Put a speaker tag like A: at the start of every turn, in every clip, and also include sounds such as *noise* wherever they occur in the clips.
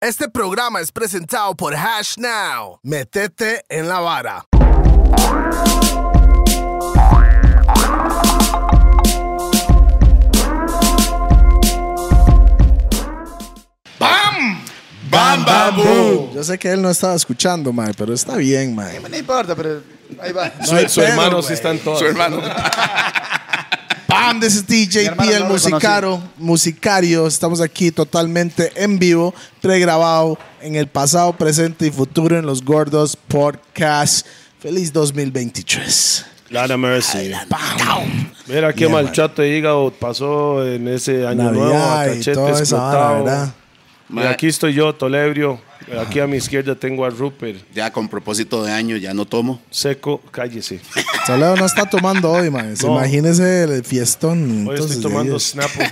A: Este programa es presentado por Hash Now. Metete en la vara.
B: ¡Bam!
C: ¡Bam, bam, boom!
D: Yo sé que él no estaba escuchando, mae, pero está bien, mae.
E: No importa, pero ahí va.
C: Su, su hermano sí está en todo.
B: Su hermano.
D: ¡Pam! This is DJ P,
E: hermano no
D: el
E: lo
D: musicaro, musicario. Estamos aquí totalmente en vivo, pregrabado en el pasado, presente y futuro en los Gordos Podcast. Feliz 2023.
C: Lana Mercy. Mira qué mal chato de hígado pasó en ese año nuevo. a
D: Navidad y
C: Cachete
D: toda esa vara,
C: explotado.
D: ¿verdad?
B: Ma-
C: Y aquí estoy yo, Tolebrio. Aquí a mi izquierda tengo a Rupert.
B: *laughs* Ya con propósito de año, ya no tomo.
C: Seco, cállese.
D: Toledo no está tomando hoy, mae. Se
C: No.
D: Imagínese el fiestón.
C: Hoy
D: entonces,
C: estoy
D: de
C: tomando
D: Dios. *laughs* Mm.
C: Snapple.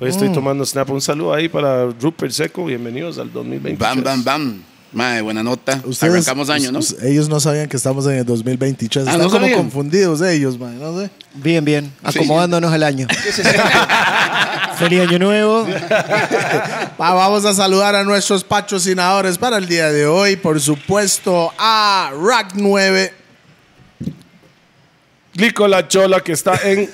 C: Hoy estoy tomando Snapple. Un saludo ahí para Rupert Seco. Bienvenidos al 2020.
B: Bam, bam, bam. Madre, buena nota.
D: Ustedes-
B: Arrancamos año, ¿no? *laughs*
D: us- Ellos no sabían que estamos en el 2023.
B: Ah,
D: Están
B: ¿no
D: como
B: sabían?
D: confundidos ellos, mae. No sé.
F: Bien, bien, acomodándonos
B: *laughs*
F: al año. Feliz año nuevo.
D: *laughs* Va- vamos a saludar a nuestros patrocinadores para el día de hoy. Por supuesto, a Rack 9.
C: Glico la chola que está en.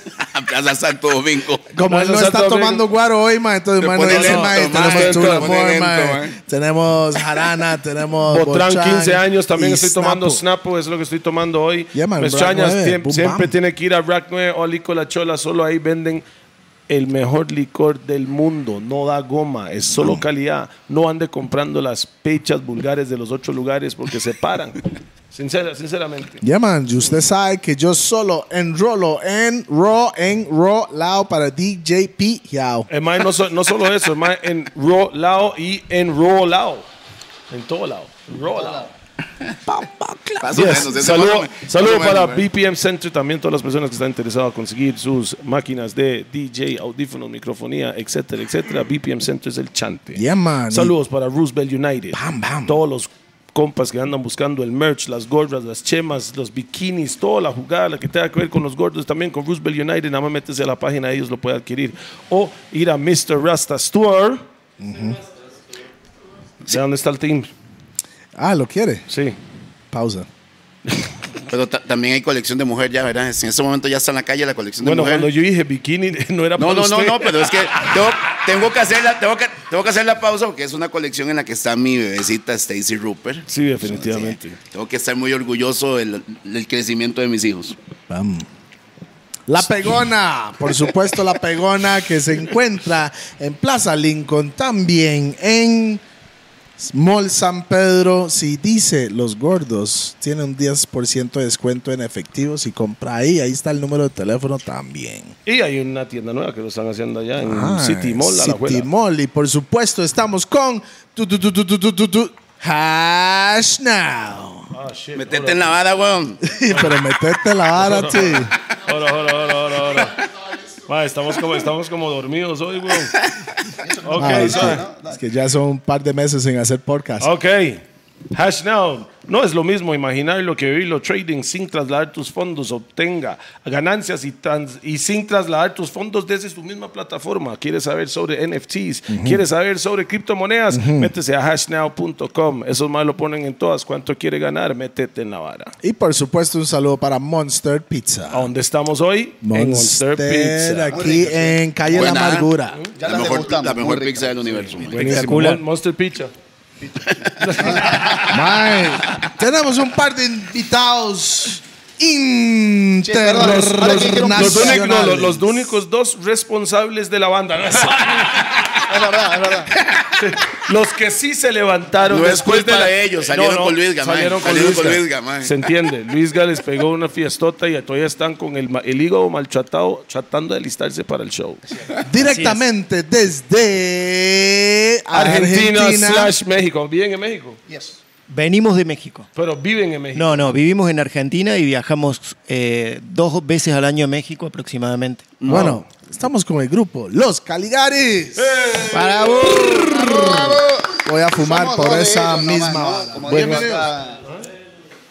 B: Plaza Santo Domingo.
D: Como
C: No,
D: él
C: eso
D: no
C: es
D: está
C: Santo
B: ¿eh?
D: tomando
C: Domingo.
D: guaro hoy, ma, entonces,
B: Te
D: ma, no
B: pone
D: hay
B: lento,
D: ma, y
B: ma,
D: tenemos
B: lento,
D: Tula
B: te
D: Forma,
B: pone
D: ma,
B: lento, ma.
D: tenemos Jarana, tenemos
C: Botrán,
D: Bochán
C: 15 años, también
D: y
C: estoy tomando
D: Snapo.
C: Snapo, es lo que estoy tomando hoy.
D: Yeah, man,
C: Me
D: Rack
C: extrañas,
D: 9,
C: tiem-
D: boom,
C: siempre
D: bam.
C: tiene que ir a Rack 9 o Lico La Chola, solo ahí venden el mejor licor del mundo, no da goma, es solo calidad. No ande comprando las pechas vulgares de los otros lugares porque
D: *laughs*
C: se paran. Sincera, sinceramente.
D: Yeah, man, y usted sabe que yo solo enrolo en Raw, en Raw Lao para DJP Yao.
C: Es más, Eh, no, so- no solo eso, es más, en Ro Lao y en Ro Lao. En todo lado. Ro Lao.
B: Más o menos,
C: Saludos
B: ese
C: saludo,
B: más o menos,
C: saludo
B: más o menos, ¿eh?
C: para
B: ma.
C: BPM Center, también todas las personas que están interesadas a conseguir sus máquinas de DJ, audífonos, microfonía, etcétera, etcétera. BPM Center es el chante.
D: Yeah, man.
C: Saludos para Roosevelt United.
D: Bam, bam.
C: Todos los compas que andan buscando el merch, las gorras, las chemas, los bikinis, toda la jugada la que tenga que ver con los gordos, también con Roosevelt United, nada más métese a la página, ellos lo pueden adquirir. O ir a Mr. Rasta Store. ¿De dónde está el team?
D: Ah, ¿lo quiere?
C: Sí.
D: Pausa.
B: Pero ta- también hay colección de mujer ya, ¿verdad? En este momento ya está en la calle la colección de
C: Bueno,
B: mujer.
C: cuando yo dije bikini, *laughs* no era
B: No,
C: para
B: no, no,
C: usted.
B: no, pero es que tengo, tengo que hacer la, tengo que, tengo que hacer la pausa porque es una colección en la que está mi bebecita Stacy Rupert.
C: Sí, definitivamente.
B: Tengo que estar muy orgulloso del, del crecimiento de mis hijos.
D: La Pegona, por supuesto, La Pegona que se encuentra en Plaza Lincoln, también en Mall San Pedro. Si dice Los Gordos, tiene un 10% de descuento en efectivo si compra ahí. Ahí está el número de teléfono también.
C: Y hay una tienda nueva que lo están haciendo allá en
D: Ah,
C: City Mall,
D: City
C: Alajuela.
D: Mall. Y por supuesto, estamos con tu, tu, tu, tu, tu, tu, tu, tu, Hash Now. *laughs*
C: Ah, shit.
B: Metete en la vara, weón.
D: Pero metete la
C: *laughs*
D: vara, sí.
C: Ahora, ahora, ahora, ahora, ahora. Ma, estamos como, estamos como dormidos hoy, güey. Ok,
D: Ah, es,
C: sorry.
D: que, es que ya son un par de meses sin hacer podcast.
C: ok. Hash now. No es lo mismo imaginar lo que vivirlo trading sin trasladar tus fondos. Obtenga ganancias y, trans- y sin trasladar tus fondos desde tu misma plataforma. ¿Quieres saber sobre NFTs? ¿Quieres saber sobre criptomonedas? Métese a hashnow.com. Esos más lo ponen en todas. ¿Cuánto quiere ganar? Métete en la vara.
D: Y por supuesto, un saludo para Monster Pizza.
C: ¿A dónde estamos hoy?
D: Monster,
C: en Monster Pizza.
D: aquí en Calle
B: Buena.
D: La Amargura.
E: Ya
B: la,
E: las
B: mejor,
E: degustamos,
B: la
E: muy
B: mejor
E: ricas.
B: pizza del universo. man.
C: Mon- Monster Pizza.
D: Mae, tenemos un par de invitados
E: perdón, ahora sí quiero un-
C: Los, únic- no,
D: internacionales.
C: los- los únicos dos responsables de la banda. ¿no? *laughs*
E: Es verdad, es verdad.
C: los que sí se levantaron.
B: No es
C: después
B: culpa
C: la-
B: de ellos, salieron con Luis Gamay,
C: Salieron con
B: salieron
C: Luis,
B: con
C: Ga-
B: Luis Gamay.
C: Se entiende. Luis Ga les pegó una fiestota y todavía están con el, ma- el hígado maltratado tratando de listarse para el show.
D: Directamente desde
C: Argentina,
D: Argentina.
C: slash México. Viven en México,
E: Yes.
F: Venimos de México.
C: pero viven en México.
F: No, no, vivimos en Argentina y viajamos eh, dos veces al año a México aproximadamente.
D: Bueno, estamos con el grupo Los Caligaris.
F: Para vos.
D: Voy a fumar
E: Somos
D: por
E: dos de
D: esa
E: ellos nomás,
D: misma.
E: ¿no?
D: bala.
E: Como
D: Bueno,
E: dijo acá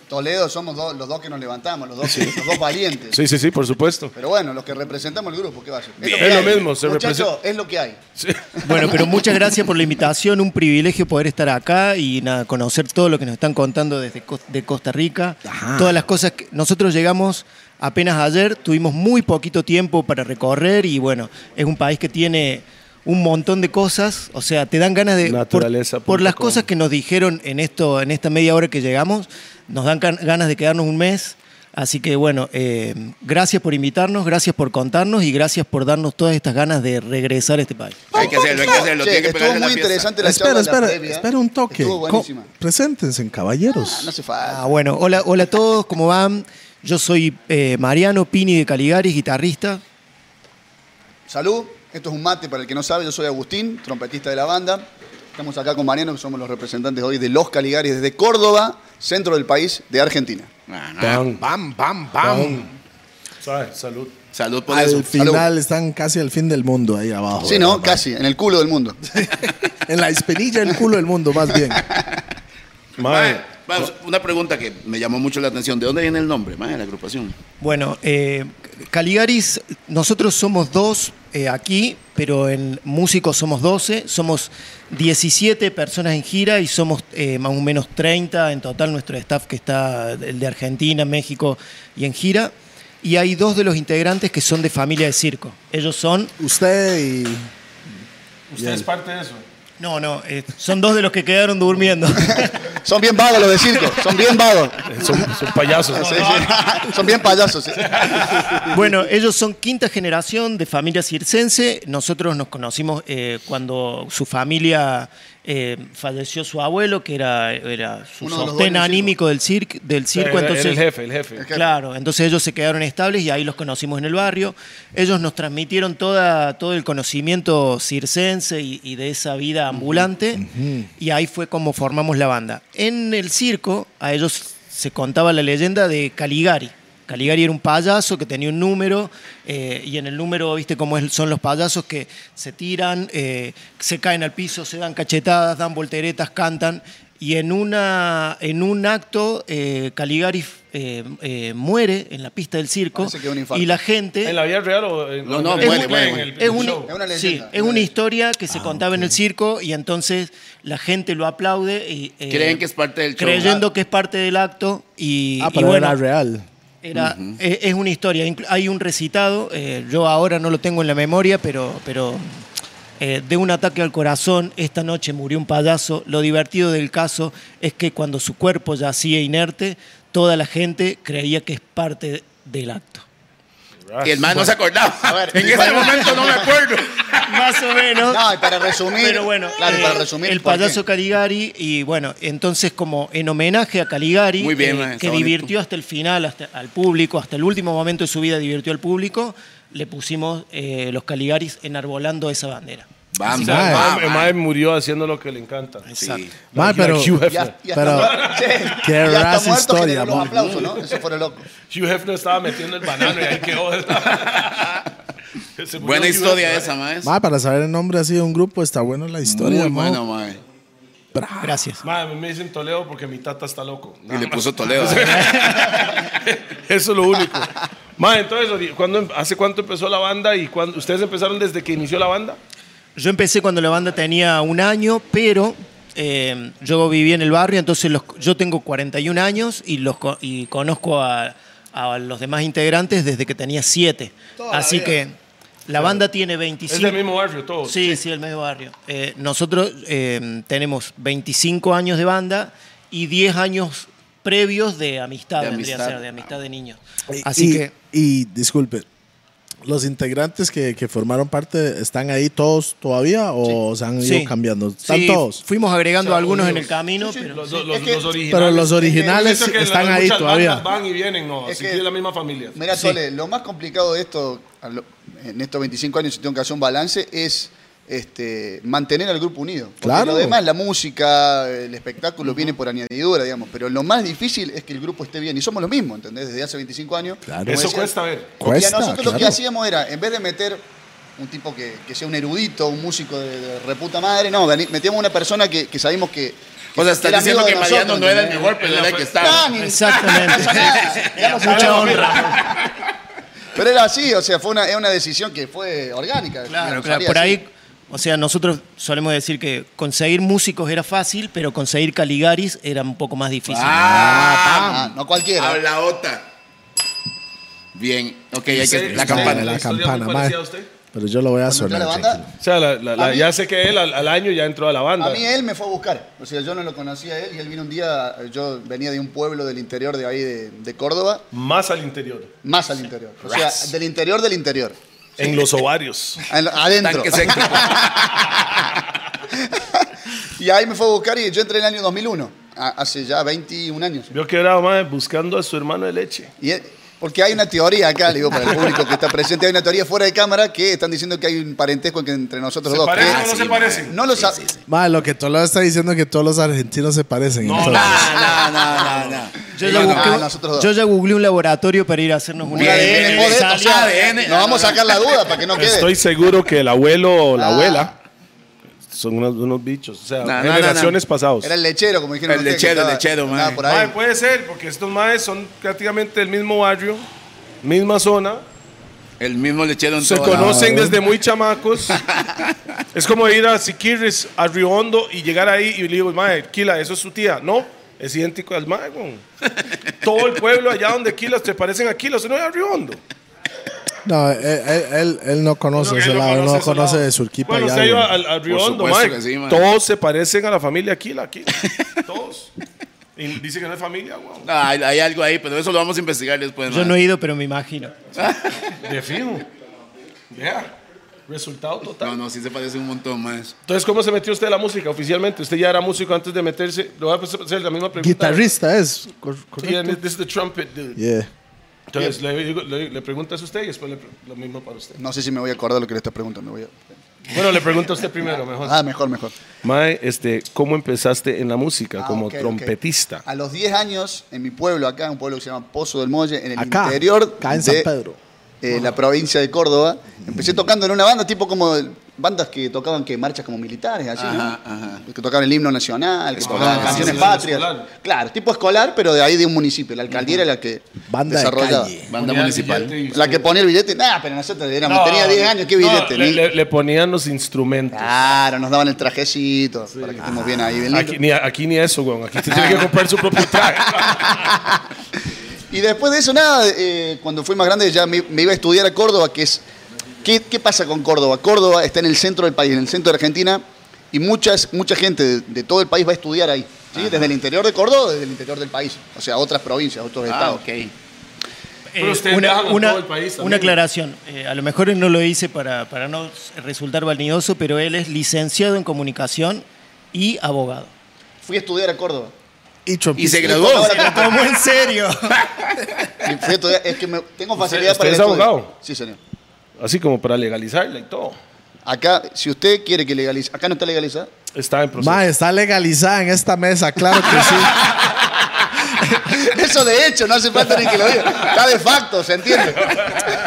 E: Toledo somos dos- los dos que nos levantamos, los dos, los dos valientes.
C: Sí, sí, sí, por supuesto.
E: Pero bueno, los que representamos el grupo, ¿qué va a ser?
C: Bien. Es lo
E: hay.
C: mismo, se
E: Muchacho,
C: representa-
E: es lo que hay.
C: Sí.
F: Bueno, pero muchas gracias por la invitación. Un privilegio poder estar acá y nada, conocer todo lo que nos están contando desde Cos- de Costa Rica. Todas las cosas que nosotros llegamos apenas ayer, tuvimos muy poquito tiempo para recorrer y bueno, es un país que tiene un montón de cosas, o sea, te dan ganas de
C: Naturaleza
F: por, por las
C: punto com.
F: cosas que nos dijeron en esto en esta media hora que llegamos, nos dan can- ganas de quedarnos un mes. Así que bueno, eh, gracias por invitarnos, gracias por contarnos y gracias por darnos todas estas ganas de regresar a este país.
B: Hay que hacerlo, hay que hacerlo.
E: Che,
B: tiene que
E: estuvo
B: pegarle la
E: muy
B: fiesta.
E: interesante la
D: Espera,
E: charla de la
D: espera,
E: previa.
D: espera un toque.
E: Estuvo
D: Co-
E: buenísima.
D: Preséntense, caballeros.
E: No se falta.
F: Ah, bueno, hola, hola a todos, ¿cómo van? Yo soy eh, Mariano Pini de Caligaris, guitarrista.
E: Salud, esto es un mate para el que no sabe, yo soy Agustín, trompetista de la banda. Estamos acá con Mariano, que somos los representantes hoy de Los Caligaris desde Córdoba, centro del país de Argentina.
B: Ah,
C: Bam.
A: Bam, bam, bam.
C: Sabe, Salud.
B: Salud por
D: Al
B: eso.
D: final
B: Salud.
D: están casi al fin del mundo ahí abajo.
E: sí, ¿no?
D: ¿verdad?
E: Casi, en el culo del mundo.
D: En la espinilla, el culo del mundo, más
E: *laughs*
D: bien.
C: Mae,
B: Mae, vamos, una pregunta que me llamó mucho la atención. ¿De dónde viene el nombre, mae, de la agrupación?
F: Bueno, eh, Caligaris, nosotros somos dos eh, aquí, pero en músicos somos 12, somos 17 personas en gira y somos eh, más o menos 30 en total nuestro staff que está el de Argentina, México y en gira. Y hay dos de los integrantes que son de familia de circo. Ellos son
D: Usted y.
C: ¿usted es parte de eso?
F: No, no, eh, son dos de los que quedaron durmiendo. *laughs*
E: Son bien vagos los de circo, son bien
B: *laughs*
E: vagos.
C: Son, son payasos.
E: Sí, sí. Son bien payasos. sí.
F: bueno, ellos son quinta generación de familia circense. Nosotros nos conocimos eh, cuando su familia eh, falleció su abuelo, que era, era su
E: Uno de los
F: sostén
E: dueños del circo.
F: anímico del, circo, del circo.
C: Era- era
F: entonces,
C: el jefe, el jefe.
E: jefe.
F: Claro, entonces ellos se quedaron estables y ahí los conocimos en el barrio. Ellos nos transmitieron toda, todo el conocimiento circense y, y de esa vida ambulante y ahí fue como formamos la banda. En el circo a ellos se contaba la leyenda de Caligari. Caligari era un payaso que tenía un número eh, y en el número, viste cómo es- son los payasos que se tiran, eh, se caen al piso, se dan cachetadas, dan volteretas, cantan. Y en, una, en un acto, eh, Caligari eh, eh, muere en la pista del circo
E: Parece que un infarto.
F: y la gente...
C: ¿En la vida real o en,
B: No, no,
C: en-
B: muere,
C: en
B: muere,
C: el-
B: muere.
C: en el
F: Es, un-
C: show?
B: Ah,
E: Es una leyenda, Ah, una
F: sí, es una
E: leyenda.
F: historia que se contaba en el circo y entonces la gente lo aplaude y... eh,
B: Creen que es parte del show. Ah.
F: Creyendo que es parte del acto y...
D: Ah,
F: y
D: pero
F: bueno,
D: era real.
F: era- e, es, es una historia. Inclu- Hay un recitado, eh, yo ahora no lo tengo en la memoria, pero, pero eh, de un ataque al corazón, esta noche murió un payaso. Lo divertido del caso es que cuando su cuerpo yacía inerte, toda la gente creía que es parte del acto.
B: Y el mae no se acordaba.
E: ver,
B: en
E: y
B: ese
E: para-
B: momento no me acuerdo.
F: Más o menos.
E: No, y para resumir.
F: Pero bueno,
E: claro, y
F: eh,
E: para resumir.
F: el
E: ¿por qué?
F: payaso Caligari, y bueno, entonces como en homenaje a Caligari,
B: Muy bien,
F: eh,
B: maestro,
F: que
B: bonito.
F: divirtió hasta el final, hasta al público, hasta el último momento de su vida divirtió al público, le pusimos eh, los Caligaris enarbolando esa bandera.
B: Vamos,
C: O sea,
B: vamos.
C: el mae- el mae murió haciendo lo que le encanta.
B: Sí.
D: Mae,
C: Like-
D: pero.
C: like Hugh
E: Ya,
C: Hefner.
E: ya
D: Pero- *laughs*
E: está, che,
D: Qué
E: ya está
D: raza
E: muerto,
D: historia,
E: generó los
D: amor.
E: aplausos, ¿no? Eso fue lo loco.
C: Hugh Hefner estaba metiendo el banano y ahí quedó.
B: *laughs*
C: Se murió
B: Buena
C: Hugh
B: historia
C: Hefner.
B: esa, mae.
D: Mae, para saber el nombre así de un grupo, está bueno la historia.
B: Muy
D: mo.
B: buena, mae.
F: Gracias.
C: Mae, a mí me dicen Toledo porque mi tata está loco. *laughs*
B: Y
C: Nada
B: le
C: más.
B: puso Toledo.
C: Eso es lo único. Mae, entonces, ori- ¿cuándo em- ¿hace cuánto empezó la banda y cuándo, ustedes empezaron desde que inició la banda?
F: Yo empecé cuando la banda tenía un año, pero eh, yo viví en el barrio, entonces los- yo tengo 41 años y, los, co- y conozco a, a los demás integrantes desde que tenía 7. Así que la banda tiene
C: Es
F: 25.
C: del mismo barrio, todo.
F: Sí, sí, el medio barrio. Eh, nosotros eh, tenemos 25 años de banda y 10 años previos de amistad,
B: De
F: vendría
B: amistad.
F: a ser, de amistad de niños.
D: Y-
F: Así
D: y-
F: que
D: Y disculpe, ¿los integrantes que, que formaron parte están ahí todos todavía o se han ido
F: sí.
D: cambiando? Están
F: Sí,
D: todos.
F: Fuimos agregando algunos en el camino, pero
C: Los, los-
E: Es que-
C: los originales.
D: Pero los
C: Yo
D: originales
C: siento que
D: están
C: las-
D: ahí
C: muchas
D: todavía.
C: bandas Van y vienen, no.
E: Es
C: Así
E: que-
C: que es la misma familia.
E: Mira,
F: Sí.
E: Tole, lo más complicado de esto, a lo- en estos 25 años, si tengo que hacer un balance, es este, mantener al grupo unido. Porque
D: Claro.
E: Lo demás, la música, el espectáculo viene por añadidura, digamos. Pero lo más difícil es que el grupo esté bien. Y somos lo mismo, ¿entendés? Desde hace 25 años.
D: Claro.
E: como
C: Eso
E: decía-
C: cuesta ver.
E: Porque
D: Cuesta,
E: a nosotros lo que
D: claro.
E: hacíamos era, en vez de meter un tipo que, que sea un erudito, un músico de, de reputa madre, no, veni- metíamos una persona que, que sabíamos que, que
B: O sea, estás
E: Era
B: diciendo
E: amigo
B: que
E: de
B: Mariano
E: nosotros,
B: no era el
E: ¿entendés?
B: mejor, pero era el que
E: Ah,
B: estaba.
E: ni-
F: *laughs* Exactamente.
E: Ya lo
F: Mucha
E: sabemos.
F: honra.
E: Pero era así, o sea, fue una, es una decisión que fue orgánica.
F: Claro,
E: Nos
F: claro.
E: salía
F: Por
E: así.
F: ahí, o sea, nosotros solemos decir que conseguir músicos era fácil, pero conseguir Caligaris era un poco más difícil.
E: Ah,
B: Ah,
E: no cualquiera.
B: habla otra. Bien, ok, hay que,
C: Sí,
B: la
C: sí,
B: campana.
C: la
D: La
C: historia
D: campana,
C: muy parecida
D: mae.
C: a usted.
D: Pero yo lo voy a
E: Yo
D: sonar.
E: la
D: tranquilo.
E: banda,
C: O sea, la- la-
E: A
C: la-
E: mí-
C: ya sé que él al, al año ya entró a la banda.
E: a mí él me fue a buscar. O sea, yo no lo conocía a él y él vino un día, yo venía de un pueblo del interior de ahí de, de Córdoba,
C: Más al interior.
E: más al interior. O sea,
B: Ras.
E: del interior del interior.
C: En los ovarios.
E: Al- Adentro.
B: Tanque seco.
E: *laughs* Y ahí me fue a buscar y yo entré en el año 2001, a- hace ya 21 años.
C: Vio que era más buscando a su hermano de leche.
E: Y es- porque hay una teoría acá, le digo para el público que está presente, hay una teoría fuera de cámara que están diciendo que hay un parentesco que entre nosotros dos.
C: ¿Parecen
E: que-
C: o no
B: sí,
C: se
B: mae.
C: parecen?
E: No lo sabes.
D: Mae, lo que Toledo está diciendo es que todos los argentinos se parecen. entonces.
B: *laughs* No, no, no, no, no.
F: Yo ya,
E: No, no,
F: busqué,
E: no, nosotros dos.
F: yo ya googleé un laboratorio para ir a hacernos un
B: Bien, bien, bien.
E: poder, o sea,
B: ADN.
E: nos vamos a sacar la duda para que no quede.
C: Estoy seguro que el abuelo o la
E: Ah.
C: abuela son unos, unos bichos. O sea,
B: No, no,
C: generaciones pasadas.
E: Era el lechero, como dijeron.
B: El
E: ustedes, que
B: lechero,
E: estaba-
B: el lechero,
E: andaba
B: man.
E: por ahí.
C: Mae, puede ser, porque estos maes son prácticamente del mismo barrio, misma zona.
B: El mismo lechero en
C: Se
B: todo lado.
C: conocen desde muy
B: *laughs*
C: chamacos. es como ir a Siquirres, a Río Hondo y llegar ahí y le digo, mae, Kila, eso es su tía. No, es idéntico al mae, weón. Todo el pueblo allá donde Kila te parecen a Kila, eso no es a Río Hondo.
D: No, él, él- él- él no conoce
C: Creo que
D: ese
C: él
D: lado, no
C: ese
D: conoce,
C: lado.
D: de Surquipa
C: Bueno,
D: allá,
C: usted iba
D: güey.
C: al, al Río
B: Por
C: Hondo,
B: supuesto
C: mae.
B: que sí, mae.
C: Todos se parecen a la familia Kila,
B: *laughs*
C: aquí, Todos. Y dice que no es familia, weón.
B: No, hay, hay algo ahí, pero eso lo vamos a investigar después.
F: Yo
B: man.
F: no he ido, pero me imagino.
C: De fijo. Yeah. Resultado total.
B: no, no, sí se parece un montón más.
C: Entonces, ¿cómo se metió usted a la música oficialmente? Usted ya era músico antes de meterse. Le voy a hacer la misma pregunta.
D: Guitarrista es. cor-
C: Y en-
D: Correcto.
C: this is the trumpet, dude.
D: Yeah.
C: Entonces, le, digo- le- le preguntas a usted y después le pre- lo mismo para usted.
E: No sé si me voy a acordar lo que le estás preguntando. me voy a-
C: Bueno, le pregunto a usted primero, mejor.
E: Ah, mejor, mejor.
C: Mae, este, ¿cómo empezaste en la música
E: Ah,
C: como
E: ok, Ah, ok.
C: trompetista?
E: A los 10 años, en mi pueblo, acá, un pueblo que se llama Pozo del Molle, en el
D: Acá,
E: interior
D: acá en
E: de
D: San Pedro.
E: eh, la provincia de Córdoba, empecé tocando en una banda tipo como bandas que tocaban que marchas como militares, así,
B: Ajá,
E: ¿no?
B: ajá.
E: Que tocaban el himno nacional, que
B: Escolar,
E: tocaban
B: sí,
E: canciones
C: sí, sí,
E: patrias.
C: escolar.
E: Claro, tipo escolar, pero de ahí de un municipio. La alcaldía era la que
D: Banda de
E: desarrollaba.
D: calle.
B: Banda
C: Ponía el
B: municipal.
C: billete y-
E: La que ponía el billete, nada, pero nosotros éramos,
C: No,
E: tenía 10 años, ¿qué
C: no,
E: billete? Ah,
C: le,
E: Ni-
C: le- le ponían los instrumentos.
E: Claro, nos daban el trajecito para que estemos bien ahí. bien lindo.
C: Aquí ni, aquí ni eso, weón. Aquí usted tiene que comprar su propio traje.
E: Y después de eso, nada, eh, cuando fui más grande ya me, me iba a estudiar a Córdoba, que es... ¿qué, qué pasa con Córdoba? Córdoba está en el centro del país, en el centro de Argentina, y muchas, mucha gente de, de todo el país va a estudiar ahí, ¿sí? desde el interior de Córdoba, desde el interior del país, o sea, otras provincias, otros
B: Ah,
E: estados.
B: ok.
C: Pero
F: Eh,
C: usted viaja con todo el país también.
F: una aclaración. Eh, a lo mejor no lo hice para, para no resultar vanidoso, pero él es licenciado en comunicación y abogado.
E: Fui a estudiar a Córdoba.
D: Y
B: Y
D: trompetista.
B: se graduó.
F: Como
C: *laughs*
F: en serio.
E: Y fui a estudiar- es que me- tengo facilidad
C: usted
E: para el
C: es
E: estudio.
C: abogado?
E: Sí, señor.
C: Así como para legalizarla y todo.
E: Acá, si usted quiere que legalice, acá no está legalizada.
C: Está en proceso.
D: Mae, está legalizada en esta mesa, claro que
E: *laughs*
D: sí.
E: *laughs* Eso de hecho, no hace falta ni que lo diga. Está de facto, ¿se entiende?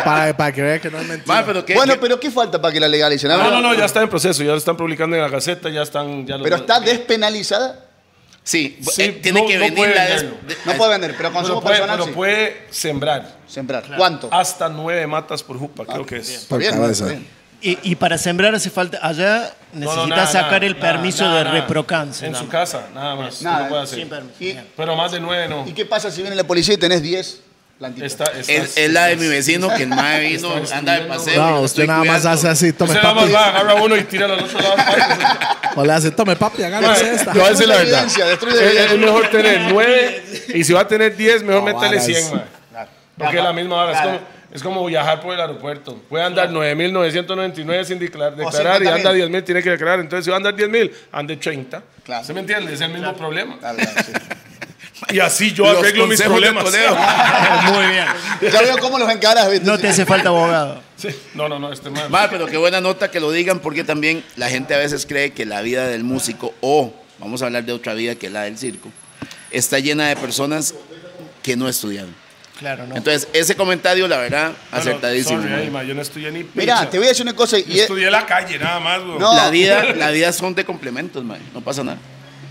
D: Para, para que vean que no es mentira.
B: Ma, pero qué-
E: Bueno,
B: qué-
E: pero ¿qué falta para que la legalicen? A
C: No,
E: ver,
C: no, no, ya está en proceso. Ya lo están publicando en la gaceta, ya están. Ya lo-
E: Pero está despenalizada.
B: Sí,
C: Sí,
B: eh, tiene
C: no-
B: que
C: no
B: venir
C: puede
B: la des-
C: venderlo.
B: de-
E: No puede vender, pero consumo
C: Pero puede,
E: personal
C: pero
E: sí.
C: puede sembrar
E: Sembrar. ¿Cuánto?
C: hasta nueve matas por jupa, creo que es.
E: Está Ah, bien,
D: Por cabeza.
E: está bien.
F: Y, y para sembrar hace falta, allá necesitas
C: No, no, nada,
F: sacar
C: nada,
F: el permiso
C: nada,
F: de
C: nada.
F: reprocance.
C: En
F: nada
C: su
F: más.
C: casa, nada más.
E: Nada,
C: no puede hacer.
F: Sin permiso.
E: Y-
F: Bien.
C: Pero más de nueve no.
E: ¿Y qué pasa si viene la policía y tenés 10 plantitas?
C: Está, está,
B: Es, es la de mi vecino que el mae vino, anda de paseo. y
D: No,
B: lo
D: usted
B: estoy
D: nada más
B: cuidando.
D: hace así, tome
C: Usted nada más
D: papi.
C: va, agarra uno y tira al otro
E: *laughs*
C: lado.
D: O le hace, tome papi, agárrese esta.
C: Yo voy a decir la
E: Destruye
C: verdad.
E: evidencia, destruye
C: Es-
E: evidencia.
C: Es mejor tener nueve y si va a tener diez, mejor
D: No,
C: métele
D: varas.
C: 100, man. Porque es la misma hora. Es
E: Claro.
C: como, es como viajar por el aeropuerto. Puede andar 9.999 sin declarar, declarar y
E: 50.000.
C: anda 10.000, tiene que declarar. Entonces, si va a andar 10.000, ande 30.
E: Claro.
C: ¿Se me entiende? Es el mismo problema.
E: Claro, claro, Ah, sí.
C: Y así yo
B: Los
C: arreglo mis
B: consejos de
C: problemas.
B: Toledo.
F: Muy bien.
E: Ya veo cómo los encaras, ¿viste?
F: No te hace falta abogado.
C: Sí. No, no, no, este man.
B: Ma, pero qué buena nota que lo digan porque también la gente a veces cree que la vida del músico o vamos a hablar de otra vida que es la del circo está llena de personas que no estudiaron.
F: Claro, no.
B: Entonces, ese comentario, la verdad,
C: No, no,
B: acertadísimo.
C: sorry,
B: ma.
C: ahí, ma, yo no estudié ni
E: Mirá,
C: picha.
E: te voy a decir una cosa.
C: Yo
E: Y es-
C: estudié la calle, nada más, güey.
E: No.
B: La vida, la vida son de complementos, ma, no pasa nada.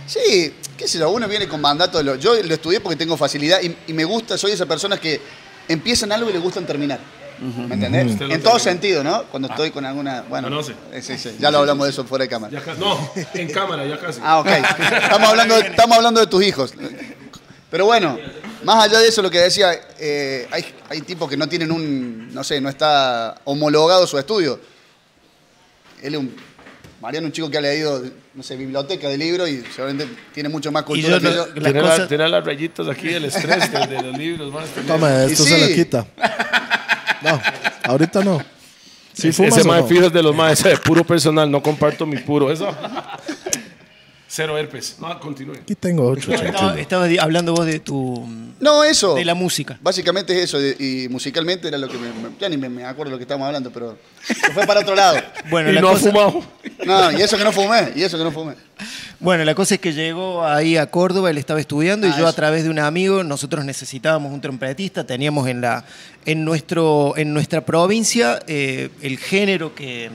E: Sí, qué sé yo, uno viene con mandato. de lo- yo lo estudié porque tengo facilidad y, y me gusta, soy esa persona que empiezan algo y le gustan terminar. ¿Me entendés?
C: Usted lo
E: En todo
C: termina.
E: sentido, ¿no? Cuando
C: Ah.
E: estoy con alguna. Bueno,
C: Conoce.
E: eh, sí, sí, ya lo hablamos de eso fuera de cámara.
C: Ya ca- no, en cámara, ya casi.
E: Ah, ok. Estamos hablando, de- estamos hablando de tus hijos. Pero bueno, más allá de eso, lo que decía, eh, hay, hay tipos que no tienen un, no sé, no está homologado su estudio. Él es un, Mariano, un chico que ha leído, no sé, biblioteca de libros y seguramente tiene mucho más cultura
F: yo
E: que yo.
F: no- la
C: Tiene,
F: cosa-
C: la- tiene las rayitas aquí del estrés de, de los libros. este más también.
D: Toma, esto
E: Y
D: se
E: sí.
D: lo
C: *laughs*
D: quita. No, ahorita no. Si
C: Ese-
D: fumas
C: ese
D: o
C: mae
D: no?
C: fijo es de los más de puro personal, no comparto mi puro. Eso. Cero herpes. No, continúe.
D: Aquí tengo ocho.
F: Estaba- Estabas di- hablando vos de tu. mm,
E: No, eso.
F: De la música.
E: Básicamente es eso, de- y musicalmente era lo que me, me- ya ni me, me acuerdo lo que estábamos hablando, pero se fue para otro lado.
F: *laughs* Bueno,
C: y
F: la
C: no
F: cosa-
C: ha fumado.
E: No, y eso que no fumé, y eso que no fumé.
F: Bueno, la cosa es que llegó ahí a Córdoba, él estaba estudiando y
E: Ah,
F: yo a
E: eso.
F: través de un amigo, nosotros necesitábamos un trompetista, teníamos en, la, en, nuestro, en nuestra provincia eh, el género que,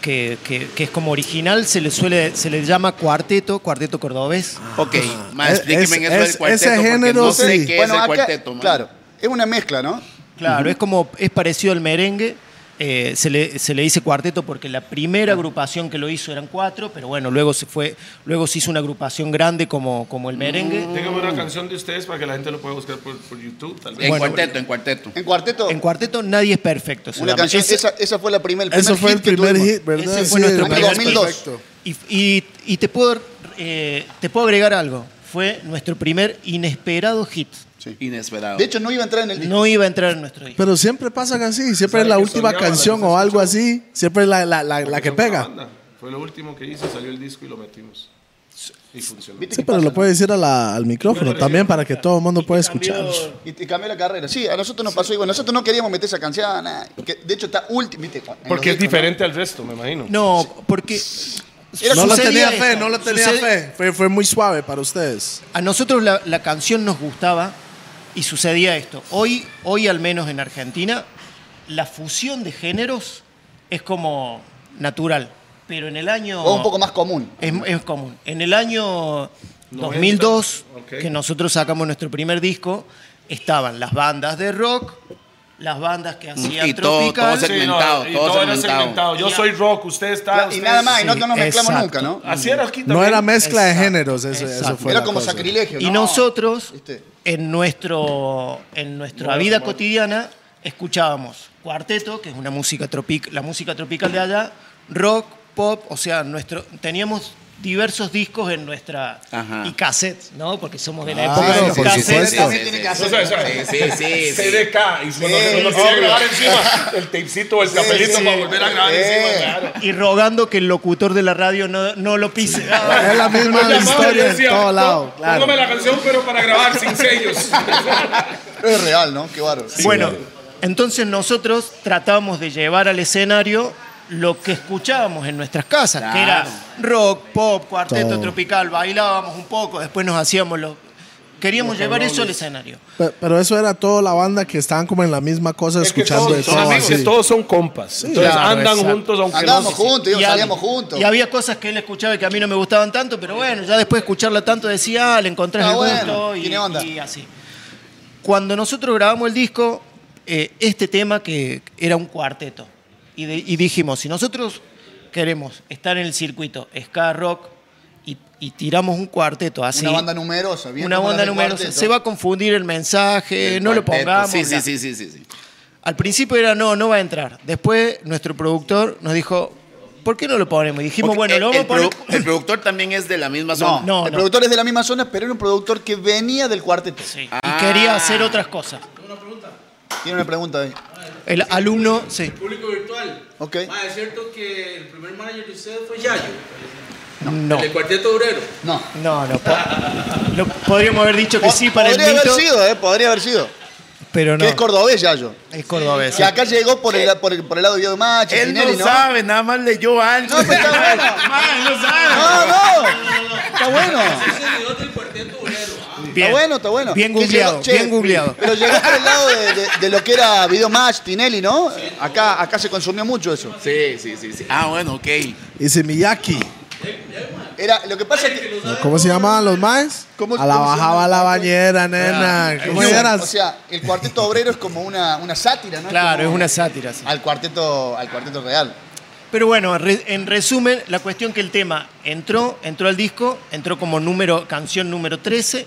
F: que, que- que es como original, se le, suele, se le llama cuarteto, cuarteto cordobés.
B: Ok, ma,
D: Es-
B: explíqueme
D: es-
B: eso del
D: es-
B: cuarteto.
D: ese
B: porque
D: género
B: no sé
D: sí.
B: qué es
E: bueno,
B: el
E: acá,
B: cuarteto, ma.
E: claro, es una mezcla, ¿no?
F: Claro, es como es parecido al merengue. eh, se, le, se le dice cuarteto porque la primera agrupación que lo hizo eran cuatro, pero bueno, luego se fue, luego se hizo una agrupación grande como, como el merengue.
C: Tengamos una canción de ustedes para que la gente lo pueda buscar por, por YouTube, tal vez.
B: En cuarteto, en cuarteto.
E: En cuarteto,
F: En cuarteto nadie es perfecto. se
E: una
F: llama.
E: canción,
F: Ese-
E: esa, esa fue la primer, el primer
D: Eso fue el
E: hit que
D: primer
E: tuvimos.
D: hit, ¿verdad?
F: Ese fue nuestro
D: el
F: primer
D: primer
E: 2002.
D: hit. Perfecto.
F: y, y- y te, puedo, eh, te puedo agregar algo. Fue nuestro primer inesperado hit.
B: Inesperado.
E: De hecho, no iba a entrar en el disco.
F: No iba a entrar en nuestro disco.
D: Pero siempre pasan así, siempre es
C: ¿Sabe
D: la
C: que
D: última
C: soñaba, la que
D: canción
C: se
D: o algo así, siempre es la, la, la, la que
C: Porque son una
D: pega.
C: banda. Fue lo último que hice, salió el disco y lo metimos. Y funcionó.
E: ¿Viste
D: Sí,
E: qué
D: pero
E: pasa?
D: lo puede decir a la- al micrófono también para que todo el mundo pueda escucharlo.
E: Y te cambió la carrera. Sí, a nosotros nos pasó igual. Nosotros no queríamos meter esa canción. nada. Que, de hecho, está última.
C: Porque es diferente al resto, me imagino.
F: No, porque.
E: Era
D: No lo
E: sucedía
D: tenía
F: esto.
D: fe, no lo tenía
F: Sucede-
D: fe. Fue, fue muy suave para ustedes.
F: A nosotros la, la canción nos gustaba y sucedía esto. Hoy, hoy al menos en Argentina, la fusión de géneros es como natural, pero en el año...
E: O un poco más común.
F: Es, es común. En el año 2002,
C: ok.
F: que nosotros sacamos nuestro primer disco, estaban las bandas de rock, las bandas que hacían
B: Y todo-
F: tropical...
B: todo se- segmentado,
C: y
B: todo
C: era
B: segmentado.
C: Yo
F: Y-
C: soy rock, usted está.
E: Y
C: usted
E: nada
C: es-
E: más, y no,
F: sí,
E: no nos mezclamos
F: exacto.
E: nunca, ¿no?
C: Así era aquí
D: No
C: también.
D: era mezcla de
F: Exacto,
D: géneros, eso, eso
F: exacto.
D: fue.
E: Era
D: la
E: como
D: cosa.
E: sacrilegio.
F: Y
E: ¿no?
F: nosotros,
E: ¿Viste?
F: en, nuestro, en nuestra vida cotidiana, escuchábamos cuarteto, que es una música tropic, la música tropical de allá, rock, pop, o sea, nuestro, teníamos diversos discos en nuestra...
B: Ajá.
F: Y cassettes, ¿no? Porque somos de la
D: Ah,
F: época
D: sí,
F: de los
D: por
F: cassettes.
E: Ese
D: supuesto.
E: también tiene que hacer.
C: Eso, eso,
B: Sí,
C: *laughs*
B: sí, sí. sí.
C: CDK. Y cuando se lo
E: sí.
C: quería grabar
E: *laughs*
C: encima, el tapecito o el papelito
E: sí.
C: para volver a grabar
E: Sí.
C: encima. claro.
F: Y rogando que el locutor de la radio no, no lo pise.
D: Es la
C: *laughs*
D: misma
C: Llamaba y
D: historia en
C: decía,
D: todo
C: "Pon-
D: lado. Claro.
C: Póngame la canción, pero para grabar sin sellos.
E: Pero es real, ¿no? Qué bárbaro.
F: bueno, entonces nosotros tratábamos de llevar al escenario lo que escuchábamos en nuestras casas, que era
B: Claro.
F: rock, pop, cuarteto
D: Todo.
F: tropical, bailábamos un poco, después nos hacíamos los... Queríamos llevar eso al escenario.
D: Pe- Pero, eso era toda la banda que estaban como en la misma cosa,
C: Es
D: *laughs*
C: que
D: escuchando de
C: todos, son
D: todo
C: amigos,
D: así.
C: todos son compas. Entonces
F: Claro,
C: andan
F: exacto.
C: juntos aunque
E: Andábamos
C: no se-
E: juntos, íbamos-
F: hab-
E: salíamos juntos.
F: y había cosas que él escuchaba y que a mí no me gustaban tanto, pero bueno, ya después de escucharla tanto decía, ah, le encontré
E: Ah,
F: el
E: bueno,
F: gusto y,
E: tiene onda.
F: y así. Cuando nosotros grabamos el disco, eh, este tema que era un cuarteto, y, de- y dijimos, si nosotros queremos estar en el circuito ska rock y, y tiramos un cuarteto así,
E: Una banda numerosa. bien
F: una
E: como
F: banda
E: las del
F: numerosa,
E: cuarteto.
F: se va a confundir el mensaje,
B: El
F: eh, no lo
B: cuarteto.
F: pongamos.
B: Sí, sí,
F: bla.
B: sí, sí, sí, sí.
F: Al principio era no, no va a entrar. Después nuestro productor nos dijo, ¿por qué no lo ponemos? Y dijimos,
B: Ok,
F: bueno,
B: el,
F: lo vamos
B: el
F: a poner.
B: produ- el productor también es de la misma
E: No,
B: zona.
F: No,
E: el
F: no.
E: productor es de la misma zona, pero era un productor que venía del cuarteto.
F: Sí,
B: Ah.
F: Y quería hacer otras cosas.
E: Tiene una pregunta ahí.
F: El alumno, sí.
G: Público virtual.
E: Ok.
G: Ma, es cierto que el primer manager de ustedes fue Yayo,
F: No,
G: el del cuarteto obrero.
E: No.
F: no, no. po- lo- podríamos haber dicho que
E: Po-
F: sí para el
E: podría haber
F: mito,
E: sido, ¿eh? Podría haber sido.
F: pero no. Eh,
E: Que es cordobés, Yayo.
F: Es cordobés.
E: Que acá llegó por el, por el, por el lado de Guido Machi,
B: Él no,
E: Tinelli, ¿no?
B: sabe, nada más leyó algo.
E: No, pues está bueno.
F: *laughs* Ah,
E: No, no. Está bueno.
F: Bien.
E: Está bueno, está bueno.
F: Bien
E: Que
F: googleado,
E: llegó- che,
F: bien googleoado.
E: Pero llegó por el lado de, de- de lo que era Video Match, Tinelli, ¿no? Acá, acá se consumió mucho eso.
B: Sí, sí, sí, sí. Ah, bueno, ok.
D: Y si Miyaki
E: Era, lo que pasa es
G: que
E: que.
G: lo sabe
D: ¿Cómo se
G: todo.
D: llamaban los maes?
E: ¿Cómo-
D: a la
E: cómo se
D: bajaba
E: llama?
D: la bañera, nena. ¿Cómo eras?
E: O sea, el cuarteto obrero es como una, una sátira, ¿no?
F: Claro, es
E: como
F: una sátira. sí.
E: Al cuarteto, al cuarteto real.
F: Pero bueno, re- en resumen, la cuestión que el tema entró, entró al disco, entró como número, canción número 13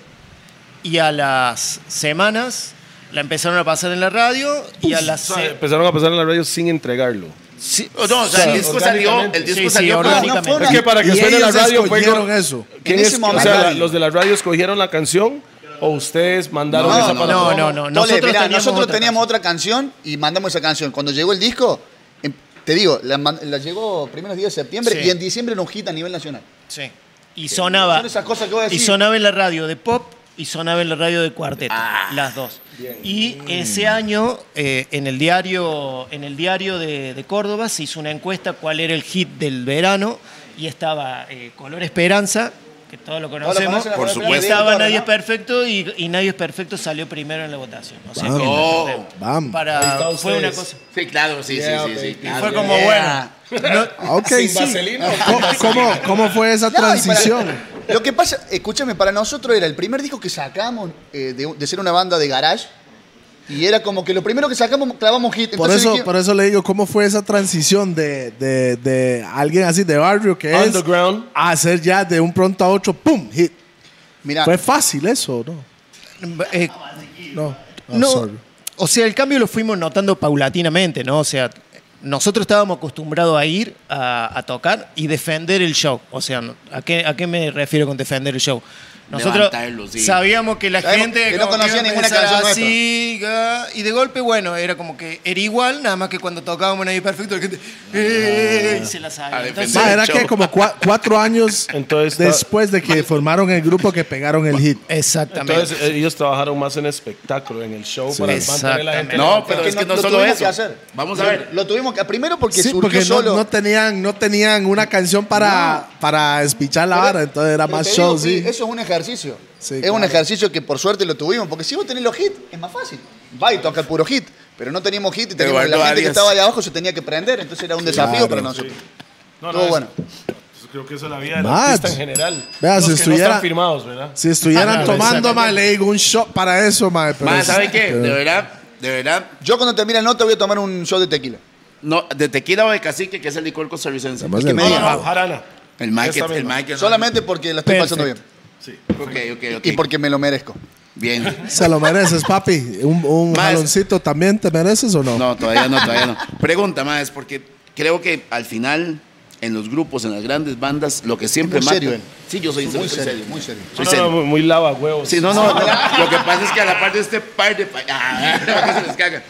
F: y a las semanas la empezaron a pasar en la radio y a las...
C: O sea,
F: se-
C: empezaron a pasar en la radio sin entregarlo.
F: sí,
B: Oh, No, o sea, el disco salió, el disco
F: Sí, sí,
B: salió.
E: No,
B: para-
E: no
F: orgánicamente.
E: fue una-
C: Es que para que
D: Y
C: suene la
D: ellos
C: radio fue
D: escogieron
C: con-
D: eso.
C: ¿Quién
E: En
C: es-
E: ese
C: o
E: momento.
C: sea, la- los de la radio escogieron la canción o ustedes mandaron
E: No,
C: esa
E: no,
C: para-
F: No, no, no.
E: Tole,
F: Nosotros
E: mirá,
F: teníamos
E: nosotros
F: otra
E: teníamos otra canción y mandamos esa canción. Cuando llegó el disco, em- te digo, la, man- la llegó primeros días de septiembre
F: Sí.
E: y en diciembre nos hit a nivel nacional.
F: Sí. Y sonaba.
E: Son esas cosas que vos
F: y
E: decís.
F: sonaba en la radio de pop y sonaba en la radio de cuarteto. las dos. Y ese año, eh, en el diario, en el diario de, de Córdoba, se hizo una encuesta cuál era el hit del verano. Y estaba eh, Color Esperanza, que todos lo
E: lo
F: conocemos.
E: conocen,
B: Por
E: la-
B: supuesto.
F: Y estaba
E: la-
F: Nadie es
E: ¿no?
F: Perfecto y, y Nadie es Perfecto salió primero en la votación. O sea,
D: Vamos.
B: Oh.
D: Vamos.
F: para,
C: Ahí está
F: fue una
C: ustedes.
F: cosa.
B: Sí, claro, sí, sí, sí, sí. claro.
F: Fue como,
E: "Eh, Yeah.
F: bueno, no-
D: Ah, Ok, sí. Ah,
C: vaselina.
D: ¿Cómo, cómo, cómo fue esa
E: No, y para-
D: transición?
E: *laughs* lo que pasa, escúchame, para nosotros era el primer disco que sacamos eh, de, de ser una banda de garage y era como que lo primero que sacamos clavamos hit.
D: Por
E: Entonces
D: eso,
E: dije-
D: por eso le digo, ¿cómo fue esa transición de, de, de alguien así de barrio que es
C: Underground.
D: a hacer ya de un pronto a otro, ¡pum! hit?
E: Mirá,
D: ¿Fue fácil eso no?
F: eh,
D: No. Ah,
F: No,
D: sorry.
F: o sea, el cambio lo fuimos notando paulatinamente, ¿no? O sea, nosotros estábamos acostumbrados a ir a, a tocar y defender el show. O sea, ¿a qué, ¿a qué me refiero con defender el show? Nosotros
B: Levantarlo, sí.
F: sabíamos que la
E: Sabemos
F: gente
E: que no
F: como
E: conocía
F: iba a
E: ninguna
F: empezar
E: canción
F: así, ga, y de golpe, bueno, era como que era igual, nada más que cuando tocábamos Nadie Perfecto, la gente "Eh", y se la
B: A
F: sabía. Entonces,
B: defender.
D: Ma, era
B: show.
D: que como cua- cuatro años
C: *laughs* Entonces,
D: después de que formaron el grupo que pegaron el hit.
F: exactamente.
C: Entonces eh, ellos trabajaron más en espectáculo, en el show para mantener la gente.
B: No, pero
E: que
B: es que no
E: no- lo
B: solo
E: tuvimos
B: eso.
E: que hacer.
B: Vamos a ver.
E: lo tuvimos que primero porque
D: Sí,
E: surgió
D: porque no,
E: solo.
D: no tenían, no tenían una canción para, para espichar la vara, entonces era
E: Pero
D: más
E: te
D: show,
E: digo, sí,
D: sí.
E: Eso es un ejercicio.
D: Sí,
E: es un
D: claro.
E: ejercicio que por suerte lo tuvimos, porque si vos tenés los hits, es más fácil. Va y toca el puro hit. Pero no teníamos hit y teníamos
B: Eduardo
E: la gente que
B: Arias.
E: estaba ahí abajo se tenía que prender, entonces era un desafío
D: Claro.
E: para nosotros.
C: No, no,
E: Estuvo
C: es-
E: bueno.
C: Pues Creo que eso es la vida del
D: Max.
C: artista en general.
D: Vea,
C: Los
D: si
C: que no
D: estuviera-
C: están firmados, ¿verdad?
D: Si estuvieran
F: Ah, claro,
D: tomando,
F: exacto.
D: ma, le digo un shot para eso, ma. pero
B: Más,
D: es-
B: ¿sabe qué?
D: pero-
B: De verdad, de verdad,
E: Yo cuando termine el nota voy a tomar un shot de tequila.
B: no, de tequila o de cacique, que es el licor costarricense.
D: Además del-
E: me
C: No,
E: diga.
C: no, no, jarana.
B: El Mike,
C: Esta
B: el
C: misma.
B: Mike.
E: Solamente porque la estoy pasando bien.
B: Ok, ok, ok.
E: Y porque me lo merezco.
B: Bien.
D: Se lo mereces, papi. Un, un
B: Ma, es-
D: jaloncito también te mereces o no?
B: No, todavía no, todavía no. Pregunta más, porque creo que al final, en los grupos, en las grandes bandas, lo que siempre
E: Muy
B: mata-
E: serio, él.
B: Sí, yo soy
E: Muy
B: soy
E: serio, muy serio.
C: No,
B: Soy
C: no,
B: serio.
C: muy, muy lava huevos.
B: Sí, no, no.
C: *laughs*
B: lo que pasa es que a la par de este par de. pa- Ah, *laughs* se les caga.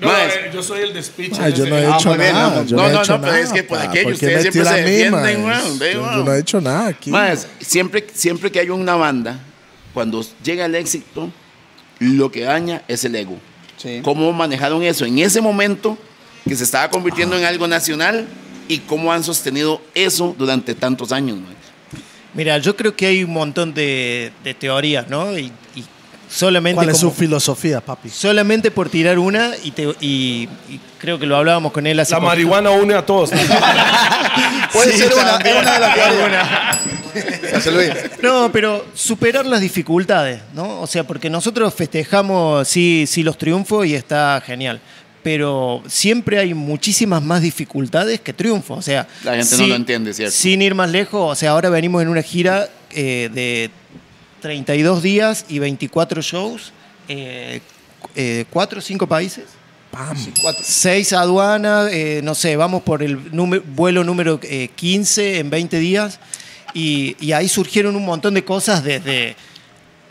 C: No,
B: Más,
C: eh, yo soy el despiche.
D: Ma, yo no he
C: Ah,
D: hecho
B: muy pues bien,
D: nada.
B: no,
D: yo
B: no,
D: he
B: no,
D: hecho
B: no, pero
D: nada,
B: es que por
D: pa.
B: aquí
D: ¿Por qué
B: ustedes
D: me
B: siempre
D: tira
B: se
D: a mí,
B: defienden,
D: ma?
B: weón? Ve,
D: Yo- Yo
B: weón.
D: no he hecho nada aquí.
B: Más, siempre, siempre que hay una banda, cuando llega el éxito, lo que daña es el ego.
E: Sí.
B: ¿Cómo manejaron eso en ese momento que se estaba convirtiendo
C: Ah.
B: en algo nacional y cómo han sostenido eso durante tantos años? mae?
F: Mira, yo creo que hay un montón de, de teorías, ¿no? Y, y solamente
D: ¿Cuál es su
F: como-
D: filosofía, papi?
F: Solamente por tirar una, y, te- y- y creo que lo hablábamos con él hace
C: La
F: poquito.
C: marihuana une a todos.
E: Puede ser una,
F: también.
E: es una de las José Luis.
F: No, pero superar las dificultades, ¿no? O sea, porque nosotros festejamos, sí, sí, los triunfos y está genial. Pero siempre hay muchísimas más dificultades que triunfos. O sea,
B: La gente no lo entiende, ¿cierto?
F: Sin ir más lejos, o sea, ahora venimos en una gira eh, de 32 días y 24 shows, eh, eh, cuatro o cinco países.
E: Cuatro.
F: Seis aduanas, eh, no sé, vamos por el número- vuelo número eh, 15 en 20 días. Y, y ahí surgieron un montón de cosas desde,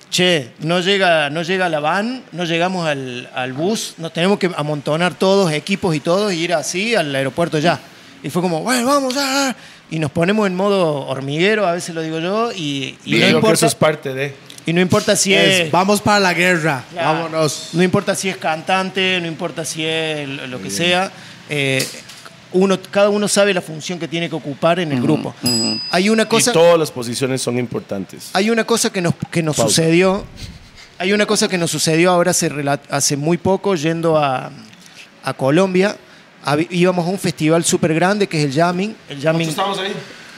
F: che, no llega, no llega la van, no llegamos al, al bus, nos tenemos que amontonar todos, equipos y todos, y ir así al aeropuerto ya. Y fue como, bueno, vamos, ah, ah". y nos ponemos en modo hormiguero, a veces lo digo yo, y, y no,
C: Creo que eso
F: importa,
C: es parte de.
F: y no importa si es...
D: Es, vamos para la guerra.
F: Claro.
D: Vámonos.
F: No importa si es cantante, no importa si es lo lo que sea. eh, uno, cada uno sabe la función que tiene que ocupar en el grupo. Hay una cosa.
C: Y todas las posiciones son importantes.
F: Hay una cosa que nos, que nos
C: Pausa.
F: sucedió. Hay una cosa que nos sucedió ahora hace, rela- hace muy poco, yendo a, a Colombia. Habi- íbamos a un festival súper grande que es el Jamming. El Jamming
C: estamos ahí?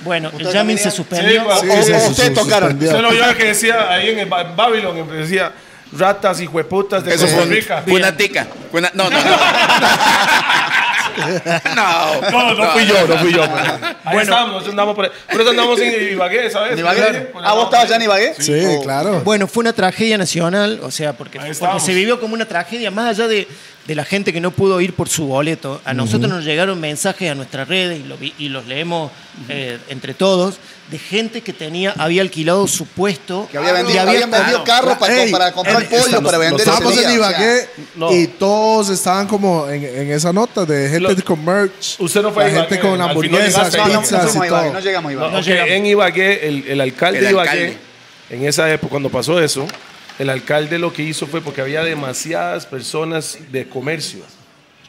F: Bueno, el jamming se suspendió.
C: Sí,
E: O,
D: Sí,
E: o
D: sí,
E: ustedes
D: sí,
E: tocaron.
D: suspendió.
C: Usted lo vio que decía ahí en, el Ba- en Babylon, que decía ratas y hueputas de
B: Eso fue,
C: Costa
B: un-
C: Rica.
B: fue una tica. Fue una- no, *laughs* no,
C: *laughs*
B: no. no.
C: No, no fui yo, no fui yo. Ahí
F: Bueno.
C: estábamos, andamos por, ahí. por eso andamos en Ibagué, ¿sabes?
E: ¿En Ibagué? Ah, vos estabas ya en Ibagué.
D: Sí,
E: O-
D: claro.
F: Bueno, fue una tragedia nacional, o sea, porque,
C: Ahí
F: porque
C: estamos.
F: se vivió como una tragedia, más allá de, de la gente que no pudo ir por su boleto. A nosotros nos llegaron mensajes a nuestras redes y, lo vi- y los leemos eh, entre todos, de gente que tenía, había alquilado su puesto
E: Que había vendido,
F: y había
E: habían vendido carros para,
D: Ey,
E: para comprar
D: en-
E: pollo,
D: está-
E: para
D: los-
E: vender
D: los
E: ese
D: tapos en
E: día, o sea,
D: Ibagué
C: No.
D: y todos estaban como en, en esa nota de gente
C: Lo-
D: con merch.
C: Usted no fue a
D: La gente
C: Ibagué,
D: con
C: al final
D: hamburguesas,
C: llegaste.
E: no, no, no,
D: pizzas
E: fuimos a
D: y
E: Ibagué, no
D: todo.
E: llegamos a Ibagué.
C: Ok, en Ibagué, el, el alcalde
B: El
C: de Ibagué,
B: alcalde.
C: en esa época, cuando pasó eso, el alcalde lo que hizo fue porque había demasiadas personas de comercio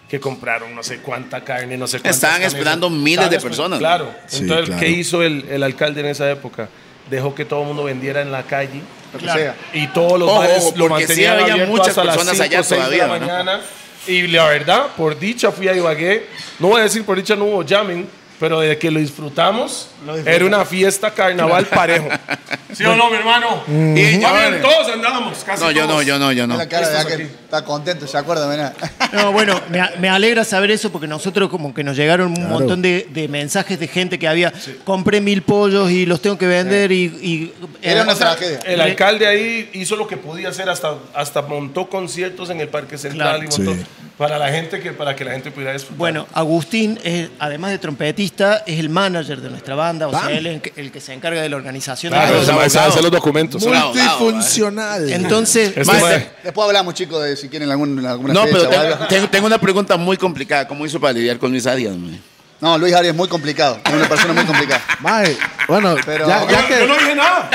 C: que compraron no sé cuánta carne, no sé cuántas
B: Estaban
C: camisas.
B: esperando miles de
C: esper-
B: personas.
C: Claro.
D: Sí,
C: Entonces,
D: claro.
C: ¿qué hizo el, el alcalde en esa época? Dejó que todo el mundo vendiera en la calle
E: Lo que sea.
C: y todos los
B: Ojo,
C: bares
B: ojo,
C: lo
B: porque sí
C: mantenían
B: había
C: abierto
B: muchas
C: hasta las
B: personas
C: 5
B: allá
C: de la
B: todavía, ¿no?
C: mañana. Y la verdad, por dicha fui a Ibagué. No voy a decir por dicha no hubo jamming, pero de que lo disfrutamos, era una fiesta carnaval parejo. *laughs* ¿Sí o no, mi hermano?
B: Y
C: Mm.
B: yo-
C: A ver, todos andábamos, casi
B: No, yo no,
C: todos.
B: yo no, yo no.
E: La cara de aquel está contento, ¿se acuerdan? Mirá.
D: Eh,
F: No, bueno, me, a- me alegra saber eso porque nosotros como que nos llegaron un
D: Claro.
F: montón de, de mensajes de gente que había, compré mil pollos y los tengo que vender y... y-
E: *laughs* Era una
F: o sea,
E: tragedia.
C: El alcalde ahí hizo lo que podía hacer, hasta, hasta montó conciertos en el Parque Central
F: Claro.
C: y montó-
D: Sí.
C: para, la gente que, para que la gente pudiera disfrutar.
F: Bueno, Agustín, es, además de trompetista, es el manager de nuestra banda, o sea, él es el que, el que se encarga de la organización. de
C: Claro,
F: todo.
C: ese mae sabe
B: abogado.
C: hacer los documentos.
B: Muy- abogado,
D: Multifuncional.
F: Entonces,
C: Este
B: Mae,
C: mae-
E: Después hablamos, chicos, de si quieren algún, alguna
B: No,
E: fecha
B: pero
E: o
B: tengo,
E: algo.
B: tengo- tengo una pregunta muy complicada. ¿Cómo hizo para lidiar con Luis Arias? mae?
E: No, Luis Arias es muy complicado. Es una persona muy complicada.
D: Mae, bueno,
E: Pero-
D: ya, ya
C: Yo-
D: que.
C: Yo no dije nada.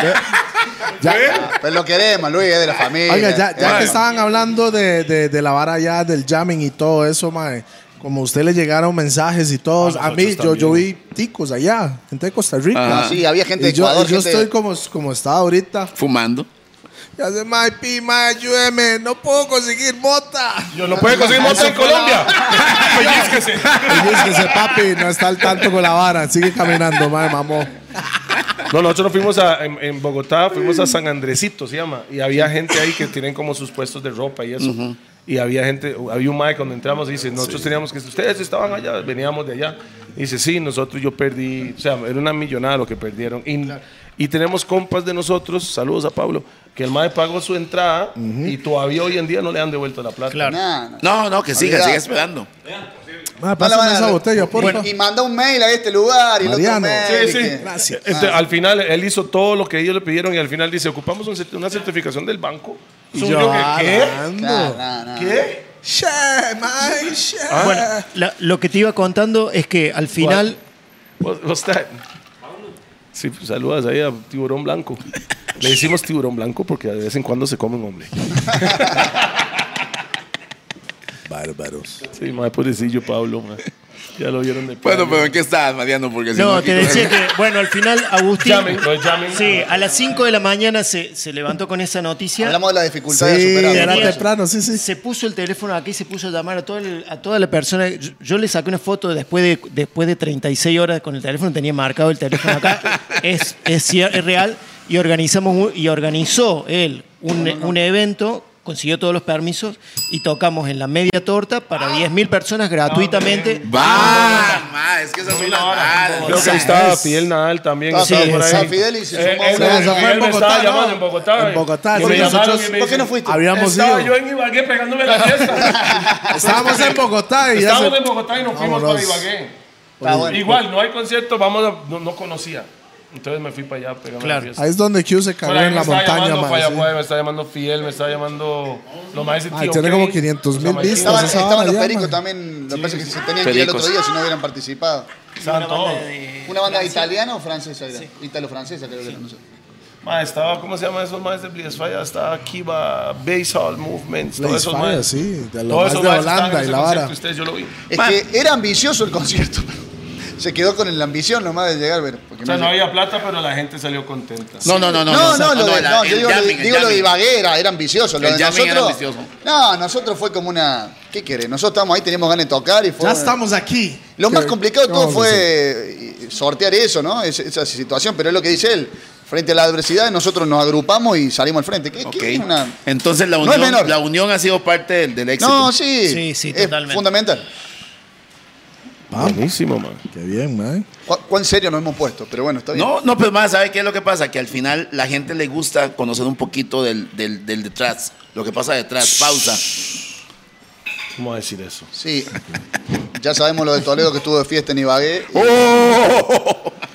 D: ya-
C: ¿Eh?
E: Pero lo queremos, Luis, es de la familia.
D: Oiga, ya, ya
E: Eh,
D: que estaban hablando de, de- de la vara ya del jamming y todo eso, mae, como a usted le llegaron mensajes y todos,
C: A
D: a, mí yo,
C: Ah, nosotros
D: yo vi ticos allá, gente de Costa Rica.
E: Ah, sí, había gente
D: Y
E: de
D: yo,
E: Ecuador,
D: y yo
E: gente-
D: estoy como, como estaba ahorita.
B: Fumando.
D: Ya se mae, pi, mae, ayúdeme, no puedo conseguir mota.
C: Yo no puede conseguir moto en Colombia. Pellizquese.
D: Y dice que ese papi no está al tanto con la vara, sigue caminando, mae, mamó.
C: No, nosotros fuimos a, en, en Bogotá, fuimos a San Andresito, se llama, y había gente ahí que tienen como sus puestos de ropa y eso. Y había gente, había un mae cuando entramos y dice, nosotros teníamos que, ustedes estaban allá, veníamos de allá. Y dice, sí, nosotros yo perdí, o sea, era una millonada lo que perdieron. Y, y tenemos compas de nosotros, saludos a Pablo, que el mae pagó su entrada y todavía hoy en día no le han devuelto la plata.
E: nah, nah.
B: No, no, que siga,
E: Olvidado.
B: siga esperando.
D: Mae,
E: No la van
D: pásame
E: a-
D: esa botella, por
E: Bueno,
D: favor.
E: Y manda un mail a este lugar y el otro
D: Mariano.
E: mail.
C: Sí, sí.
E: y que-
D: Gracias.
C: Entonces, al final, él hizo todo lo que ellos le pidieron y al final dice, ocupamos un cer- una certificación del banco. Y yo,
D: ah,
C: ¿qué?
E: Nah,
D: ando.
E: nah, nah.
C: ¿Qué?
D: Che, mae, che.
F: bueno, la- lo que te iba contando es que al final,
C: What- what's that? Sí, pues, saludas ahí a Tiburón Blanco. Le decimos Tiburón Blanco porque de vez en cuando se come un hombre.
D: Bárbaros.
C: Sí, más pobrecillo Pablo, ma. Ya lo vieron de
B: Bueno, pero
C: Pablo.
B: ¿en qué estás, Mariano? Porque si
F: no,
B: aquí-
F: te decía que, bueno, al final
C: *laughs*
F: Agustín,
C: Llamen, lo de llamen.
F: sí, a las 5 de la mañana se, se levantó con esa noticia.
E: Hablamos de la dificultad
D: Sí,
E: de
D: era
E: superar.
F: Tenía-
D: temprano, sí, sí.
F: se puso el teléfono aquí, se puso a llamar a, todo el- a toda la persona. Yo, yo le saqué una foto después de, después de 36 horas con el teléfono, tenía marcado el teléfono acá. es, es, cier- es real. Y, organizamos un- y organizó él un, un evento, consiguió todos los permisos y tocamos en la media torta para 10.000 personas gratuitamente.
B: Ah, Va, ma, es que esas son las
C: Creo que
B: malas.
C: ahí estaba Fidel Nadal también.
E: Estaba
C: estaba
E: Fidel,
C: por ahí.
E: estaba Fidel y se
C: Eh,
E: sumó.
C: él-
E: Sí,
C: él
D: se fue
C: me
D: en Bogotá,
C: estaba
D: ¿no?
C: llamando en Bogotá. eh.
D: En Bogotá,
C: Y
D: sí.
C: me llamaron
D: Nosotros-
C: y me
E: ¿Por qué no
C: dicen,
E: fuiste?
D: Habíamos
C: Estaba
D: ido.
C: yo en Ibagué pegándome la *laughs* fiesta.
D: Estábamos en Bogotá y ya
C: Estábamos
D: se-
C: en Bogotá y nos fuimos
D: Vámonos.
C: para Ibagué.
E: Está bueno.
C: Igual, no hay concierto, vamos a- no, no conocía. Entonces me fui para allá pegando
F: Claro.
C: la fiesta.
D: Ahí es donde Q se cagó
C: Por ahí
D: en la
C: me está
D: montaña,
C: llamando
D: mae, sí.
C: Fayapuay, me está llamando Fiel, me está llamando los maestros.
D: Ay, tiene como 500,000 vistas.
E: Estaban,
D: Entonces,
E: estaban los
D: ahora ya,
E: pericos
D: man.
E: también. Lo que pasa es que se tenían que ir el otro
B: Pericos.
E: día si no hubieran participado.
C: Estaban todos.
E: ¿Una banda italiana o francesa era? Italo-francesa, creo que era. No sé.
C: Ma, estaba, ¿cómo se llama esos maestros de Bliss Fire? Estaba Kiba, Baseball Movements, todos
D: Blaze
C: esos
D: Fire,
C: maes.
D: sí, de los
C: Todos
D: más
C: esos
D: de
C: maes estaban
D: Holanda
C: en
D: y
C: ese
D: la
C: concierto,
D: vara.
C: Ustedes, yo lo vi.
E: Es que era ambicioso el concierto. se quedó con la ambición nomás de llegar. Bueno, porque
C: O sea,
E: no
C: no
E: llegó.
C: había plata, pero la gente salió contenta.
B: No, no, no, no.
E: No, no, lo de-
B: la-
E: no,
B: el
E: yo digo, lo-
B: jamming, el
E: digo lo
B: jamming.
E: de Ibaguera, era ambicioso. Lo
B: El
E: de
B: jamming era
E: nosotros,
B: ambicioso.
E: No, nosotros fue como una. ¿Qué querés? Nosotros estábamos ahí, teníamos ganas de tocar y fue.
D: Ya
E: una-
D: estamos aquí.
E: Lo más
D: ¿Qué-
E: complicado de
D: qué
E: todo
D: vamos a hacer?
E: fue eh, sortear eso, ¿no? Es- esa situación, pero es lo que dice él. Frente a la adversidad, nosotros nos agrupamos y salimos al frente. ¿Qué, qué
B: Ok.
E: es una-
B: Entonces la
E: No es
B: unión,
E: menor.
B: la unión ha sido parte del, del éxito.
E: No, sí.
F: Sí, sí,
E: es
F: totalmente.
E: fundamental.
C: Buenísimo, man.
D: Qué bien, man.
E: Cu- ¿Cuán serio nos hemos puesto? Pero bueno, está bien.
B: No, no, pues más, ¿sabe qué es lo que pasa? Que al final la gente le gusta conocer un poquito del, del, del detrás, lo que pasa detrás, pausa.
C: ¿Cómo va a decir eso?
E: Sí. ya sabemos lo de Toledo que estuvo de fiesta en Ibagué.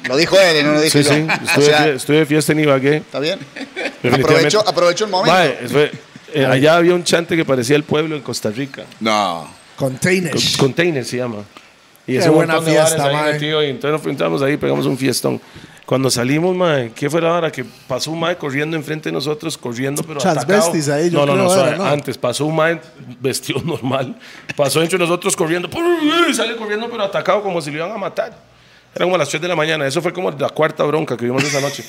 E: Lo dijo él, no lo dije
C: ¡Oh! Sí,
E: yo.
C: sí,
E: O
C: estuve,
E: sea,
C: de, estuve de fiesta en Ibagué.
E: ¿Está bien?
C: definitivamente.
E: Aprovechó, aprovechó el momento.
C: Mae, fue- eh, allá había un chante que parecía el pueblo en Costa Rica.
B: No.
C: Co-
D: Containers.
C: Container se llama. Y
D: Qué
C: ese
D: buena
C: montón de bares
D: fiesta,
C: ahí
D: mae.
C: metido, y entonces nos juntamos ahí, pegamos un fiestón. Cuando salimos, mae, ¿qué fue la hora? Que pasó un mae corriendo enfrente de nosotros, corriendo, pero
D: Transvestis
C: atacado.
D: ahí, yo
C: no, no, no,
D: creo era,
C: suave,
D: ¿no?
C: antes. Pasó un mae vestido *laughs* normal, pasó entre nosotros corriendo, ¡pum! y sale corriendo, pero atacado como si lo iban a matar. Era como a las 3 de la mañana, eso fue como la cuarta bronca que vimos esa noche.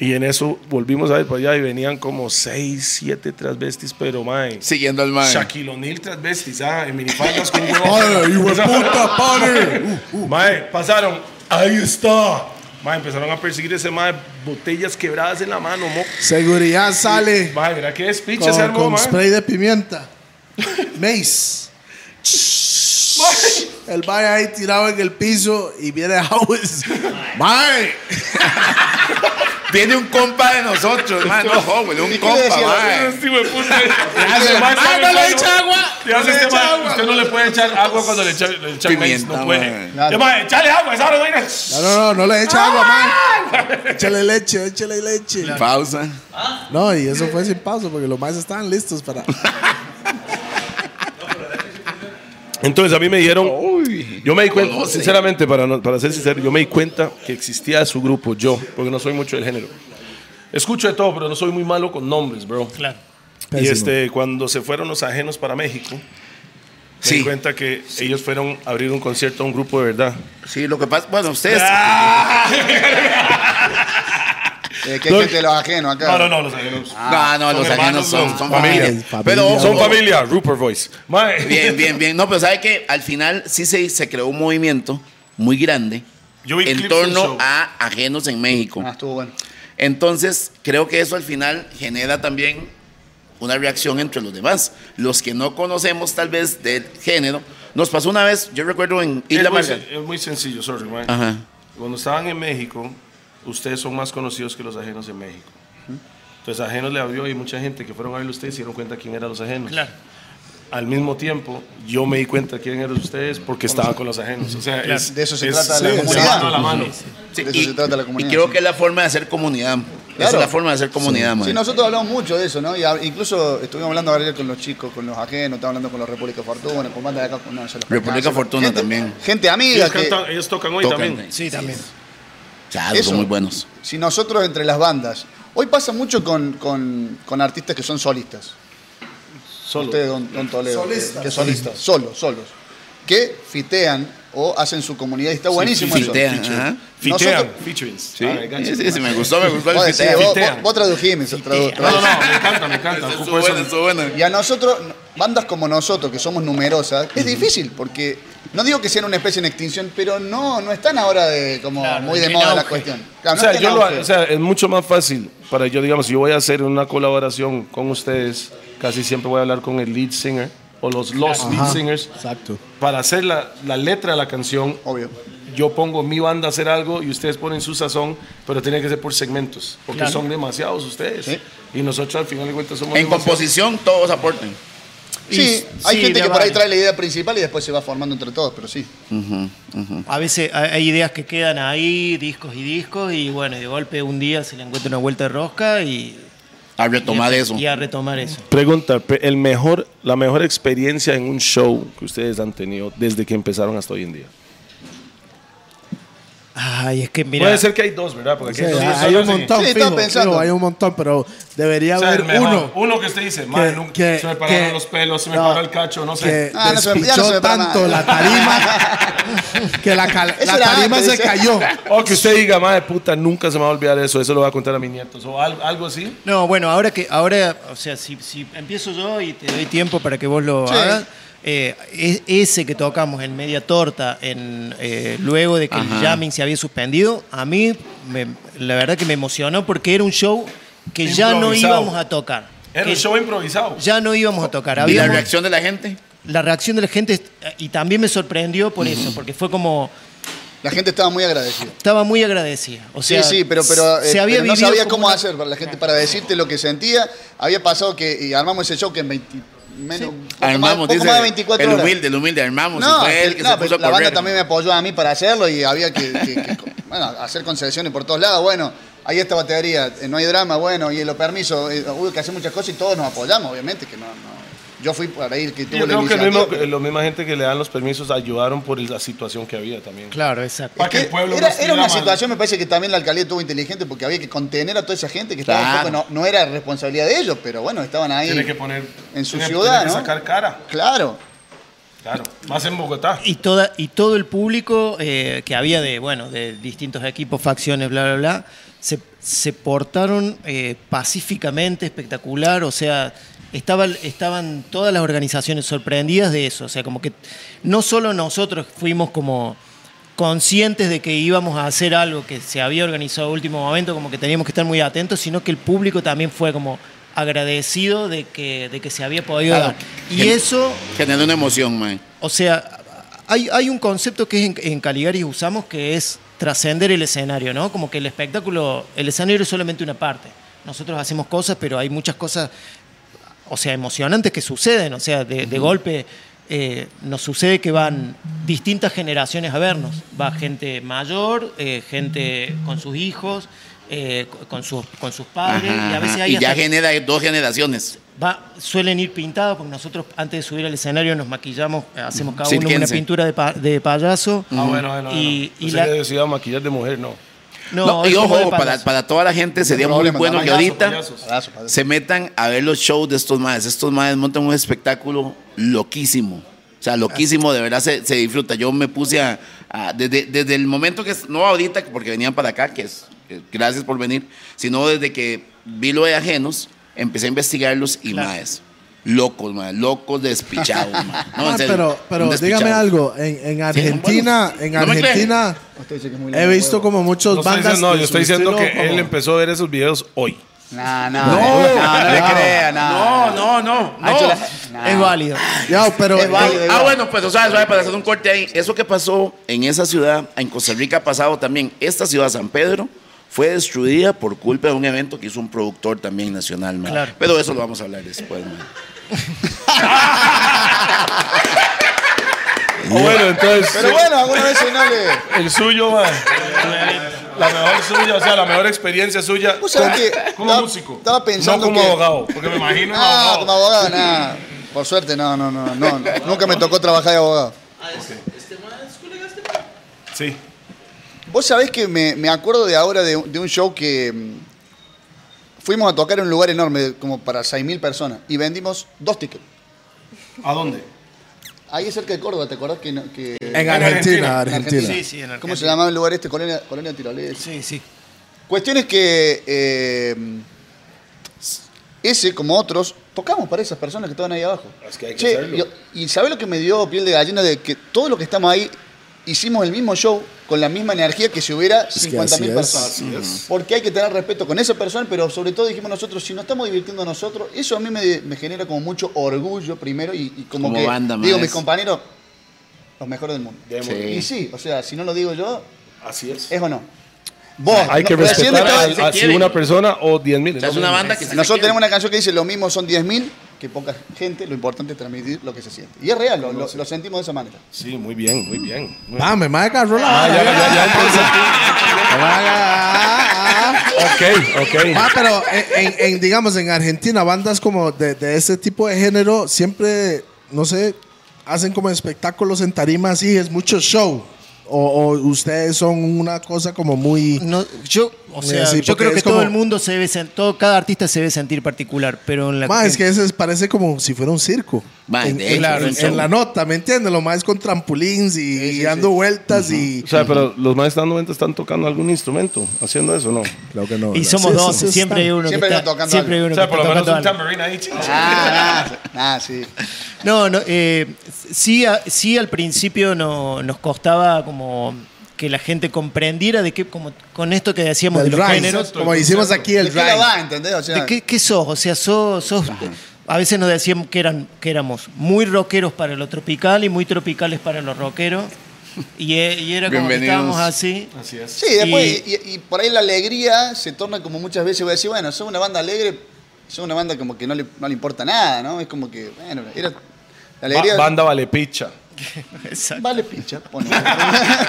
C: Y en eso volvimos a ver para allá y venían como 6, 7 transvestis, pero mae.
B: Siguiendo al man.
C: Shaquille O'Neal transvestis, ah, en minifaldas con huevo. uh,
D: Padre,
C: *laughs*
D: hijo de *laughs* puta, padre.
C: Mae, pasaron. Ahí está. Mae, empezaron a perseguir ese mae, botellas quebradas en la mano, mo.
D: Seguridad sale
C: Mae, verá qué despiche se
D: con,
C: armó,
D: con
C: mae.
D: spray de pimienta. Mace. El mae ahí tirado en el piso y viene Howes. Mae.
B: Viene un compa de nosotros, man. No, hombre, un
E: ¿Y qué
B: compa,
E: le decía?
B: man.
C: *laughs* Este hijo de puta.
B: hace?
C: Ese mae sabe
B: Mae, no le
C: cuando-
B: echa agua.
C: ¿Qué hace
B: No le
C: este
B: echa
C: mae?
B: agua.
C: Usted no le puede echar agua cuando le echa, le echa maíz,
B: Pimienta,
C: no
B: mae.
C: puede.
E: Claro.
C: Ya, mae, echale agua, esa hora, güey.
D: No, no, no, no le
C: Ah,
D: echa agua, mae. Échale leche, échale leche.
B: Pausa.
D: No, y eso fue sin paso porque los maes estaban listos
C: *laughs*
D: para.
C: Entonces a mí me dijeron, yo me di cuenta,
B: Conoce.
C: sinceramente, para, no- para ser sincero, yo me di cuenta que existía su grupo, yo, porque no soy mucho del género. Escucho de todo, pero no soy muy malo con nombres, bro.
F: Claro.
C: Y
D: Pésimo.
C: este, cuando se fueron los ajenos para México, me di
B: Sí.
C: cuenta que ellos fueron a abrir un concierto a un grupo de verdad.
B: Sí, lo que pasa, bueno, ustedes.
E: Eh, que hay gente de los ajenos acá.
C: No, no, no, los ajenos.
B: No, no, los ajenos son, son
C: familia.
B: familia.
D: Familia.
B: Pero ojo,
C: Son Oh. familia, Rupert Voice. Mae.
B: Bien, bien, bien. No, pero sabe que al final sí se, se creó un movimiento muy grande
C: Yo vi clips
B: en
C: del
B: torno
C: show.
B: a ajenos en México.
E: Ah, estuvo bueno.
B: Entonces, creo que eso al final genera también una reacción entre los demás. Los que no conocemos tal vez del género. Nos pasó una vez, yo recuerdo en
C: Es
B: Isla
C: muy,
B: Margarita.
C: sen- es muy sencillo, sorry, mae.
B: Ajá.
C: Cuando estaban en México, ustedes son más conocidos que los ajenos en México. Entonces, ajenos le abrió y mucha gente que fueron a ver ustedes se dieron cuenta quién eran los ajenos.
F: Claro.
C: Al mismo tiempo, yo me di cuenta quién eran ustedes porque estaba con los ajenos. O sea, es-
E: De eso se
C: es-
E: trata
C: es
E: la comunidad.
C: mano a la mano.
B: Sí,
E: De eso
B: y,
E: se trata
B: y
E: la comunidad,
B: creo
E: sí.
B: que es la forma de hacer comunidad. Esa es
E: Claro.
B: la forma de hacer comunidad, man.
E: Sí, nosotros hablamos mucho de eso, ¿no? Y a- incluso estuvimos hablando ayer con los chicos, con los ajenos, estábamos hablando con los República Fortuna, con bandas de acá. con- no, yo los-
B: República Fortuna
E: gente-
B: también.
E: Gente amiga.
C: Ellos,
E: Que,
C: cantan- ellos tocan hoy
B: Tocan.
C: también.
F: Sí, también.
B: Claro,
E: Eso.
B: son muy buenos.
E: si nosotros entre las bandas. Hoy pasa mucho con, con, con artistas que son solistas.
C: Solo.
E: Ustedes, don, don Toledo.
D: Solistas.
E: Que solistas. Solos, solos. Que fitean o hacen su comunidad y está buenísimo eso.
B: Fitean, ajá.
C: Fitean,
E: Nosotros-
C: featurings.
B: Sí,
C: Ah, gacho.
B: sí, sí, me gustó, me gustó el
E: Vos, decís,
B: fiteo.
E: vos-
C: Fitean.
E: vos- vos tradujime, tradu-
C: No, no,
E: tradu-
C: no, me encanta, me encanta.
B: Estuvo
C: Ocupo eso.
B: bueno, estuvo bueno.
E: Y a nosotros, bandas como nosotros, que somos numerosas, es difícil porque no digo que sean una especie en extinción, pero no, no están ahora de, como
F: Claro,
E: muy de
F: en
E: moda la
F: auge.
E: cuestión.
C: O
E: Claro, no
C: sea,
E: está en
C: yo lo-
E: auge.
C: o sea, es mucho más fácil para yo, digamos, si yo voy a hacer una colaboración con ustedes, casi siempre voy a hablar con el lead singer o los los lead singers
D: Exacto.
C: para hacer la, la letra de la canción.
E: Obvio.
C: Yo pongo mi banda a hacer algo y ustedes ponen su sazón, pero tiene que ser por segmentos, porque son demasiados ustedes.
E: Sí.
C: Y nosotros al final de cuentas somos
B: En
C: demasiados.
B: composición, todos aportan.
E: Sí,
F: Y-
E: hay
F: sí,
E: gente
F: de
E: que por ahí
F: varios.
E: trae la idea principal y después se va formando entre todos, pero sí.
F: A veces hay hay ideas que quedan ahí, discos y discos, y bueno, de golpe un día se le encuentra una vuelta de rosca y.
B: A retomar
F: y a-
B: eso.
F: Y a retomar eso.
C: Pregunta, pe- el mejor, la mejor experiencia en un show que ustedes han tenido desde que empezaron hasta hoy en día.
F: Ay, es que mira.
C: Puede ser que hay dos, ¿verdad? Porque
D: Sí,
C: aquí hay, dos
D: hay,
C: personas
D: un
C: y-
D: montón,
E: Sí,
D: fijo,
E: estaba pensando.
D: fijo, hay un montón, pero debería
C: O sea,
D: haber
C: el mejor.
D: uno.
C: que usted dice, "Mae, nunca-
D: que-
C: se me pararon
D: que-
C: los pelos, se me
D: no,
C: paró el cacho, no sé.
D: Que
E: Ah, no se me- ya no
D: despichó
E: se me para
D: tanto
E: nada.
D: la tarima
E: *laughs*
D: que la, cal-
E: Eso
D: la
E: era
D: tarima
E: antes,
D: se
E: dice.
D: cayó.
C: O que usted diga, madre puta, nunca se me va a olvidar eso, eso lo voy a contar a mis nietos. O al- algo así.
F: No, bueno, ahora que, ahora, o sea, si, si empiezo yo y te doy tiempo para que vos lo
E: Sí.
F: hagas, eh, es- ese que tocamos en media torta, en, eh, luego de que el jamming se había suspendido, a mí me- la verdad que me emocionó porque era un show que ya no
C: Improvisado.
F: íbamos a tocar.
C: Era
F: Que
C: un show improvisado.
F: Ya no íbamos a
B: ¿Y
F: tocar.
B: la
F: Habíamos-
B: reacción de la gente?
F: la reacción de la gente, es- y también me sorprendió por eso, porque fue como,
E: La gente estaba muy agradecida.
F: estaba muy agradecida. O
E: Sí,
F: sea,
E: sí, pero, pero, eh,
F: se había
E: pero no
F: vivido
E: sabía
F: como
E: cómo
F: una-
E: hacer para la gente para decirte lo que sentía. Había pasado que y armamos ese show que en 20, menos, poco más,
B: Armamos,
E: poco
B: dice.
E: más de 24
B: el
E: horas.
B: humilde, el humilde, armamos. y
E: No,
B: fue él
E: que-
B: que
E: no,
B: se
E: pero
B: puso a
E: la banda
B: correr.
E: también me apoyó a mí para hacerlo y había que, que- que- bueno, hacer concesiones por todos lados. Bueno, ahí esta batería, eh, no hay drama, bueno, y los permisos, eh, hubo que hacer muchas cosas y todos nos apoyamos, obviamente, que no, no. Yo fui para ir que tuvo
C: Yo
E: la
C: creo que
E: iniciativa.
C: la misma,
E: pero-
C: la misma gente que le dan los permisos ayudaron por la situación que había también.
F: Claro, exacto.
C: Para que el pueblo no
E: era, era una
C: estuviera mal.
E: situación, me parece que también la alcaldía estuvo inteligente porque había que contener a toda esa gente que estaba un
B: Claro.
E: poco- no, no era responsabilidad de ellos, pero bueno, estaban ahí.
C: Tiene que poner.
E: en su
C: tiene-
E: ciudad,
C: tiene que
E: ¿no?
C: sacar cara.
E: Claro.
C: Claro. Más en Bogotá.
F: Y, toda, y todo el público eh, que había de, bueno, de distintos equipos, facciones, bla, bla, bla, se, se portaron eh, pacíficamente, espectacular, o sea, estaba, estaban todas las organizaciones sorprendidas de eso, o sea, como que no solo nosotros fuimos como conscientes de que íbamos a hacer algo que se había organizado a último momento, como que teníamos que estar muy atentos, sino que el público también fue como agradecido de que, de que se había podido
B: Claro.
F: dar. Y eso
B: Generó una emoción, man.
F: o sea, hay, hay un concepto que en, en Caligari usamos que es trascender el escenario, ¿no? Como que el espectáculo, el escenario es solamente una parte. Nosotros hacemos cosas, pero hay muchas cosas, o sea, emocionantes que suceden. O sea, de, de golpe eh, nos sucede que van distintas generaciones a vernos. Va gente mayor, eh, gente con sus hijos, eh, con, sus, con sus padres,
B: Ajá,
F: Ah, y a veces
B: ajá.
F: hay
B: Y ya
F: hasta-
B: genera dos generaciones.
F: Va- suelen ir pintados porque nosotros antes de subir al escenario nos maquillamos, eh, hacemos cada
B: Sí,
F: uno una
B: quédense.
F: pintura de, pa- de payaso.
C: Ah, bueno, bueno.
F: Y,
C: Y,
D: Pues
F: y la-
C: maquillar de mujer, no.
F: no,
B: No, y
F: es como de
B: ojo, para,
F: payaso.
B: para toda la gente sería
E: No
B: muy
E: problema,
B: bueno
E: nada
B: que
E: más.
B: ahorita
C: Payasos.
E: Abrazo, padre.
B: se metan a ver los shows de estos madres. Estos madres montan un espectáculo loquísimo. O sea, loquísimo, de verdad se, se disfruta. Yo me puse a, a- desde, desde el momento que, es- no ahorita, porque venían para acá, que es, que gracias por venir, sino desde que vi lo de ajenos, empecé a investigarlos y
F: Claro.
B: madres. Locos, madres, locos
E: *laughs*
B: despichados, madres. No, en
D: Ah,
B: serio,
D: pero pero
B: un despechado.
D: dígame algo, en, en Argentina, en
B: ¿No me cree?
D: Argentina
E: Usted dice que es muy
D: he
E: lindo
D: visto
E: juego.
D: como muchos
C: No, estoy
D: bandas.
C: diciendo- no,
D: de
C: yo
D: su
C: estoy diciendo
D: estilo,
C: que él
D: como-
C: empezó a ver esos videos hoy.
E: No, no, no, no, le crea, no.
B: No, no, no.
E: Ha hecho
B: no.
E: la-
F: Es válido.
D: Ya, pero
E: Es válido.
B: Ah, bueno, pues, o sea, suave, para hacer un corte ahí. Eso que pasó en esa ciudad, en Costa Rica ha pasado también. Esta ciudad, San Pedro, fue destruida por culpa de un evento que hizo un productor también nacional, man.
F: Claro.
B: Pero eso lo vamos a hablar después, man.
C: Bueno, entonces.
E: Pero bueno, algunas veces no le.
C: El suyo, man. La mejor suya, o sea, la mejor experiencia suya.
E: Vos sabés que
C: *laughs* Como
E: estaba-
C: músico.
E: estaba pensando
C: No como
E: que-
C: abogado, porque me imagino un
E: Ah, como
C: abogado.
E: abogado, nada. Por suerte, no, no, no, no. Nunca me tocó trabajar de abogado.
G: Ah, es- este man es colega, este man.
C: Sí.
E: Vos sabés que me, me acuerdo de ahora de, un- de un show que mm, fuimos a tocar en un lugar enorme, como para 6.000 personas, y vendimos dos tickets.
C: ¿A dónde?
E: Ahí cerca de Córdoba, ¿te acordás que, no- que-
D: en Argentina,
C: Argentina.
D: Argentina.
F: Sí, sí, en
E: ¿Cómo se
F: Argentina.
E: llamaba el lugar este? Colonia, Colonia Tirolesa.
F: Sí, sí.
E: Cuestiones que eh, ese, como otros, tocamos para esas personas que estaban ahí abajo.
C: Es que hay que
E: Che,
C: hacerlo.
E: yo- y ¿sabés lo que me dio piel de gallina? De que todo lo que estamos ahí hicimos el mismo show con la misma energía que si hubiera
D: que
E: 50.000
D: así es,
E: personas. Porque hay que tener respeto con esa persona, pero sobre todo dijimos nosotros, si nos estamos divirtiendo nosotros, eso a mí me, me genera como mucho orgullo primero y, y como,
B: Como
E: que
B: banda,
E: digo,
B: más.
E: mis compañeros, los mejores del mundo.
C: Demo.
B: Sí.
E: Y sí, o sea, si no lo digo yo,
C: Así es.
E: ¿Es o no? Vos,
C: Hay
E: no,
C: que
E: recién
C: respetar
E: estaba-
C: a, a si
B: quieren.
C: una persona o diez mil.
B: O sea, es una banda que se
E: Nosotros tenemos
B: una...
E: una canción que dice lo mismo son 10.000 que poca gente, lo importante es transmitir lo que se siente. Y es real, lo, lo- lo sentimos de esa manera.
C: Sí, muy bien, muy bien. Muy bien.
D: Ah, me madre agarró la
C: Ah, ya,
D: vara,
C: ya,
D: ya. *laughs*
C: ya,
D: Ah, ah, ah.
C: entonces. Ok,
D: Ah,
C: ok.
D: pero en, en- en, digamos, en Argentina, bandas como de, de ese tipo de género siempre, no sé, hacen como espectáculos en tarimas y es mucho show. O, o ustedes son una cosa como muy...
F: No, yo, o
D: Mira,
F: sea,
D: sí,
F: yo
D: porque
F: creo
D: es
F: que todo
D: como-
F: el mundo se debe sen- todo, cada artista se debe sentir particular, pero en la
D: Más es que ese es- parece como si fuera un circo.
B: Ma,
D: en,
B: de
D: en-
B: hecho,
D: claro,
B: es un
D: en la nota, ¿me entiendes? Lo más con trampolins y, y dando vueltas y...
C: O sea, pero los más están 90 están tocando algún instrumento, haciendo eso, ¿no?
D: Claro que no.
F: y
D: ¿verdad?
F: somos
D: Sí,
F: dos,
D: sí, sí,
F: siempre hay
D: están-
F: uno
E: Siempre
F: que
E: está
F: está
E: tocando
F: siempre hay
E: algo.
F: uno
C: O sea,
F: que
C: por lo
F: está
C: menos
F: tocando
C: un
F: algo.
C: tamborín ahí. chin, chin.
E: Ah, nah, nah, sí. *laughs*
F: No, no, eh, sí, a- sí al principio no, nos costaba como que la gente comprendiera de qué, como con esto que decíamos
D: Del
F: de los
D: rhyme,
F: géneros,
D: como hicimos aquí
E: ¿De
D: el
E: qué la
D: rhyme.
E: va, entendés? O sea,
F: ¿de qué, qué sos? O sea, sos, sos- a veces nos decían que eran, que éramos muy rockeros para lo tropical y muy tropicales para lo rockero. Y, e- y era como que
B: Bienvenidos.
F: estábamos así.
E: Sí, después, y, y por ahí la alegría se torna como muchas veces voy a decir, bueno, son una banda alegre, son una banda como que no le, no le importa nada, ¿no? Es como que, bueno, era la alegría.
C: Ba- banda vale picha.
F: Exacto.
E: Vale, pincha, pone. *laughs*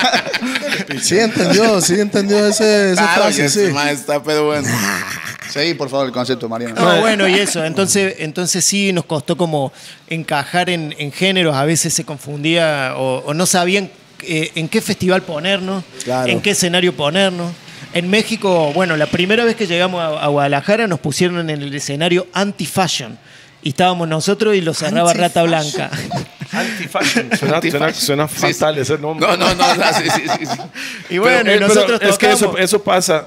D: Sí entendió, sí entendió ese, esa
B: Claro que
D: frase, sí.
B: este ma está, pero bueno.
E: Seguí, por favor, el concepto, *laughs* Mariano.
F: No, bueno, y eso. Entonces, entonces sí nos costó como encajar en, en géneros. A veces se confundía o, o no sabían eh, en qué festival ponernos,
D: Claro.
F: en qué escenario ponernos. En México, bueno, la primera vez que llegamos a, a Guadalajara nos pusieron en el escenario anti-fashion. Y estábamos nosotros y lo cerraba Rata Blanca.
C: Anti-fashion. Suena, suena, suena
B: Sí, sí.
C: fatal ese nombre.
B: No, no, no. o sea, sí, sí, sí, sí.
F: Y bueno,
C: Pero, eh,
F: y
C: pero
F: nosotros
C: es que eso,
F: tocamos.
C: eso pasa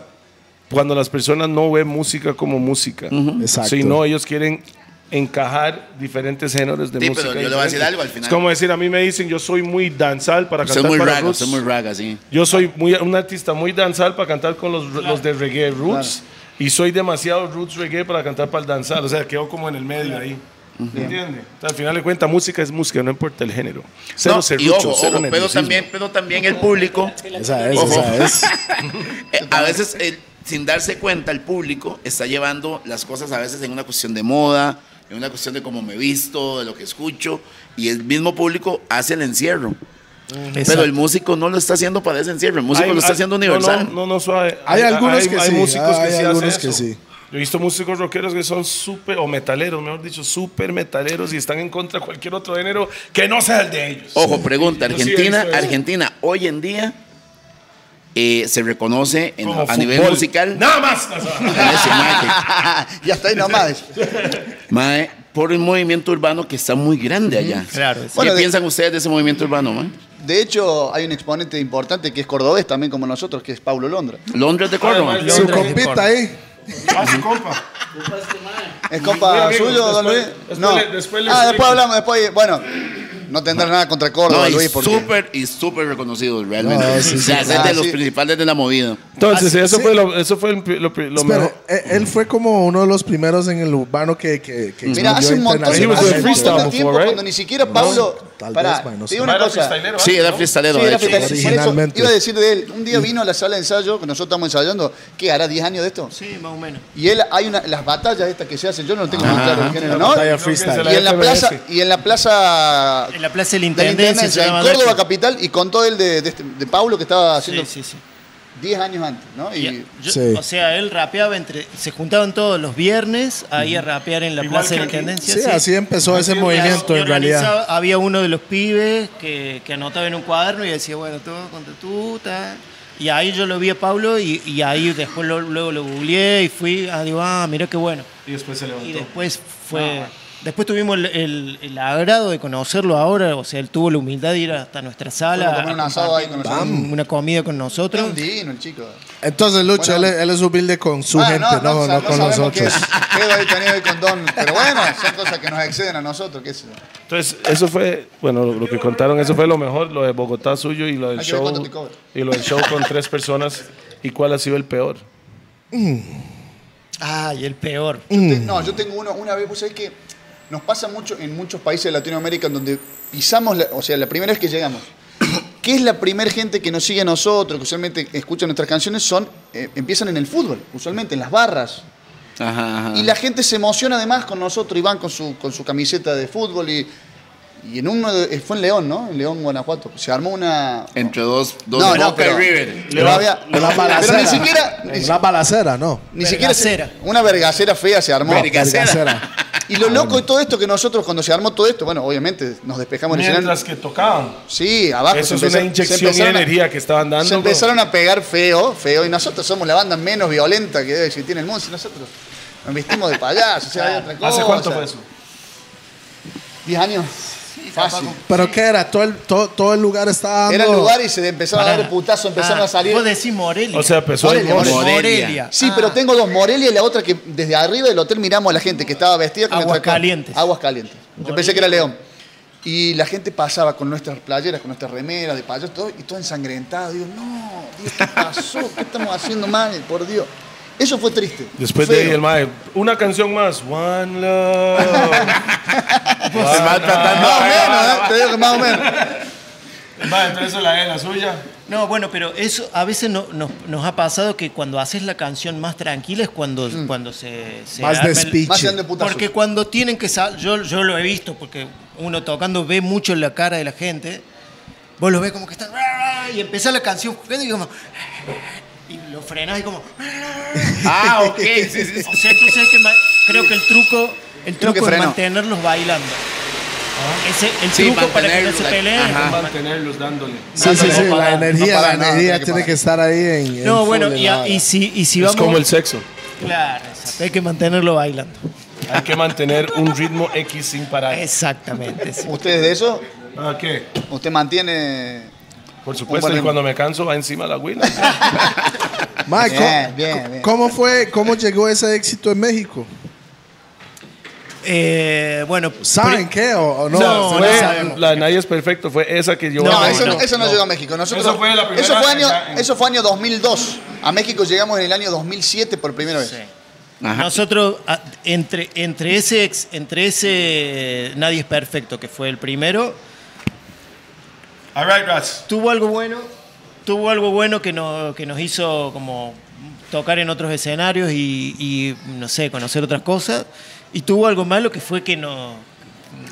C: cuando las personas no ven música como música.
D: Exacto.
C: Sino ellos quieren *laughs* encajar diferentes géneros de
B: Sí, pero
C: música.
B: yo le voy a decir
C: diferente.
B: algo al final.
C: Es como decir, a mí me dicen, yo soy muy danzal para
B: Soy
C: cantar
B: muy
C: para
B: raga,
C: roots.
B: soy muy raga, sí.
C: Yo soy muy, un artista muy danzal para cantar con los, los de reggae roots. Y soy demasiado roots reggae para cantar para el danzal. O sea, quedo como en el medio ahí. ¿Me entiende? O sea, al final de cuentas, música es música, no importa el género. Cero
B: No, y
C: serrucho, cero
B: ojo, ojo, pero
C: nerviosismo.
B: también, pero también el público,
D: Esa es,
B: Ojo.
D: esa es.
B: eh, a veces el- sin darse cuenta, el público está llevando las cosas a veces en una cuestión de moda, en una cuestión de cómo me visto, de lo que escucho, y el mismo público hace el encierro.
F: eh,
B: Pero el músico no lo está haciendo para ese encierro, el músico
C: Hay-
B: lo está
C: hay- no,
B: haciendo universal.
C: No, no, no, suave.
D: Hay algunos que sí,
C: músicos
D: hay
C: que sí hacen
D: algunos que
C: eso.
D: sí.
C: Yo he visto músicos rockeros que son súper, o metaleros, mejor dicho, súper metaleros y están en contra de cualquier otro género que no sea el de ellos.
B: Ojo, pregunta,
C: Yo sí he
B: Argentina,
C: visto eso.
B: Argentina hoy en día eh, se reconoce en-
C: Como
B: a nivel
C: fútbol.
B: musical.
C: Nada más. o sea,
B: Ese, mae,
E: y hasta ahí nomás.
B: que- mae, por el movimiento urbano que está muy grande allá.
F: Claro,
B: ¿Qué
E: Bueno, de-
B: piensan ustedes de ese movimiento urbano, mae?
E: De hecho, hay un exponente importante que es cordobés también como nosotros, que es Pablo Londra.
B: Londres de Córdoba.
C: mae,
D: Su
F: Londres,
D: compita ahí.
C: a su compa.
G: Culpa este man.
E: ¿Es compa
C: Muy bien,
E: suyo,
C: amigos,
E: don Luis?
C: después- después
E: no.
C: le- después le
E: ah, después
C: explico.
E: hablamos, después. Bueno, no tendrá nada contra Córdoba,
B: No, y
E: Luis, porque.
B: súper y súper reconocido realmente.
D: No, sí,
B: o sea,
D: sí,
B: es
E: sí.
B: de
E: Ah,
B: los
E: sí.
B: principales de la movida.
C: Entonces,
D: Ah, sí,
C: eso,
D: sí.
C: Fue lo, eso fue el pri- lo, pri- lo
D: Espera,
C: mejor.
D: él, e, él fue como uno de los primeros en el urbano que... que, que
E: Mira,
D: explotó
E: hace un montón,
C: He
E: hace un
C: was doing
D: internacionalmente.
C: freestyle
E: montón de tiempo
C: before, right?
E: cuando ni siquiera Pablo.
D: tal
E: pará,
D: vez, bueno,
E: te
D: sí.
E: digo una
C: Era
E: cosa.
C: freestylero,
B: Sí, era
C: ¿no?
B: freestylero,
E: Sí,
B: de
E: era
B: hecho.
E: freestyle. Por eso,
D: Originalmente.
E: iba a decir de él, un día vino a la sala de ensayo, que nosotros estamos ensayando, ¿qué? ¿Hará 10 años de esto?
F: Sí, más o menos.
E: Y él, hay una, las batallas estas que se hacen, yo no tengo muy claro el género, ¿no?
D: batalla
E: Y
D: freestyle.
C: la
E: en la
C: FBS.
E: plaza, y en la plaza
F: En la Plaza de la
E: de la
F: Intendencia. se
E: Intendencia, en
F: llama
E: Córdoba
F: Nacho.
E: Capital, y contó él de, de, este- de Pablo que estaba haciendo
F: Sí, sí, sí.
E: 10 años antes, ¿no? Y,
F: Yo-
D: Sí.
F: O sea, él rapeaba entre. Se juntaban todos los viernes ahí a rapear en la
C: Igual
F: Plaza de la
C: que aquí.
F: Intendencia.
D: Sí, así empezó ese
F: Y
D: movimiento en realidad.
F: organizaba- Había uno de los pibes que, que anotaba en un cuaderno y decía, bueno, tú contra tú, ta. Y ahí yo lo vi a Pablo y, y ahí después lo- luego lo googleé y fui, ah, digo, ah, mira qué bueno.
C: Y después se
F: Y
C: levantó.
F: después fue. Después tuvimos el, el- el agrado de conocerlo ahora, o sea, él tuvo la humildad de ir hasta nuestra sala.
E: Fuimos a comer un
F: a
E: asado ahí con
F: compartir
E: nosotros.
F: Una comida con
E: Era
F: nosotros.
E: un divino el chico.
D: Entonces, Lucho,
E: Bueno.
D: él, él es humilde con su
E: Ah,
D: gente, no, no,
E: sa-
D: con
E: sabemos
D: nosotros.
E: Qué, qué doy tenido hoy con Don. Pero bueno, son cosas que nos exceden a nosotros, qué sé yo.
C: Entonces, eso fue, bueno, lo, lo que contaron, eso fue lo mejor, lo de Bogotá suyo y lo del
E: Hay que ver
C: show.
E: cuánto te cobra.
C: Y lo del show con tres personas. ¿Y cuál ha sido el peor?
F: Ay, el peor.
E: Te-
D: Mm.
E: No, yo tengo uno, una vez, vos sabés que nos pasa mucho en muchos países de Latinoamérica en donde pisamos, la- o sea, la primera vez que llegamos. ¿Qué es la primera gente que nos sigue a nosotros, que usualmente escucha nuestras canciones? Son, eh, empiezan en el fútbol, usualmente, en las barras.
B: Ajá, ajá.
E: Y la gente se emociona además con nosotros y van con su, con su camiseta de fútbol y, y en uno, de- fue en León, ¿no? En León, Guanajuato. Se armó una...
B: Entre dos, dos
E: no,
B: de
E: no,
B: Boca y
E: pero-
B: River.
E: pero había-
D: Una
E: pero
D: balacera.
E: ni siquiera... ni si-
D: Una balacera, no.
E: Ni siquiera se-
F: Vergacera.
E: una vergacera fea se armó.
B: Vergacera.
D: Balacera.
E: Y lo loco de todo esto que nosotros cuando se armó todo esto, bueno, obviamente nos despejamos en el escenario.
C: Mientras que tocaban.
E: Sí, abajo.
C: Eso es
E: se
C: una
E: Ah, pues empezaron- se
C: inyección de
E: empezaron a-
C: energía que estaban dando.
E: Se
C: bro.
E: empezaron a pegar feo, feo, y nosotros somos la banda menos violenta que debe existir en el mundo. Si nosotros nos vestimos de payaso, o sea, hay otra cosa.
C: Ah, ¿Hace cuánto fue eso?
E: 10 años. Fácil.
D: ¿Pero qué era? Todo el, todo, todo el lugar estaba dando...
E: Era el lugar y se empezaron a dar putazo, empezaron
F: Ah,
E: a salir.
F: Vos decís Morelia.
C: O sea, empezó el
E: Morelia,
B: Morelia.
F: Morelia.
E: Sí, pero tengo dos, Morelia y la otra que desde arriba del hotel miramos a la gente que estaba vestida con nuestra-
F: Aguascalientes.
E: Aguas calientes. Yo pensé que era León. Y la gente pasaba con nuestras playeras, con nuestras remeras de payaso, todo, y todo ensangrentado. Digo, no, Dios, ¿qué pasó? ¿Qué estamos haciendo mal? Por Dios. Eso fue triste.
C: Después de
E: Feo.
C: ahí, el mae, una canción más. One Love.
B: Se va tratando.
E: Más o menos, ¿eh? Te digo que más o menos.
C: Mae, entonces la es la suya.
F: No, bueno, pero eso a veces no- nos, nos ha pasado que cuando haces la canción más tranquila es cuando, cuando se, se
D: Más
F: arma el-
D: despiche.
E: Mm. Más de putazo.
F: Porque cuando tienen que sal- yo, yo lo he visto, porque uno tocando ve mucho la cara de la gente. Vos lo ves como que están. Y empieza la canción y como. Y lo frenás y como.
B: Ah, ok. Sí,
F: *laughs*
B: sí, sí.
F: O sea, entonces hay que ma- creo que el truco, el
E: Creo que
F: truco es
E: frenó. Ah.
F: mantenerlos bailando. Ese, el
B: Sí,
F: truco para que no
B: mantenerlos,
F: se
B: like,
F: peleen.
C: Ah.
B: ajá.
C: Mantenerlos dándole.
D: Sí, sí, sí,
E: No
D: la
E: parar,
D: energía,
E: no
D: la
E: parar nada,
D: energía
E: tiene que
D: tiene
E: parar.
D: que estar ahí en... en
F: No,
D: full
F: bueno,
D: en
F: y,
D: la-
F: a- y si, y si
C: Es
F: vamos.
C: como el sexo.
F: *laughs* Claro, exacto, hay que mantenerlo bailando.
C: Hay que mantener un ritmo X sin parar.
F: Exactamente. sí.
E: ¿Ustedes de eso?
C: ¿Ah, qué?
E: ¿Usted mantiene...?
C: Por
E: Un
C: supuesto,
E: buen
C: y
E: ritmo.
C: cuando me canso va encima la güila.
D: Mae, ¿cómo-
E: Bien, bien, bien.
D: ¿cómo fue, cómo llegó ese éxito en México?
F: Eh, bueno,
D: ¿Saben
F: pri-
D: qué o, o no?
F: No,
D: Se
C: Fue-
F: no
D: ve-
F: sabemos.
C: la de Nadie es Perfecto fue esa que yo...
E: No,
F: No,
E: eso, no,
F: no,
E: eso no llegó a México. Nosotros,
C: Eso fue la primera
E: eso fue
C: en
E: año,
C: la- en-
E: eso fue año 2002. A México llegamos en el año 2007 por primera vez.
F: Sí.
B: Ajá.
F: Nosotros, a- entre, entre, ese, ex- entre ese Nadie es Perfecto, que fue el primero,
C: All right, Rats.
F: tuvo algo bueno, tuvo algo bueno que, no- que nos hizo como tocar en otros escenarios y, y, no sé, conocer otras cosas. Y tuvo algo malo que fue que no,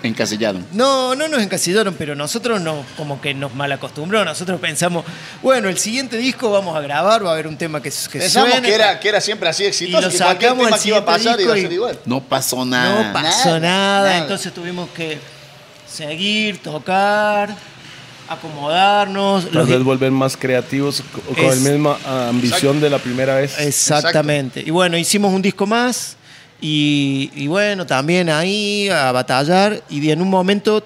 B: Encasillado.
F: no, no nos encasillaron, pero nosotros no, como que nos malacostumbró. Nosotros pensamos, bueno, el siguiente disco vamos a grabar, va a haber un tema que, que
E: Pensamos
F: suene.
E: que era, que era siempre así
F: Y
E: exitoso,
F: lo
E: que cualquier
F: sacamos
E: tema
F: el
E: que iba a
F: siguiente
E: pasar iba a ser
F: disco y-
E: igual.
B: No pasó nada.
F: No pasó
E: nada,
F: nada,
E: nada.
F: entonces tuvimos que seguir, tocar, acomodarnos.
C: Tal
F: Los-
C: vez volver más creativos co- con
F: Es-
C: la misma ah, ambición de la primera vez.
F: Exactamente. Y bueno, hicimos un disco más y, y bueno, también ahí a batallar y en un momento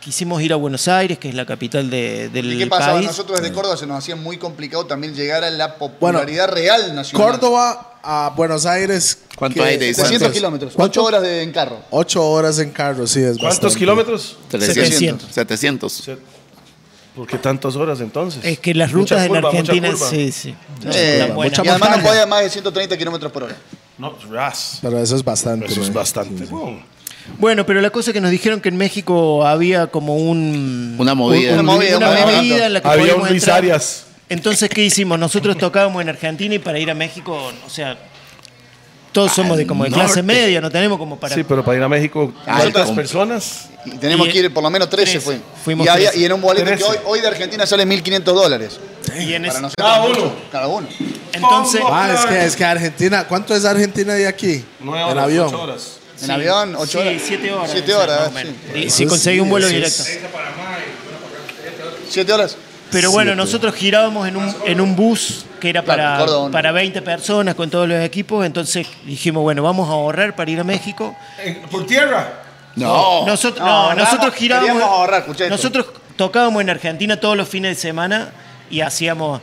F: quisimos ir a Buenos Aires, que es la capital de- del
E: ¿Y qué pasaba?
F: país.
E: Nosotros desde Córdoba se nos hacía muy complicado también llegar a la popularidad real nacional.
D: Córdoba a Buenos Aires.
B: ¿Cuánto
D: ¿qué?
B: hay de
E: 700
B: ¿Cuántos?
E: kilómetros, 8
D: ¿Cuánto?
E: horas de, en carro.
D: Ocho horas en carro, sí, es
C: ¿Cuántos
D: bastante.
C: kilómetros?
B: 700.
F: 700.
B: 700.
C: ¿Por qué tantas horas entonces?
F: Es que las
C: Mucha
F: rutas en
C: curva, mucha
F: Argentina,
C: curva.
F: sí, sí. No
E: Eh,
F: son tan buenas.
E: y además no podía más de 130 kilómetros por hora.
C: No, Ras.
D: Pero eso es bastante.
C: Eso es
D: man.
C: bastante.
D: Sí, sí.
C: weón.
F: Bueno, pero la cosa es que nos dijeron que en México había como un...
B: Una movida.
F: un-
B: Una
E: movida,
F: una
E: un movimiento.
F: movida en la que
C: Había
F: podíamos
C: un Luis
F: entrar.
C: Arias.
F: Entonces, ¿qué hicimos? Nosotros tocábamos en Argentina y para ir a México, o sea, todos somos de como de clase media, no tenemos como para... Ah,
C: Sí, pero para ir a México,
B: Ay,
C: ¿cuántas
B: compa.
C: personas?
E: Y tenemos
F: Y-
E: que ir por lo menos 13
F: 13,
E: fue.
F: fuimos
E: y, había-
F: 13.
E: y en un boleto que
C: 13.
E: hoy, hoy de Argentina sale 1.500 dólares.
F: y en
E: Para
F: ese-
E: nosotros
C: Cada
E: mucho,
C: uno.
E: Cada uno.
F: entonces,
D: Ah, es que, es que Argentina. ¿Cuánto es Argentina de aquí?
C: Nueve
D: en
C: horas,
D: avión.
C: ocho horas.
E: En avión, 8 horas.
F: Sí, 7 horas.
E: 7
F: o sea,
E: horas,
F: más o
E: sí.
C: Ah,
F: menos. Y-
D: Eso
F: Si
D: es-
F: conseguí un vuelo
D: eso
F: directo.
D: es-
E: 7 horas.
F: Pero bueno, nosotros girábamos en un, en un bus que era para,
E: Claro, cordón.
F: para 20 personas con todos los equipos, entonces dijimos, bueno, vamos a ahorrar para ir a México.
C: Eh, ¿Por tierra?
B: No.
F: Nosotros,
E: Oh. No,
F: no,
E: ahorramos,
F: nosotros girábamos.
E: queríamos ahorrar, escuchá esto.
F: Nosotros tocábamos en Argentina todos los fines de semana y hacíamos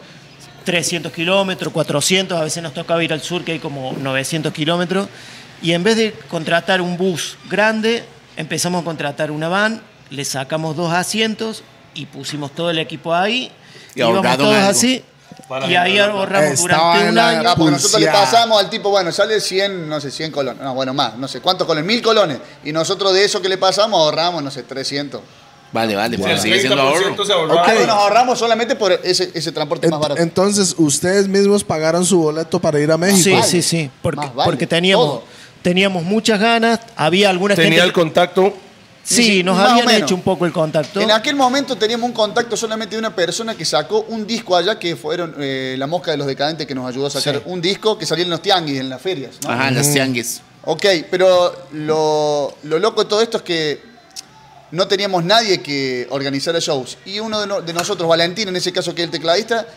F: 300 kilómetros, 400. A veces nos tocaba ir al sur, que hay como 900 kilómetros. Y en vez de contratar un bus grande, empezamos a contratar una van, le sacamos dos asientos y pusimos todo el equipo ahí.
B: Y
F: íbamos
B: ahorraron
F: todos
B: algo.
F: así.
C: Para
F: y ahí
C: ganar la
F: ahorramos
D: Estaba
F: durante
D: en
F: un
D: la-
F: año.
E: Ah, porque nosotros le
D: Pulseada.
E: pasamos al tipo, bueno, sale 100, no sé, 100 colones. No, bueno, más, no sé, ¿cuántos colones? 1000 colones. Y nosotros de eso que le pasamos ahorramos, no sé, 300.
B: Vale, vale, pero sigue siendo ahorro.
D: Ok.
E: Algo nos ahorramos solamente por ese, ese transporte más
D: Ent-
E: barato.
D: entonces, ustedes mismos pagaron su boleto para ir a México.
F: Sí,
E: vale.
F: sí, sí. Porque,
E: Más vale,
F: porque teníamos,
E: todo.
F: teníamos muchas ganas. Había alguna
C: Tenía
F: gente.
C: el contacto.
F: sí,
E: Sí,
F: nos
E: más o
F: habían
E: menos.
F: hecho un poco el contacto.
E: En aquel momento teníamos un contacto solamente de una persona que sacó un disco allá, que fueron
D: Ah,
E: eh, La Mosca de los Decadentes, que nos ayudó a sacar un disco que salía en los tianguis, en las ferias. ¿no?
B: Ajá, las tianguis.
E: Ok, pero lo, lo loco de todo esto es que no teníamos nadie que organizara shows. Y uno de, no- de nosotros, Valentín, en ese caso que es el tecladista,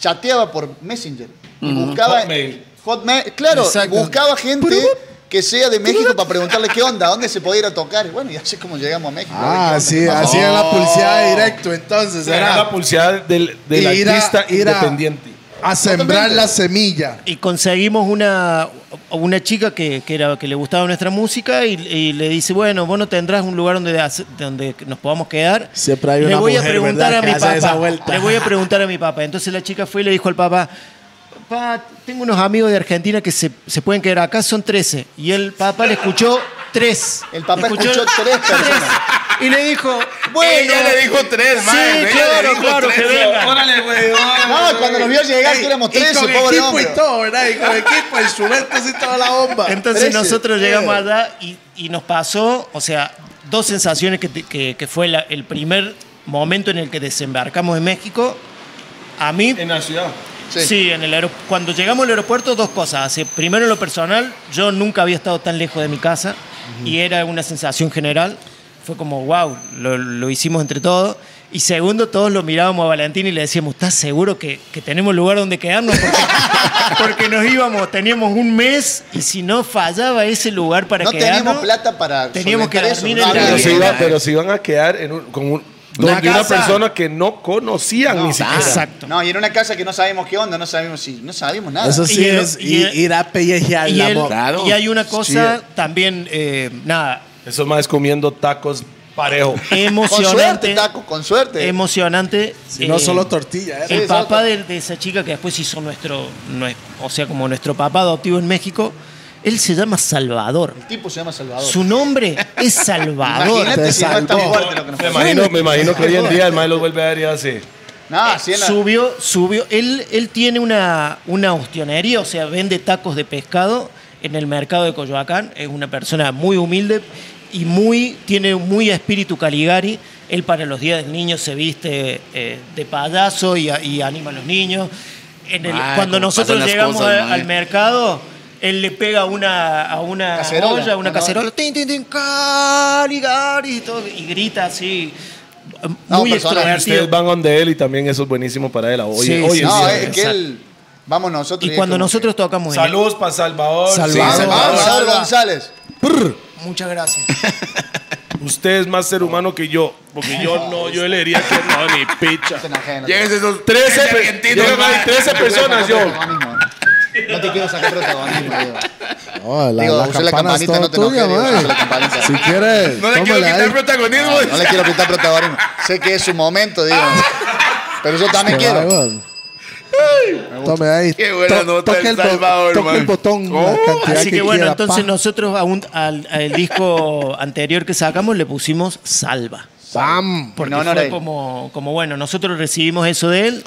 E: chateaba por Messenger. Y buscaba.
C: Hotmail.
E: Hotmail, claro, y
F: Exacto.
E: buscaba gente que sea de México para preguntarle qué onda, dónde se podía ir a tocar. Y bueno, y así es como llegamos a México.
D: Ah,
E: A ver qué
D: así,
E: onda.
D: así era la publicidad de directo, entonces.
C: Era la
D: Era
C: pulsada del, del
D: ir a-
C: artista
D: ir a-
C: independiente.
D: a sembrar la semilla.
F: Y conseguimos una, una chica que, que era, que le gustaba nuestra música y, y le dice, bueno, vos no tendrás un lugar donde, hace- donde nos podamos quedar.
D: Siempre hay
F: le
D: una
F: voy a
D: mujer,
F: preguntar
D: ¿verdad?
F: a
D: que
F: mi
D: hace esa
F: papá.
D: vuelta.
F: Le voy a preguntar a mi papá. Entonces la chica fue y le dijo al papá, papá, tengo unos amigos de Argentina que se, se pueden quedar acá, son 13. Y el papá le escuchó tres.
E: El papá
F: Le
E: escuchó tres personas.
F: Y le dijo, bueno.
B: Ella le dijo tres,
F: Sí,
B: mae, ella le
F: claro,
B: dijo
F: claro,
B: tres.
F: que venga.
C: Órale, güey.
E: No, Ah, cuando nos vio llegar, que éramos
D: Y
E: 13,
D: con
E: pobre
D: equipo
E: hombre.
D: y todo, ¿verdad? Y con equipo, instrumentos y toda la bomba.
F: Entonces
E: Trece.
F: nosotros
E: Eh.
F: llegamos allá y, y nos pasó, o sea, dos sensaciones que, te- que- que fue la- el primer momento en el que desembarcamos en México. A mí,
C: En la ciudad.
E: Sí.
F: sí, en el aero- cuando llegamos al aeropuerto, dos cosas. Así, primero, en lo personal, yo nunca había estado tan lejos de mi casa y era una sensación general. Fue como, wow, lo, lo hicimos entre todos. Y segundo, todos lo mirábamos a Valentín y le decíamos, ¿estás seguro que, que tenemos lugar donde quedarnos? Porque, porque nos íbamos, teníamos un mes y si no fallaba ese lugar para
E: No
F: quedarnos...
E: teníamos plata para.
F: Teníamos que
E: solventar eso.
F: dormir
E: No
F: en
C: Pero
E: había
F: la-
C: se,
E: dinero.
C: iba- pero se iban a quedar en un- con un-
F: Una
C: donde una
F: casa.
C: persona que no conocían ni siquiera.
F: Exacto.
E: No, y en una casa que no sabemos qué onda, no sabemos si. No sabemos nada.
D: Eso sí
F: Y el-
D: es
F: y
D: i-
F: el-
D: ir a pellejear
F: Y,
D: la
F: él-
D: mo-
B: Claro.
F: y hay una cosa también, eh, nada,
C: Eso más comiendo tacos parejo.
E: con suerte,
F: emocionante.
E: Taco, con suerte.
F: emocionante.
D: Si no
F: eh,
D: solo tortilla, ¿eh?
E: Sí,
F: El
E: exacto.
F: papá de, de esa chica que después hizo nuestro, nue- o sea, como nuestro papá adoptivo en México, él se llama Salvador.
E: El tipo se llama Salvador.
F: Su nombre es Salvador.
E: Imagínate
D: te
E: si no es tan
D: salvó.
E: fuerte lo que nos
C: Me
E: pasó.
C: imagino, me imagino que hoy en día el mae los vuelve a ver y hace.
E: No, si era-
F: Subió, subió. Él, él tiene una, una ostionería, o sea, vende tacos de pescado en el mercado de Coyoacán. Es una persona muy humilde y muy, tiene muy espíritu Caligari. Él para los días del niño se viste eh, de payaso y, a- y anima a los niños. En el-
B: Ay,
F: cuando
B: cómo
F: nosotros
B: pasan las
F: llegamos
B: cosas,
F: a-
B: mae.
F: al mercado, él le pega una, a una
E: Cacerola,
F: olla, una
E: ¿no?
F: cacerola, tin, tin, tin, Caligari, y, todo, y grita así.
E: No,
C: Y
E: personaje,
F: Muy extrovertido.
C: ustedes van donde él y también eso es buenísimo para él. Oye, oh,
F: Sí,
C: oye.
F: sí,
E: No,
C: sí.
E: es que él. Vamos nosotros.
F: Y
E: es
F: cuando
E: como
F: nosotros tocamos en-
C: Saludos para Salvador.
E: que-
D: Salvador.
E: Vamos,
D: Salvador.
E: Salvador González.
F: Muchas gracias.
C: Usted es más ser humano que yo. Porque yo no, yo leería que no, ni picha.
B: Llegues esos 13 argentinos.
C: Llegan ahí 13 personas, yo.
E: No te quiero sacar protagonismo, Diego.
D: Oh, la,
E: Digo,
D: la
E: usé la
D: campana es
E: campanita,
D: todo
E: no te enojes,
D: tuya,
E: Diego,
D: mae.
E: usé la campanita.
D: Si quieres,
B: No le quiero
D: tómala
B: quitar
D: ahí.
B: protagonismo.
E: No, no le quiero quitar protagonismo. Sé que es su momento, digo. Pero yo también
F: Este
D: Toma ahí,
E: quiero.
D: weón. Tome ahí.
B: Qué buena
D: To-
B: nota
D: toque
B: El
D: el bo-
B: Salvador,
D: toque
B: man.
D: el botón. la
B: Oh,
D: cantidad
F: Así que bueno,
D: quiera,
F: entonces
D: pa.
F: nosotros a un- al, al disco anterior que sacamos le pusimos Salva.
D: Bam.
F: Porque
E: No, no era
F: fue
E: él.
F: como, como bueno, nosotros recibimos eso de él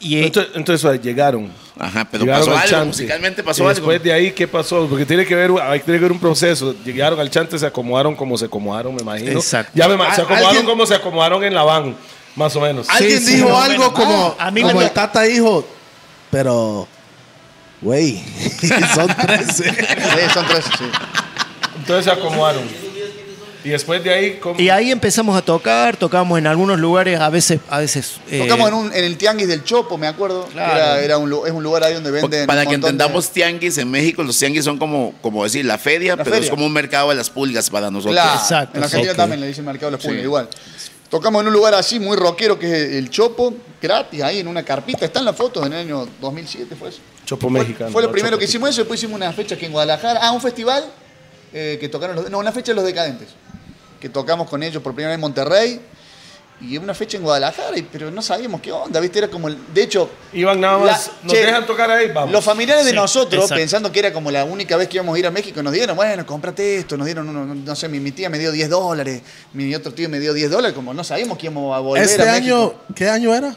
F: y eh,
C: Entonces, entonces, ah, llegaron.
B: Ajá, pero
C: Llegaron
B: pasó
C: al
B: algo.
C: chante.
B: Musicalmente
C: Y
B: pasó algo.
C: Después de ahí, ¿qué pasó? Porque tiene que ver, hay- tiene que ver un proceso. Llegaron al chante, se acomodaron como se acomodaron, me imagino.
F: Exacto.
C: Ya me, ima- se
D: Al-
C: acomodaron
D: alguien-
C: como se acomodaron en la van, más o menos.
B: Ah.
D: Alguien
F: sí,
D: dijo
F: no,
D: algo
F: bueno,
D: como,
F: ah, a mí
D: como
F: me-
D: el tata dijo, pero, güey, *laughs* son 13.
E: Sí, son tres, sí.
C: Entonces se acomodaron. Y después de ahí, ¿cómo?
F: eh, y ahí empezamos a tocar, tocamos en algunos lugares, a veces, a veces. eh,
E: Tocamos en, un- en el Tianguis del Chopo, me acuerdo.
F: Claro.
E: Era, era un, lu- es un lugar ahí donde venden.
B: Para
E: un
B: que
E: montón de-
B: entendamos tianguis en México, los tianguis son como, como decir la feria, pero
E: feria.
B: es como un mercado de las pulgas para nosotros.
E: Claro.
F: Exacto,
E: En la Argentina
F: ok.
E: también le dicen mercado de los pulgas, igual. Tocamos en un lugar así, muy rockero, que es el Chopo, gratis, ahí en una carpita. Están las fotos del año 2007, fue eso.
C: Chopo mexicano.
E: Fue lo
C: ¿no?
E: primero
C: Chopo
E: que hicimos eso, después hicimos una fecha aquí en Guadalajara. Ah, un festival eh, que tocaron los. No, una fecha de los decadentes. Que tocamos con ellos por primera vez en Monterrey. Y una fecha en Guadalajara, y- pero no sabíamos qué onda, ¿viste? Era como. el- de hecho.
C: Iban nada más,
E: la-
C: nos
E: che,
C: dejan tocar ahí, vamos.
E: Los familiares de
F: Sí,
E: nosotros,
F: exacto.
E: pensando que era como la única vez que íbamos a ir a México, nos dieron, bueno, cómprate esto, nos dieron, uno, no sé, mi, mi tía me dio 10 dólares, mi otro tío me dio 10 dólares, como no sabíamos que íbamos a volver
D: Este
E: a
D: año,
E: México.
D: ¿qué año era?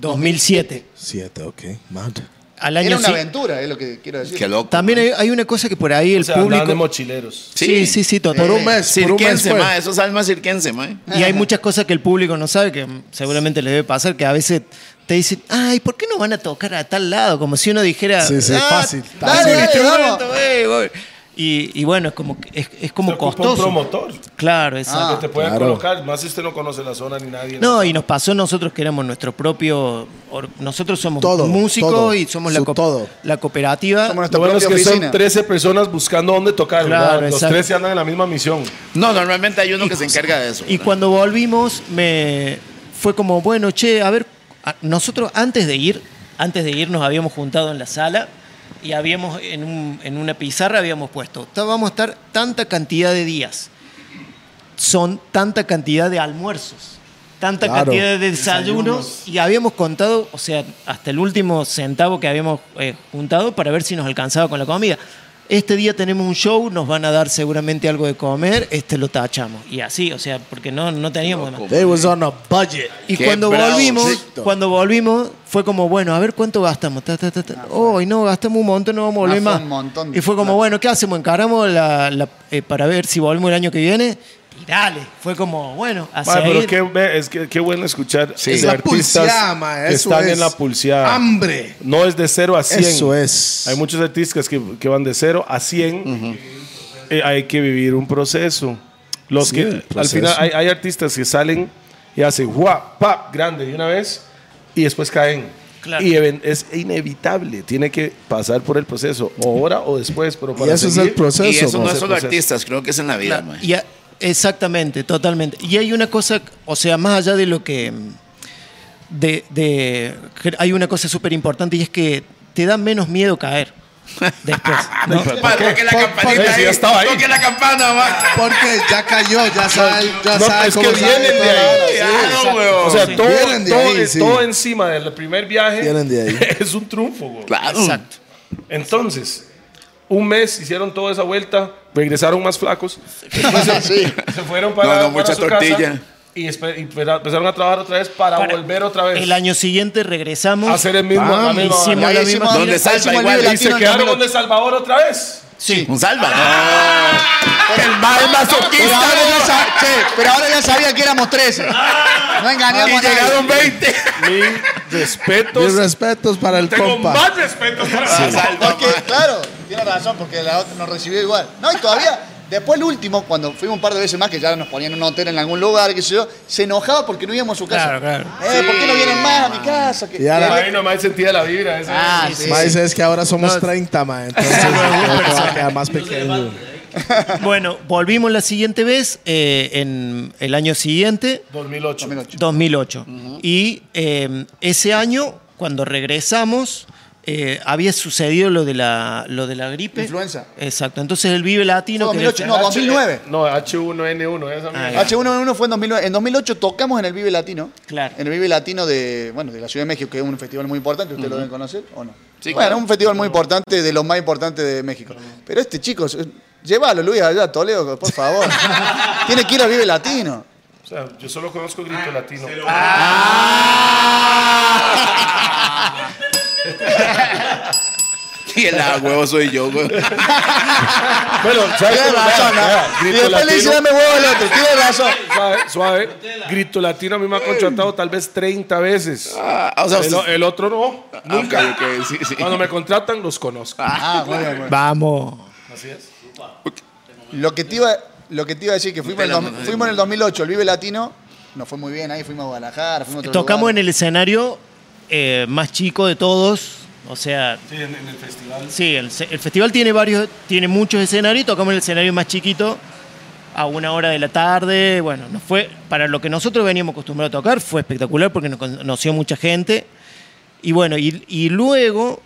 F: 2007.
D: 7, ok. Madre.
F: Al año
E: Era una
F: sí-
E: aventura, es lo que quiero decir.
B: Qué loco.
F: También hay, hay una cosa que por ahí el
C: O sea, andaban de
F: público.
C: mochileros.
F: Sí, sí, sí, total.
D: Por un mes, por un mes
B: Cirquense,
D: fue.
B: ma, esos almas cirquense, ma.
F: Y hay muchas cosas que el público no sabe, que mm, seguramente les debe pasar, que a veces te dicen, ay, ¿por qué no van a tocar a tal lado? Como si uno dijera,
D: Sí, sí,
F: "Ah,
D: fácil,
F: dale,
E: fácil.
F: un
E: Dale,
F: instrumento, eh, voy". Y, y bueno, es como, que- es, es como
C: Se ocupa
F: costoso.
C: Un promotor.
F: Claro, exacto.
E: Ah,
C: que te pueda
D: claro.
C: colocar, más si usted no conoce la zona ni nadie.
F: No, y nos pasó nosotros que éramos nuestro propio. or- nosotros somos
D: Todo,
F: músicos
D: todo,
F: y somos la,
D: su
F: co-
D: todo.
F: la cooperativa.
E: Somos nuestra
C: Lo bueno es
E: propia
C: que
E: oficina.
C: son 13 personas buscando dónde tocar,
F: Claro,
C: ¿verdad? Los
F: exacto.
C: 13 andan en la misma misión.
B: No, normalmente hay uno que se encarga de eso.
F: Y
B: ¿verdad?
F: cuando volvimos, me fue como, bueno, che, a ver, a- nosotros antes de ir, antes de ir nos habíamos juntado en la sala y habíamos, en, un- en una pizarra habíamos puesto, "Ta- vamos a estar tanta cantidad de días, son tanta cantidad de almuerzos, tanta
D: Claro.
F: cantidad de desayunos, y habíamos contado, o sea, hasta el último centavo que habíamos eh, juntado para ver si nos alcanzaba con la comida. Este día tenemos un show, nos van a dar seguramente algo de comer, este lo tachamos. Y así, o sea, porque no, no teníamos más.
D: They was on a budget.
F: Y
B: Qué
F: cuando
B: bravo,
F: volvimos,
B: Sixto.
F: cuando volvimos, fue como, bueno, a ver cuánto gastamos. Ta, ta, ta, ta. Hoy no, gastamos un montón, no vamos a volver
E: Ah, fue
F: más.
E: Ah, un montón.
F: Y fue como,
E: Claro.
F: bueno, ¿qué hacemos? ¿Encaramos la, la- eh, para ver si volvemos el año que viene? Y dale. Fue como, bueno, hacia
C: Ma, pero
F: ahí-
C: qué, ve- es que, qué bueno escuchar
B: Sí.
C: de
B: Es
D: la
C: artistas
D: pulseada, ma,
C: que
D: eso
C: están
D: es.
C: en la pulseada.
D: Hambre.
C: No es de 0 a 100.
D: Eso es.
C: Hay muchos artistas que, que van de 0 a 100. Eh, hay que vivir un proceso. Los
D: Sí,
C: que
D: el
C: al
D: proceso.
C: final hay, hay artistas que salen y hacen guap, pap, grande de una vez y después caen.
F: Claro.
C: Y even- es inevitable, tiene que pasar por el proceso, o ahora o después, pero
D: Y
C: para
D: eso es
C: seguir-
D: el proceso.
B: Y eso no
D: ma.
B: es solo
C: proceso.
B: artistas, creo que es en la vida,
F: Claro,
B: man.
F: y a- exactamente, totalmente. Y hay una cosa, o sea, más allá de lo que... mm, De, de- cre- hay una cosa súper importante y es que te da menos miedo caer después. ¿no?
B: Pa, toque la
D: Pa-
B: campanita
D: pa-
B: ahí,
C: Sí, ya estaba ahí.
B: toque la campana, ma.
D: Porque ya cayó, ya sabe, ya
C: No,
D: sabe
C: es
D: cómo
C: que
D: sale
C: vienen
D: toda
C: de
D: la
C: ahí.
D: hora, sí.
B: Claro, weón.
C: O sea,
F: Sí.
C: todo,
D: Vienen de
C: todo-
D: ahí, sí.
C: todo encima del primer viaje
D: Vienen de ahí.
C: *laughs* es un triunfo. güey.
B: Claro.
F: Exacto.
C: Entonces, un mes hicieron toda esa vuelta, regresaron más flacos,
E: sí.
C: se fueron para,
B: No, no,
C: para
B: mucha
C: su casa
B: tortilla.
C: y espe- y espera- empezaron a trabajar otra vez para,
F: Para-
C: volver otra vez
F: El año siguiente regresamos.
C: a hacer pues. el mismo.
D: Ah,
C: la misma
F: hicimos
C: vaina.
E: Ahí
F: la
E: hicimos-
F: misma-
B: Donde
E: ahí
B: salva
E: hicimos el
B: igual,
C: y
E: Vive
C: se
E: Latino en
C: quedaron
E: 2008.
C: con El Salvador otra vez.
F: Sí.
B: *laughs* Un salva. No. El mal
C: *laughs*
E: Pero
B: masoquista.
E: ahora, ya
B: no.
E: sa- che, pero ahora ya sabía que éramos 13. No engañamos
B: Y
E: a nadie.
B: llegaron 20.
C: Mis
D: Mis
C: respetos.
D: respetos para el
C: Tengo
D: compa.
C: más respeto para
B: Salva,
E: Porque, claro, tiene razón, porque la otra nos recibió igual. No, y todavía, después el último, cuando fuimos un par de veces más, que ya nos ponían en un hotel en algún lugar, qué sé yo, se enojaba porque no íbamos a su casa.
F: Claro, claro.
E: Eh, ¿Por qué no vienen más a mi casa? Que-
D: Y ahora-
E: que-
C: ma. Ahí nomás sentía la vibra. esa.
E: Ah, sí.
D: Ma, dice, es que ahora somos
F: No.
D: 30, ma. Entonces, va a quedar más pequeño.
F: Bueno, volvimos la siguiente vez, eh, en el año siguiente,
C: 2008.
F: 2008. Y eh, ese año, cuando regresamos, eh, había sucedido lo de la, lo de la gripe.
E: Influenza.
F: Exacto. Entonces el Vive Latino...
E: Fue
F: que
E: 2008, no,
C: H-
E: 2009.
C: No, H1N1.
E: Ah,
C: Esa mierda.
E: H1N1 fue en 2009. En 2008 tocamos en el Vive Latino.
F: Claro.
E: En el Vive Latino de, bueno, de la Ciudad de México, que es un festival muy importante, ustedes lo deben conocer, ¿o no?
B: Sí,
E: bueno,
B: claro.
E: un festival muy importante, de los más importantes de México. Pero este, chicos, eh, llévalo, Luis, allá a Toledo, por
B: *laughs*
E: favor. Tiene que ir al Vive Latino.
C: O sea, yo solo conozco grito latino.
B: Ah. Y el ah, huevo soy yo, güey.
C: Bueno, ¿sabes
E: Tiene
C: cómo?
E: razón,
C: Vea, vea,
E: ¿no? Y
C: grito
E: después le "Ah,
C: latino,
E: dicen, me huevo el otro. Tiene razón.
C: Suave, suave. Grito latino a mí me ha contratado tal vez 30 veces.
B: Ah, o sea,
C: El,
D: eh,
B: usted-
C: el otro no,
B: Ah, ok,
C: nunca.
B: ok, sí, sí.
C: Cuando me contratan, los conozco.
E: *laughs* Ah, bueno, bueno.
F: Vamos.
E: Lo que te iba, lo que te iba a decir, que fuimos, en el dos- fuimos en el 2008 al Vive Latino, nos fue muy bien ahí, fuimos a Guadalajara, fuimos a otro
F: Eh, Tocamos en el escenario eh, más chico de todos. O sea,
C: Sí, en, en el festival.
F: Sí, el, se- el festival tiene varios, tiene muchos escenarios. Tocamos el escenario más chiquito a una hora de la tarde. Bueno, nos fue para lo que nosotros veníamos acostumbrados a tocar fue espectacular porque nos conoció mucha gente. Y bueno, y, y luego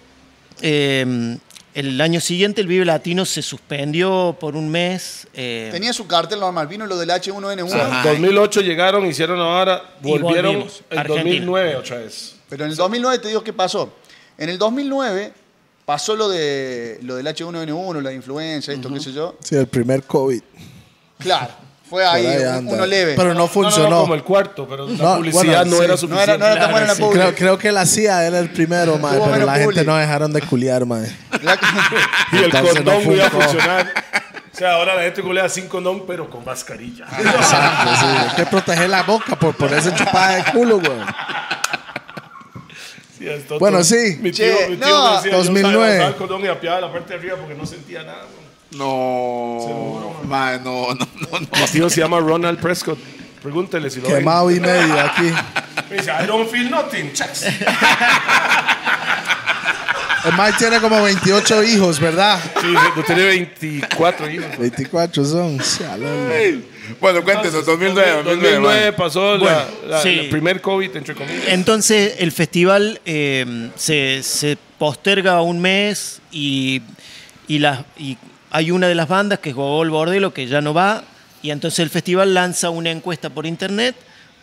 F: eh, el año siguiente el Vive Latino se suspendió por un mes. eh,
E: Tenía su cartel normal, vino lo del H1N1.
B: Ajá. Ay.
C: 2008 llegaron, hicieron ahora,
F: Y
C: volvieron
F: volvimos.
C: en
F: Argentina.
C: 2009 otra vez.
E: Pero en el 2009 te digo qué pasó. En el 2009 pasó lo, de, lo del H1N1, la influenza, esto, qué sé yo.
D: Sí, el primer COVID.
E: Claro, fue
D: Por
E: ahí,
D: ahí
E: un-
D: anda.
E: uno leve.
D: Pero no
C: No, no, no,
D: funcionó.
C: como el cuarto, pero la
D: No,
C: publicidad
D: bueno,
C: no
D: sí.
C: era
D: No
E: no
C: suficiente.
E: era, no era tan buena la pública.
D: Creo, creo que la CIA era el primero, ma,
E: Tuvo
D: pero
E: menos
D: la gente
E: bullying.
D: no dejaron de culiar, ma.
E: *laughs* La-
C: Y el
D: Entonces no
C: condón no iba a
D: funcionó.
C: funcionar. *laughs* O sea, ahora la gente golea sin condón, pero con mascarilla.
D: Ah. Exacto, sí. Hay que proteger la boca por ponerse chupada de culo, güey.
C: Sí, es todo.
D: Bueno, sí.
C: Mi tío,
E: Che,
C: mi tío
E: no,
C: me decía, yo
D: 2009.
C: usaba el condón y apiaba la parte de arriba porque no sentía nada. güey.
H: No, mae, no, no, no, no.
C: Mi tío se llama Ronald Prescott. Pregúntele si lo ven.
D: Quemado y medio aquí.
C: Me dice, I don't feel nothing, checks.
D: El Mike tiene como 28 hijos, ¿verdad?
C: Sí, yo tenía 24 hijos.
D: 24 son. Chalala.
H: Bueno, cuéntenos, 2009, 2009,
C: 2009 pasó la, la-
F: sí.
C: el primer COVID, entre comillas.
F: Entonces el festival eh, se, se posterga un mes y, y, las- y hay una de las bandas que es Gogol Bordelo que ya no va y entonces el festival lanza una encuesta por internet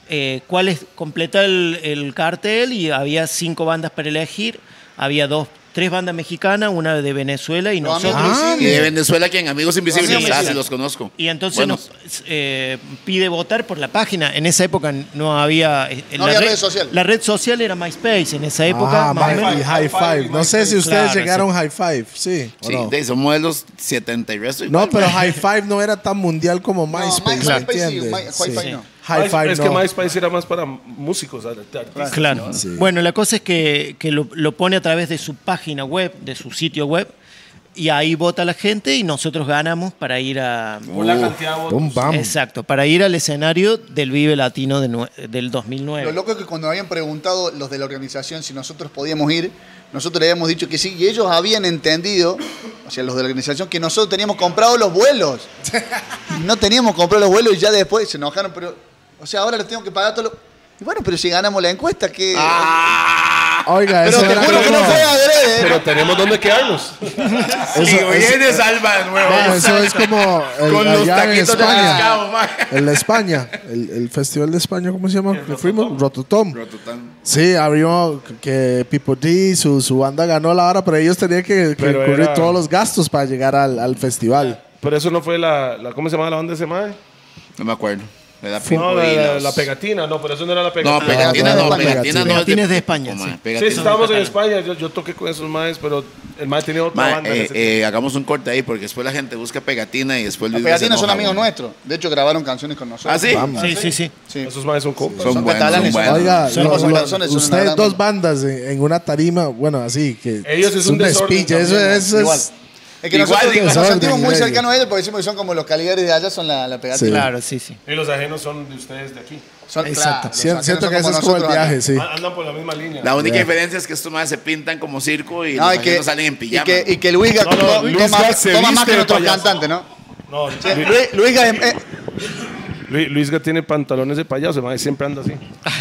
F: eh, cuál es completa el, el cartel y había cinco bandas para elegir, había dos, tres bandas mexicanas, una de Venezuela y
E: No,
F: nosotros.
E: amigos, sí.
B: Y de Venezuela, ¿quién? Amigos Invisibles.
F: pues, Amigos
B: ah,
F: Invisibles.
B: sí, los conozco.
F: Y entonces
B: Bueno,
F: nos eh, pide votar por la página. En esa época no había. eh,
E: No había red social.
F: La red social era MySpace en esa época.
D: Ah,
F: más o menos.
D: Mike, high five. No sé si ustedes
F: Claro,
D: llegaron high five, sí. ¿o
B: Sí,
D: no?
B: de- son modelos 70 y resto.
D: No,
B: igual,
D: pero High
B: mae.
D: Five no era tan mundial como
E: My-
D: MySpace, ¿me
E: MySpace sí,
D: entiendes?
E: My- High Five no.
D: High Five
C: es
D: no.
C: que MySpace era más para músicos, art- artistas.
F: Claro. Bueno, la cosa es que, que lo, lo pone a través de su página web, de su sitio web. Y ahí vota la gente y nosotros ganamos para ir a.
C: Por la cantidad de votos.
D: Boom, bam.
F: Exacto, para ir al escenario del Vive Latino de nue- del
E: Lo
F: 2009.
E: loco es que cuando habían preguntado los de la organización si nosotros podíamos ir, nosotros le habíamos dicho que sí, y ellos habían entendido, o sea, los de la organización, que nosotros teníamos comprado
B: *laughs*
E: los vuelos. Y no teníamos comprado los vuelos y ya después se enojaron, pero, o sea, ahora les tengo que pagar todo lo... Y bueno, pero si ganamos la encuesta, que...
B: Ah,
D: Oiga,
E: pero
D: eso
E: te
D: era
E: juro que no
D: como-
E: fue adrede, ¿eh?
C: Pero tenemos dónde quedarnos.
D: eso-
H: Y viene salva de nuevo.
D: Bueno, eso es como el,
H: Con los
D: allá en
H: taquitos de
D: España.
H: pescado, mae.
D: En la España, el, el festival de España, ¿cómo se llama? Que fuimos Rototom. Sí, abrió que Pipo D, su, su banda ganó la hora, pero ellos tenían que, que
C: Pero
D: cubrir
C: era-
D: todos los gastos para llegar al, al festival.
C: Pero eso no fue la, la- ¿cómo se llama la banda de ese mae?
B: No me acuerdo. Me da
C: No,
B: pinco
C: la,
B: y
C: la-
B: los-
C: la pegatina, no, pero eso no era la
B: No,
C: pegatina.
B: pegatina
D: no,
B: no,
D: no,
B: pegatina no.
F: Pegatina es de España,
B: Como,
F: sí.
B: mae,
C: Sí,
B: pegatina
C: estábamos
B: no.
C: en España, yo, yo toqué con esos maes, pero el mae tenía otra
B: Mae,
C: banda. en
B: eh,
C: ese
B: eh, hagamos un corte ahí porque después la gente busca pegatina y después
E: Los
B: Luis se
E: pegatinos son
B: enoja,
E: amigos
B: güey.
E: nuestros. De hecho, grabaron canciones con nosotros.
B: ¿Ah, sí?
D: Vamos.
F: Sí, sí, sí.
E: Sí.
C: Esos maes son compas.
B: eh, Son,
E: Son
B: buenos,
E: catalanes.
B: son buenos.
D: Oiga,
E: son
D: lo-
E: los
D: lo-
E: corazones, son
D: ustedes
E: una
D: dos
E: gran-
D: bandas en, en una tarima, bueno, así que
C: Ellos es un desorden
D: despille, eso
C: también,
D: es,
E: Igual.
D: es-
E: Es que
B: Igual,
E: nosotros
B: digo,
E: nos
D: orden,
E: sentimos muy
D: medio.
E: cercanos a ellos porque decimos que son como los caligares de allá, son la, la pegatina.
D: Sí.
F: Claro, sí, *laughs* sí.
C: Y los ajenos son de ustedes de aquí.
E: Son,
F: Exacto.
E: claro,
D: siento,
E: los
D: siento que
E: argentinos
D: ese es
E: son
D: como el
E: nosotros
D: viaje, sí.
C: A- Andan por la misma línea.
B: La única diferencia es que estos más se pintan como circo y
E: acá. No,
B: los
E: y que,
B: que salen en
E: y
B: pijama.
E: que, y que Luis Gas
C: No, no,
E: toma,
C: Luis
E: toma-
C: Gas se
E: toma
C: viste
E: más que
C: de
E: nuestros
C: payaso.
E: cantantes, ¿no?
C: No, Lu-
E: Sí, Luis, Luis Gas, em- eh,
C: Lu- Luisga tiene pantalones de payaso, el mae siempre anda así.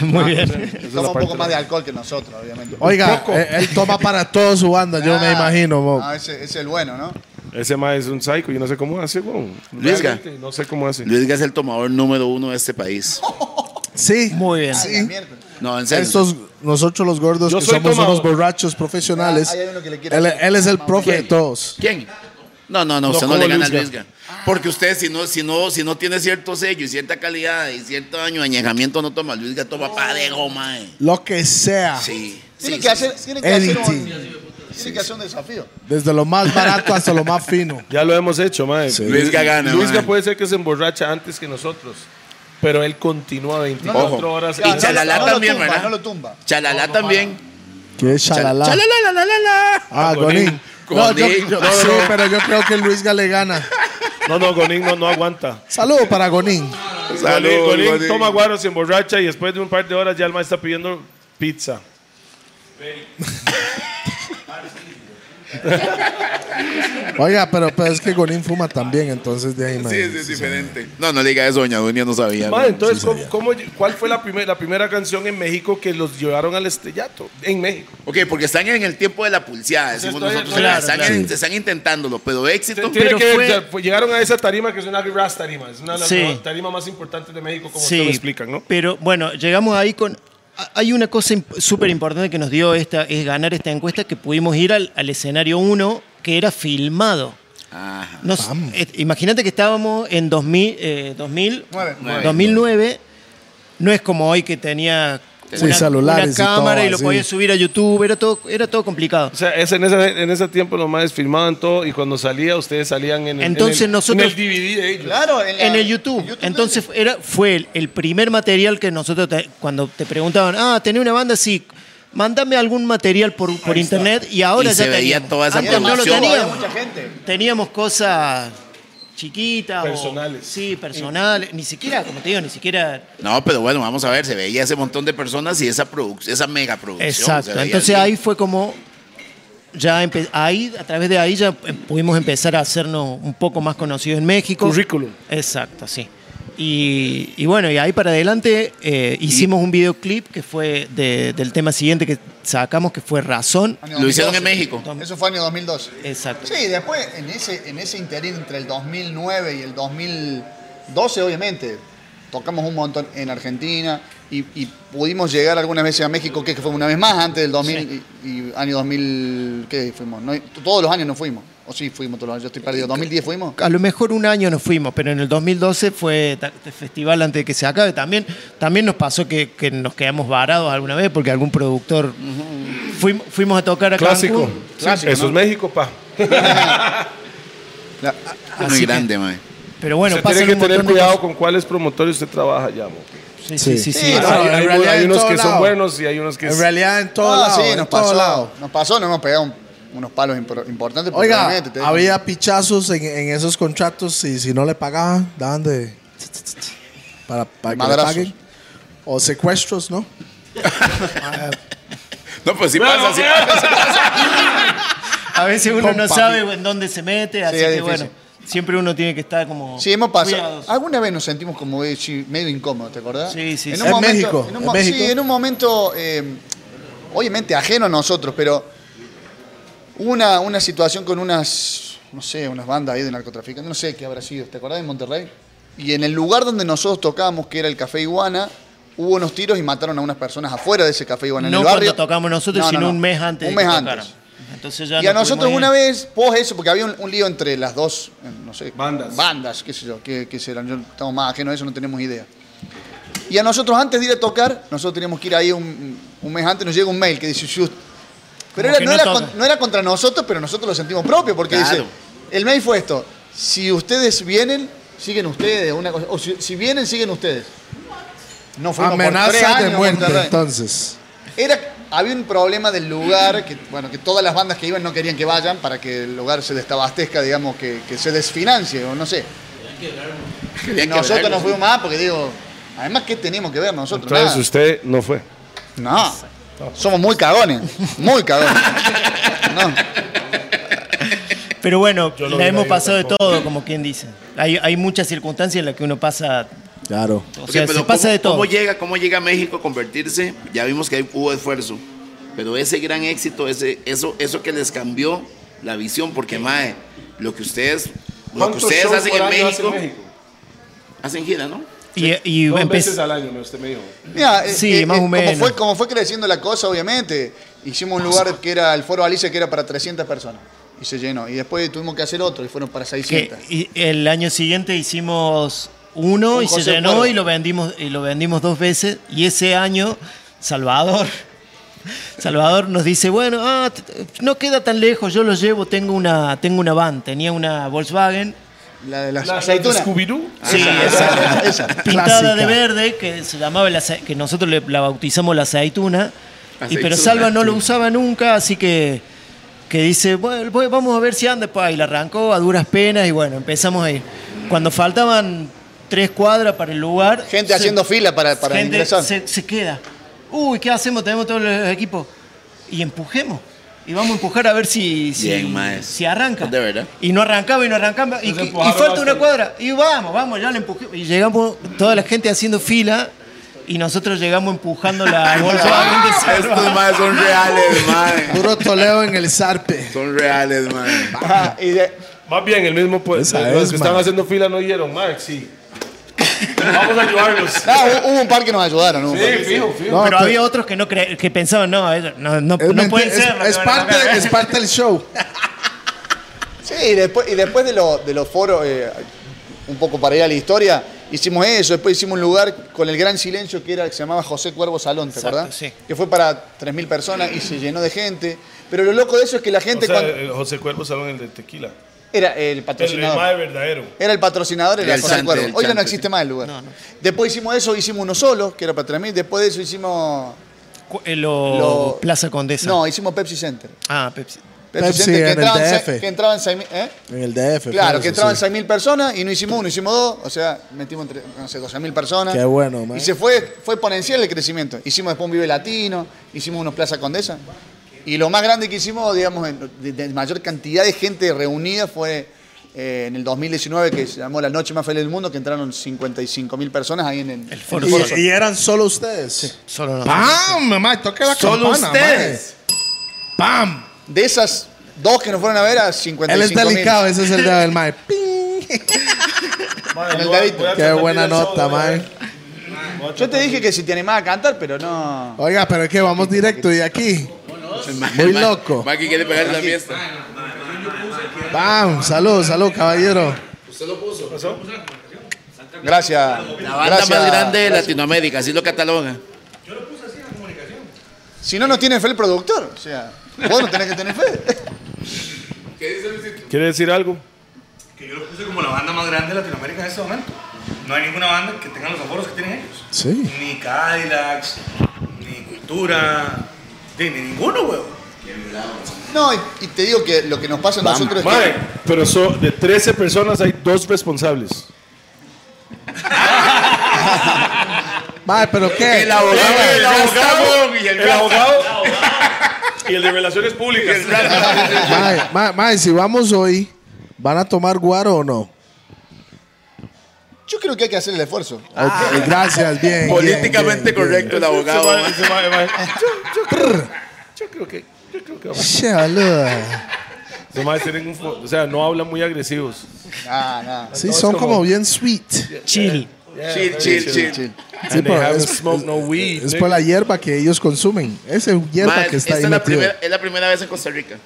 F: Muy bien.
E: toma un poco más de alcohol que nosotros, obviamente.
D: Oiga, eh, él toma para toda su banda, yo me
E: Ah,
D: imagino. mo.
E: Ah, ese ese es el bueno, ¿no?
C: Ese mae es un psycho, yo no sé cómo hace, güey.
B: Luisga.
C: Realmente, No sé cómo hace.
B: Luis es el tomador número uno de este país.
D: Sí,
F: Muy bien.
E: Ah, la miércoles.
B: No, en serio.
D: estos, nosotros los gordos
C: Yo
D: que
C: soy
D: somos
C: tomador.
D: unos borrachos profesionales,
E: Ah, hay uno que le quiere
D: él,
E: hacer-
D: él es el profe de todos.
B: ¿Quién? No, no, no, usted no
C: como
B: le gana a
C: Luisga.
B: Luisga. Porque usted, si no, si, no, si no tiene cierto sello y cierta calidad y cierto año de añejamiento, no toma. Luisga toma pa de goma, eh.
D: Lo que sea,
B: Sí.
E: Tiene
B: sí,
E: que
B: sí.
E: hacer, tiene que hacer un,
D: Editing.
E: tiene que hacer un desafío.
D: desde lo más barato hasta lo más fino.
C: Ya lo hemos hecho, mae.
D: Sí.
B: Luisga gana.
C: Luisga
B: mae.
C: puede ser que se emborracha antes que nosotros, pero él continúa 24
B: Ojo.
C: horas.
B: Y
C: antes.
B: Chalalá
E: no lo
B: también,
E: tumba,
B: ¿verdad?
E: no lo tumba.
B: Chalalá también.
D: Que es chalala.
B: Chalala, la, la, la, la.
D: Ah, Gonín.
C: Gonín.
D: No, yo-
B: Gonín,
D: yo-
B: pasó.
D: sí, pero yo creo que Luis le gana.
C: No, no, Gonín no, no aguanta.
D: Saludo para Gonín.
C: Gonín,
B: Salud,
C: Gonín
B: Gonín.
C: toma guaro, se emborracha y después de un par de horas ya el mae está pidiendo pizza.
D: Oiga, pero, pero es que Gonín fuma también, entonces de ahí, man.
H: Sí, sí, es diferente.
B: No, no le diga eso, doña Dunia no sabía.
C: Mae,
B: güey.
C: entonces, ¿cómo- cómo ll- ¿cuál fue la, primer- la primera canción en México que los llevaron al estrellato? En México.
B: Ok, porque están en el tiempo de la pulseada, decimos
C: estoy-
B: nosotros.
C: claro,
B: están,
F: claro.
B: en- están intentándolo, pero éxito.
C: Tiene
F: Pero
C: que-
F: fue-
C: ya- fue- llegaron a esa tarima que es una ras tarima, es una de las
F: Sí.
C: mejores tarimas más importantes de México, como ustedes lo explican, ¿no?
F: Pero bueno, llegamos ahí con. a- Hay una cosa imp- súper importante que nos dio esta, es ganar esta encuesta, que pudimos ir al, al escenario 1, que era filmado.
D: Ah,
B: Ajá.
F: Nos- eh, Imagínate que estábamos en 2000, eh, 2000,
E: Nueve.
F: 2009. No es como hoy que tenía
D: Sí, celulares y
F: una cámara
D: todo,
F: y, lo
D: sí.
F: podías subir a YouTube, era todo, era todo complicado.
C: O sea, ese- en, ese, en ese tiempo los maes filmaban todo y cuando salía ustedes salían en el,
F: Entonces
C: en el-
F: nosotros-
C: en el DVD de ellos.
E: Claro, la-
F: En el YouTube. Entonces era, fue el, el primer material que nosotros, te- cuando te preguntaban, ah, ¿tenés una banda? Sí. Mándame algún material por, por internet y ahora
B: Y
F: ya
B: se veía
F: teníamos.
B: toda esa
F: Antes no lo
B: producción.
E: Había
F: teníamos.
E: mucha gente.
F: Teníamos cosas chiquitas. o-
C: Personales.
F: sí, personales. Ni siquiera, como te digo, ni siquiera
B: No, pero bueno, vamos a ver, se veía ese montón de personas y esa produc- esa mega producción. se
F: Exacto.
B: veía
F: Entonces
B: así.
F: ahí fue como ya empe- ahí a través de ahí ya eh, pudimos empezar a hacernos un poco más conocidos en México.
C: Currículum.
F: Exacto, sí. Y, y bueno, y ahí para adelante eh, hicimos un videoclip que fue de- del tema siguiente que sacamos, que fue Razón.
B: Lo hicieron en México.
E: Eso fue año 2012.
F: Exacto.
E: Sí, después, en ese, en ese interín entre el 2009 y el 2012, obviamente, tocamos un montón en Argentina y, y pudimos llegar algunas veces a México, que fue una vez más antes del 2000 y, y año 2000, ¿qué fuimos? No, todos los años no fuimos. O sí, fuimos todos los años, yo estoy perdido. ¿2010 fuimos?
F: A lo mejor un año nos fuimos, pero en el 2012 fue ta- este festival antes de que se acabe. También, también nos pasó que, que nos quedamos varados alguna vez porque algún productor fuimos, fuimos a tocar a
C: Clásico.
F: Cancún.
C: Sí, Eso es México, pa.
E: La-
B: Muy
F: Así que-
B: grande, mae.
F: Pero bueno,
C: Usted
F: pasan
C: tiene que
F: un montón
C: tener
F: de
C: cuidado
F: cosas.
C: con cuáles promotores usted trabaja ya, mo.
F: Sí, sí, sí, sí.
E: Sí,
C: Hay-
E: no,
C: hay,
D: en
C: hay
D: realidad en
C: unos
D: todo
C: que son
D: lado.
C: buenos y hay unos que
D: En
C: es-
D: realidad en todos
E: Ah,
D: lados.
E: sí,
D: en
E: nos
D: todos
E: pasó.
D: lados.
E: Nos pasó, nos hemos pegado un- unos palos impor- importantes. porque
D: Oiga,
E: realmente te-
D: había pichazos en, en esos contratos y si no le pagaban, daban de... Para, para que le
E: Madrazos.
D: paguen. O secuestros, ¿no?
H: No, pues sí pasa, sí pasa.
F: A veces uno no
D: Compa.
F: sabe en dónde se mete, así
E: es
F: que
E: difícil.
F: bueno, siempre uno tiene que estar como.
E: Sí, hemos pasado.
F: cuidadoso.
E: Alguna vez nos sentimos como eh, sí, medio incómodos, ¿te acordás?
F: Sí, sí, sí.
E: un
D: En
E: momento-
D: México,
E: en un
D: en
E: mo-
D: México.
E: Sí, en un momento, eh, obviamente ajeno a nosotros, pero hubo una, una situación con unas, no sé, unas bandas ahí de narcotraficantes, no sé qué habrá sido, ¿te acordás de Monterrey? Y en el lugar donde nosotros tocábamos, que era el Café Iguana, hubo unos tiros y mataron a unas personas afuera de ese Café Iguana. en
F: No
E: el
F: cuando
E: barrio.
F: tocamos nosotros,
E: No, no,
F: sino
E: no.
F: un mes antes
E: Un
F: de
E: mes
F: que
E: antes.
F: tocaran. Entonces ya
E: Y a
F: no
E: nosotros
F: pudimos
E: una
F: ir.
E: vez, pos eso, porque había un, un lío entre las dos, eh, no sé.
C: Bandas.
E: Bandas, qué sé yo, qué, qué serán. Yo estamos más ajenos a eso, no tenemos idea. Y a nosotros, antes de ir a tocar, nosotros teníamos que ir ahí un, un mes antes, nos llega un mail que dice, "Just". Pero
F: Como
E: era-
F: que
E: no,
F: no
E: era
F: toca.
E: con- no era contra nosotros, pero nosotros lo sentimos propio, porque
B: Claro.
E: dice, el mail fue esto, si ustedes vienen, siguen ustedes, una cosa, o si, si vienen, siguen ustedes. No fuimos por tres
D: Amenaza de
E: años,
D: muerte,
E: Monterrey.
D: entonces.
E: Era, había un problema del lugar, que, bueno, que todas las bandas que iban no querían que vayan para que el lugar se destabastezca, digamos, que, que se desfinancie, o no sé.
B: Querían que
E: nosotros
B: hablar,
E: no fuimos más porque digo, además, ¿qué teníamos que ver nosotros?
C: Entonces
E: Nada.
C: usted no fue.
E: No, somos muy cagones, muy cagones. No.
F: Pero bueno, la
C: hubiera
F: hemos
C: ido
F: pasado de todo, como quien dice. Hay, hay muchas circunstancias en las que uno pasa.
D: Claro.
F: O
B: Ok,
F: sea,
B: pero
F: se pasa
B: ¿cómo-
F: de todo.
B: ¿cómo llega, ¿Cómo llega a México a convertirse? Ya vimos que hay- hubo esfuerzo, pero ese gran éxito, ese, eso, eso que les cambió la visión, porque mae, lo que ustedes, lo que
C: ¿Cuántos
B: ustedes
C: shows
B: hacen
C: por
B: en
C: año
B: México,
C: hace
B: hacen gira, ¿no?
F: Y, y
C: Dos
F: empe-
C: veces al año, ¿no? usted me dijo.
E: Mira, eh,
F: Sí,
E: eh,
F: más o
E: eh, como
F: menos.
E: Fue, como fue creciendo la cosa, obviamente, hicimos un lugar que era el Foro Alice, que era para 300 personas, y se llenó. Y después tuvimos que hacer otro, y fueron para
F: que
E: 600.
F: y- el año siguiente hicimos uno
E: Con
F: y se
E: José
F: llenó
E: Cuervo.
F: y lo vendimos y lo vendimos dos veces y ese año Salvador *laughs* Salvador nos dice bueno ah, t- t- no queda tan lejos yo lo llevo tengo una tengo una van tenía una Volkswagen
E: La de las
C: La,
E: aceitunas. Ah,
C: Scooby-Doo.
F: sí,
E: Esa,
B: *laughs*
E: esa.
F: pintada
D: Clásica.
F: de verde que se llamaba el ace- que nosotros le- la bautizamos la aceituna, y
B: Aceituna,
F: pero Salva no lo
B: sí.
F: usaba nunca así que que dice bueno voy- vamos a ver si anda pa", y la arrancó a duras penas y bueno empezamos ahí cuando faltaban tres cuadras para el lugar
E: Gente
F: se-
E: haciendo fila para, para
F: gente
E: ingresar.
F: se, se queda uy qué hacemos tenemos todo el equipo y empujemos y vamos a empujar a ver si, si,
B: Bien, maestro.
F: si arranca.
B: De verdad.
F: Y no arrancaba y no arrancaba. Y,
C: Entonces
F: y- y
C: empujaron
F: falta
C: hasta
F: una
C: el-
F: cuadra. Y vamos, vamos, ya le empujé. Y llegamos, toda la gente haciendo fila. Y nosotros llegamos empujando
D: *laughs*
F: la Volkswagen de
H: Estos
F: Salva.
H: más son reales, mae.
D: Puro toleo en el zarpe.
H: Son reales, mae.
E: Ajá, Ah, y de-
C: Más bien, el mismo pues.
D: Esa
C: los
D: es,
C: que
D: man.
C: estaban haciendo fila no oyeron, Mark, sí. Vamos a *laughs* ayudarlos.
E: no, Ah, hubo- hubo un par que nos ayudaron. hubo un par.
C: Sí, fijo, fijo.
D: No,
F: Pero
D: te-
F: había otros que no cre- que pensaban, no, ellos no, no,
D: es
F: no
D: menti-
F: pueden
D: es-
F: ser. lo que
D: es
F: van a
D: parte,
F: tocar.
D: es parte del show.
E: Sí, y después, y después de, lo- de los foros, eh, un poco para ir a la historia, hicimos eso. Después hicimos un lugar con el gran silencio que era que se llamaba José Cuervo Salón, ¿te
F: Exacto,
E: acordás?
F: sí.
E: Que fue para 3.000 personas y se llenó de gente. Pero lo loco de eso es que la gente
C: O sea,
E: cuando-
C: el José Cuervo salón el de tequila.
E: era el
C: El, el
E: patrocinador.
C: más verdadero.
E: Era el patrocinador, era
B: Era el
E: José
B: chante,
E: Cuervo.
B: el
E: Hoy ya no
B: chante,
E: existe
B: sí.
E: más el lugar. Después hicimos eso, hicimos uno solo, que era para 3.000. Después de eso hicimos
F: cu- eh, lo-
E: Lo-
F: Plaza Condesa.
E: No, hicimos Pepsi Center.
F: Ah, Pepsi.
E: Pepsi,
D: Pepsi
E: Center que
D: en el
E: entraban,
D: DF.
E: se- que entraban 6.000, ¿eh?
D: En el DF.
E: Claro,
D: por eso,
E: que entraban
D: sí.
E: 6.000 personas y no hicimos uno, hicimos dos. O sea, metimos entre, no sé, 12.000 personas.
D: Qué bueno, man.
E: Y se fue, fue exponencial el crecimiento. Hicimos después un Vive Latino, hicimos unos Plaza Condesa. Y lo más grande que hicimos, digamos, en- de, de mayor cantidad de gente reunida fue eh, en el 2019, que se llamó La Noche Más Feliz del Mundo, que entraron 55.000 personas ahí en el, en el
F: Foro
E: Foro
F: Sol.
E: Sol.
D: Y, Ah, y eran solo ustedes.
F: Solo no.
D: ¡Pam! Mamá, toque la
B: Solo
D: campana.
B: ustedes.
D: mae. ¡Pam!
E: De esas dos que nos fueron a ver, a
D: Él
E: 55.000.
D: es delicado, ese es el dedo del mae. ¡Ping!
E: En el dedito.
D: Qué buena nota, mae.
E: Yo te dije que si te animás a cantar, pero no.
D: Oiga, pero es que vamos directo de aquí. Muy loco.
H: Maki quiere pegarle la fiesta.
D: ¡Pam! Salud, salud, caballero.
E: Gracias.
B: La banda más grande de Latinoamérica, así lo catalogan.
E: Si no nos tiene fe el productor, o sea, vos no tenés que tener fe.
C: ¿Quiere decir algo?
I: Que yo lo puse como la banda más grande de Latinoamérica en este momento. No hay ninguna banda que tenga los aforos que tienen ellos.
D: Sí.
I: Ni Cadillacs, ni Cultura, ni, ni ninguno, huevo.
E: No, y, y te digo que lo que nos pasa a nosotros es
C: Mae,
E: que
C: pero so- de 13 personas hay dos responsables.
D: Mae, pero qué.
H: El abogado.
C: El abogado
H: y el
C: El abogado y el de relaciones públicas.
D: Mae, mae, mae, si vamos hoy, ¿van a tomar guaro o no?
E: yo creo que hay que hacer el esfuerzo.
D: Ok, gracias, bien. bien,
H: Políticamente
D: bien,
H: correcto el abogado.
C: Ese
H: man.
C: mae- ese mae- mae. Yo, yo creo- yo creo que. Yo creo que
D: bien. Che, boludo.
C: Los maes tienen un fo- O sea, no hablan muy agresivos.
E: Nah, nah.
D: Sí, son como bien sweet.
F: Chill.
H: Chill, chill, chill.
D: Sí,
C: And they
D: pero
C: haven't
D: es,
C: smoked no weed,
D: es
C: nigga.
D: por la hierba que ellos consumen. Esa hierba
B: Ma,
D: que está
B: esta
D: ahí
B: es la,
D: metida.
B: primera, es la primera vez en Costa Rica.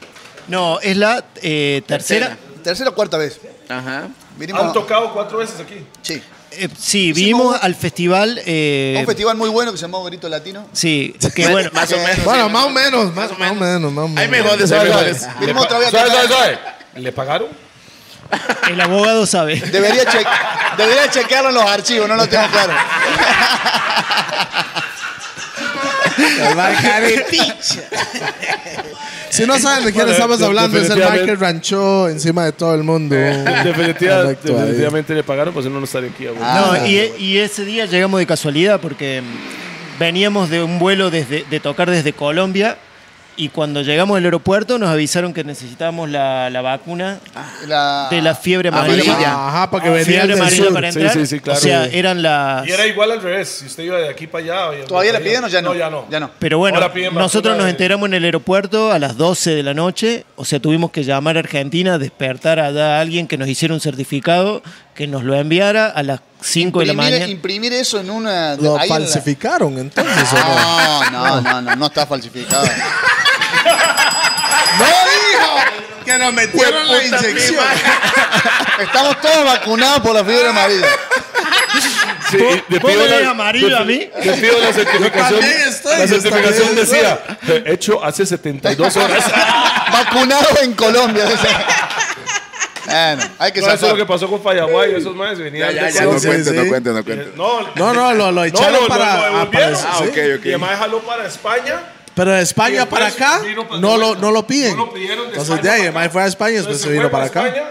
F: No, es la eh, tercera.
E: Tercera o cuarta vez.
B: Ajá.
E: Vinimos
C: Han
E: a,
C: tocado cuatro veces aquí.
E: sí,
F: Eh, sí, vimos al festival. eh,
E: a un festival muy bueno que se llamó Grito Latino.
F: Sí, que bueno.
B: Más o menos.
D: Bueno,
B: sí,
D: más o menos, más, más o menos, más o
B: Hay
D: menos.
B: mejores, hay mejores.
E: Vinimos otra vez a
C: Suave, suave,
E: tocar.
C: suave. ¿Le pagaron?
F: El abogado sabe.
E: Debería, che- debería chequearlo en los archivos, no lo tengo claro.
D: El
B: *laughs*
D: Michael- *laughs* si no saben de quién
C: Bueno,
D: estamos
C: de-
D: hablando, es el
C: definitivamente-
D: Michael Rancho encima de todo el mundo.
C: *laughs* Definitiva-
D: Correcto, ahí.
C: definitivamente le pagaron, pues no, no estaría aquí. güey.
F: No, y, e- y ese día llegamos de casualidad porque mm, veníamos de un vuelo desde, de tocar desde Colombia y cuando llegamos al aeropuerto nos avisaron que necesitábamos la, la vacuna
E: La-
F: de la fiebre
D: Ah,
F: amarilla.
B: Amarilla.
D: Ajá, para que venía
F: Fiebre
D: el del
F: amarilla
D: sur.
F: para
C: Ah, Sí,
F: entrar.
C: sí, sí, claro.
F: O sea,
D: eh,
F: eran las...
C: Y era igual al revés. Si usted iba de aquí para allá. oye,
E: ¿Todavía la
C: no,
E: piden o ya no?
C: ya no.
E: Ya no.
F: Pero bueno,
C: Ahora piden
F: nosotros
C: vacuna
F: nos
C: de-
F: enteramos en el aeropuerto a las 12 de la noche, o sea, tuvimos que llamar a Argentina, despertar allá a alguien que nos hiciera un certificado, que nos lo enviara a las 5 de la
E: Imprimir-
F: mañana.
E: imprimir eso en una.
D: Lo
E: ahí en la-
D: falsificaron entonces, ¿o
B: Ah.
D: no?
E: No, no, no, no, no está falsificado.
B: *laughs*
D: ¡No, hijo! Que nos metieron la inyección.
E: Estamos todos vacunados por la fiebre amarilla.
C: Sí, y le
F: ¿Vos
C: pido
F: me
C: la-
F: ves amarillo
C: le-
F: a mí?
C: Le pido la certificación.
D: también estoy,
C: la
D: yo
C: certificación
D: también estoy.
C: decía, "Eh, hecho hace 72 horas.
E: Vacunado en Colombia. dice. Bueno, hay que
C: No, eso es lo que
E: saber.
C: pasó con Fayaguay. Esos manes venían.
H: Ya, ya,
C: de
H: ya, no
D: Sí,
H: cuentes,
D: sí.
H: no cuentes, no cuentes.
C: No,
D: No, no, lo, lo echaron
C: lo- lo-
D: para.
C: lo
D: ah,
C: devolvieron.
D: para-
H: Ah,
D: sí.
H: ok,
C: Y
H: ok.
C: además jaló para España.
D: Pero de
C: Y
D: España
C: después
D: para acá
C: vino pa-
D: no lo, no lo piden.
C: No lo pidieron de
D: Entonces,
C: España
D: de ahí,
C: para
D: el mae
C: acá.
D: fue a España, después
C: Entonces
D: se vino
C: fue
D: para acá.
C: España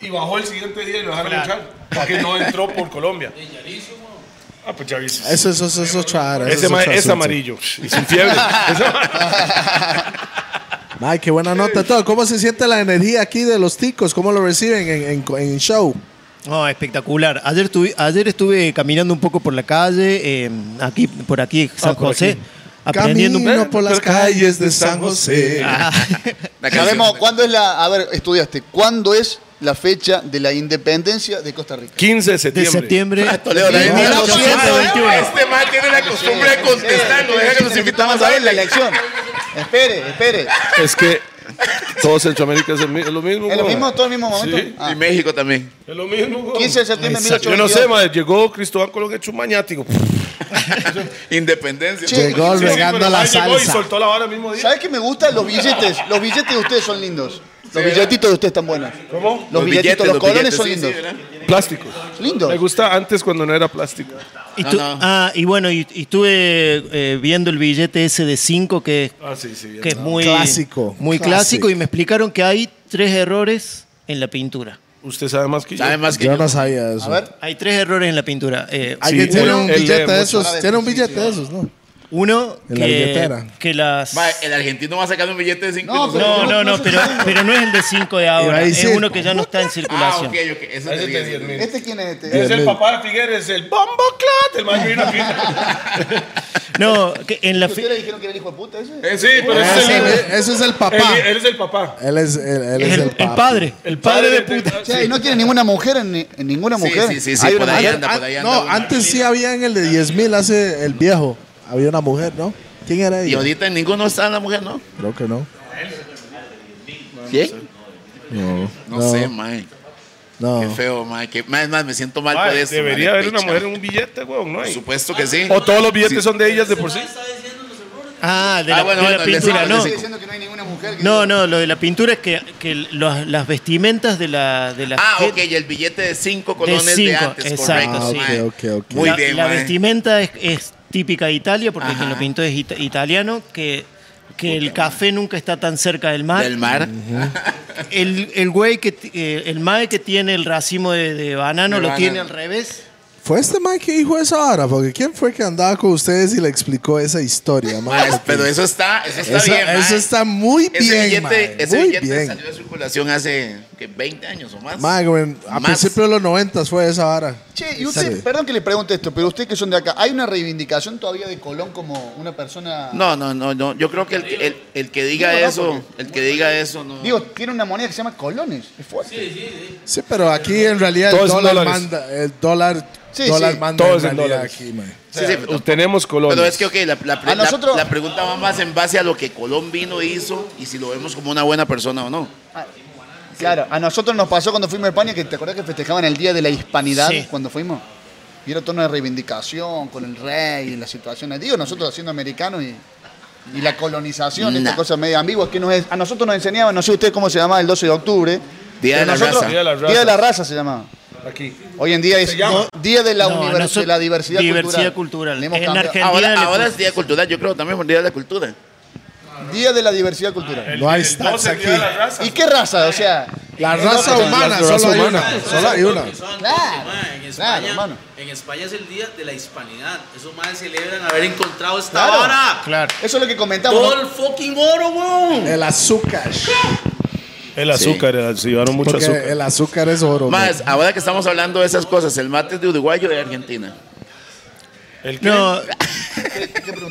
C: Y bajó el siguiente día y lo dejaron entrar. Porque no entró por Colombia. Ah, pues ya viste.
D: Eso, eso, eso, eso, chara, eso
C: Ese
D: es
C: mae
D: otro
C: es
D: asunto.
C: amarillo. Y sin *laughs* fiebre.
D: Mae, qué buena nota. Todo. ¿Cómo se siente la energía aquí de los ticos? ¿Cómo lo reciben en, en, en show?
F: No, espectacular. Ayer, tuvi- ayer estuve caminando un poco por la calle, eh, aquí, por aquí, San
C: por
F: José,
C: aquí.
F: aprendiendo un
D: Camino por las calles de San José. Ah,
H: La canción.
E: Sabemos cuándo es la. A ver, estudiaste. ¿Cuándo es la fecha de la independencia de Costa Rica?
C: 15 de
F: de
C: septiembre.
F: septiembre.
H: Toledo, la
F: de
H: gente no
F: 1821.
H: siente. Este man tiene la costumbre de contestar, no deja que los invitamos a
E: ver la
H: verla.
E: elección. Espere, espere.
C: Es que todo Centroamérica es, el mi- es lo mismo.
E: ¿Es lo
C: güey.
E: mismo, todo el mismo momento?
C: Sí.
E: Ah.
H: Y México
B: *laughs*
H: también.
C: Es lo mismo. güey.
E: 15 de septiembre de
C: Yo no
E: 1822.
C: sé, mae. Llegó Cristóbal Colón hecho un maniático.
H: Independencia.
E: Sí.
D: Llegó
C: Sí,
D: regando
C: pero
D: la
C: mae llegó y
D: salsa.
C: soltó la vara el mismo día.
E: ¿Sabes qué me gusta? Los billetes. Los billetes de ustedes son lindos. Los billetitos de ustedes están buenos.
C: ¿Cómo?
E: Los, billetitos, los, colones son lindos.
C: Plástico.
E: lindos.
C: Me gusta antes cuando no era plástico.
F: Y tú-
B: no.
F: Ah, y bueno, y, y estuve eh, viendo el billete ese de 5 que es
C: Ah, sí, sí.
F: que es muy
D: Clásico.
F: muy
D: Clásico.
F: clásico y me explicaron que hay tres errores en la pintura.
C: Usted sabe más que yo.
B: Sabe más que
D: Yo
B: yo.
D: no sabía eso.
E: A ver.
F: Hay tres errores en la pintura. Eh,
D: Hay
C: Sí,
D: que tiene
C: él-
D: un
C: él lee
D: billete de
C: mucho.
D: esos. Tiene un billete de esos, ¿no?
F: uno
D: En la
F: que,
D: billetera.
F: que las
B: Ma, el argentino va a sacar un billete de 5
E: No, pero-
F: no, no,
E: No,
F: no,
E: no,
F: pero, pero no es el de 5 de ahora,
D: ahí
F: es
D: sí.
F: uno que ya no está en
B: Ah, ok,
F: circulación.
B: ok. Eso es de 10 mil.
E: ¿Este quién es este?
C: Es el papá de Figueres, el bombo clat, el más vino aquí.
F: No, que en la fi-
E: Ah, ¿Ustedes le dijeron que era el hijo de puta ese?
C: Eh, Sí, pero
D: Ah,
C: es
D: sí,
C: el,
D: ve, Ese es el
C: él,
D: papá.
C: él es el papá.
D: Él es el, él
F: es
D: es
F: el, el padre.
C: El padre de Ah, puta.
E: Che, y no tiene ninguna mujer en, en ninguna
B: Sí,
E: mujer.
B: sí, sí, sí,
E: Hay
B: por
E: una-
B: ahí
D: An-
B: anda, por ahí
D: an-
B: anda.
D: ah, no,
B: una.
D: antes sí había en el de 10 mil, hace el viejo. Había una mujer, ¿no? ¿Quién era
B: Y
D: ella?
B: ahorita en ninguno está la mujer, ¿no?
D: Creo que no.
B: ¿Sí?
D: No,
B: No, sé, mae.
D: no.
B: Qué feo, mae. Que, mae, es más, me siento mal por
C: Ay,
B: eso.
C: debería
B: mae,
C: haber una
B: picha.
C: mujer en un billete, weón, no
B: Por
C: hay.
B: supuesto que sí.
C: O todos los billetes
B: Sí.
C: son de ellas de por sí.
F: Ah, de
B: Ah,
F: la,
B: bueno,
F: de
B: bueno,
F: la
B: el de
F: pintura,
B: cinco, el de
F: no.
E: Estoy diciendo que no hay ninguna mujer. que-
F: No, no, lo de la pintura es que, que los- las vestimentas de la de la
B: Ah, ok,
F: gente-
B: y el billete de 5 colones de,
F: cinco,
B: antes,
F: exacto,
B: correcto.
F: sí.
B: mae.
D: Ah, Ok, ok, ok.
B: Muy
F: la,
B: bien,
F: la
B: mae.
F: vestimenta es, es típica de Italia, porque
B: Ajá.
F: quien lo pintó es ita- italiano, que, que el café nunca está tan cerca del mar.
B: Del mar. *laughs*
F: El, el güey que t- eh, el mae que tiene el racimo de, de banano
B: De
F: lo
B: banano.
F: tiene al revés.
D: ¿Fue este man que dijo esa vara? Porque ¿quién fue que andaba con ustedes y le explicó esa
B: *laughs*
D: historia, man?
B: Mae, Pues, pero eso está, eso está
D: Eso-
B: bien, mae.
D: eso está muy
B: Ese
D: bien,
B: billete,
D: mae,
B: ese
D: muy
B: billete
D: bien.
B: salió de circulación hace ¿qué, 20 años o más.
D: Man, güey, a
B: Más.
D: principios de los 90 fue esa vara.
E: Che, y
D: Sí.
E: usted, perdón que le pregunte esto, pero ustedes que son de acá, ¿hay una reivindicación todavía de Colón como una persona.
B: No, no, no, no. Yo creo que el, que- el, el que diga
E: Digo, no,
B: eso,
E: porque-
B: el que diga eso, no.
E: Digo, tiene una moneda que se llama colones. Es fuerte.
D: Sí, pero aquí en realidad
C: Todos
D: el
C: en
D: dólar
C: dólares.
D: manda. El dólar,
E: Sí,
D: dólar
E: sí.
D: manda
C: Todos
D: en
C: en
D: realidad
C: dólares.
D: aquí, man.
B: Sí, sí,
C: O tenemos colores.
B: Pero es que, ok, la, la pre-
E: A
B: la-
E: nosotros-
B: la pregunta va más en base a lo que Colón vino e hizo y si lo vemos como una buena persona o no.
E: Claro, a nosotros nos pasó cuando fuimos a España que te acordás que festejaban el Día de la Hispanidad
F: Sí.
E: cuando fuimos. Y era tono de reivindicación con el rey y las situaciones. Digo, nosotros siendo americanos y, y la colonización, esta
B: Nah.
E: cosa media ambigua que nos, es- a nosotros nos enseñaban, no sé usted cómo se llamaba el 12 de octubre.
B: Día
E: pero
B: de la
E: nosotros-
B: raza.
E: Día de la raza. Día de la raza se llamaba.
C: Aquí.
E: Hoy en día es
C: llama?
E: no, Día de la,
F: No,
E: univer-
F: nosotros-
E: de la diversidad,
F: diversidad
E: cultural.
F: cultural.
E: Le hemos
F: En
E: cambiado.
F: Argentina-
B: Ahora,
F: le
B: ahora
F: puse-
B: es Día Cultural, yo creo también por Día de la Cultura.
E: Ah, Día de la diversidad cultural.
D: No hay
C: El
D: stats
C: 12
D: aquí.
C: día de la raza.
E: ¿Y qué raza? O sea,
D: La raza humana,
C: raza
D: solo hay
C: humana.
D: una. Solo hay una.
E: Claro,
G: en,
E: claro,
G: España,
E: hermano.
G: en España es el día de la hispanidad. Esos madres celebran haber encontrado esta
E: Claro.
G: hora.
F: Claro.
E: eso es lo que comentamos.
G: Todo el fucking oro, weón.
D: El azúcar.
C: El azúcar, el- se llevaron mucho
D: Porque
C: azúcar.
D: el azúcar es oro. man.
B: Más, ahora que estamos hablando de esas cosas, el mate es de Uruguay o de Argentina.
C: ¿El qué?
F: No,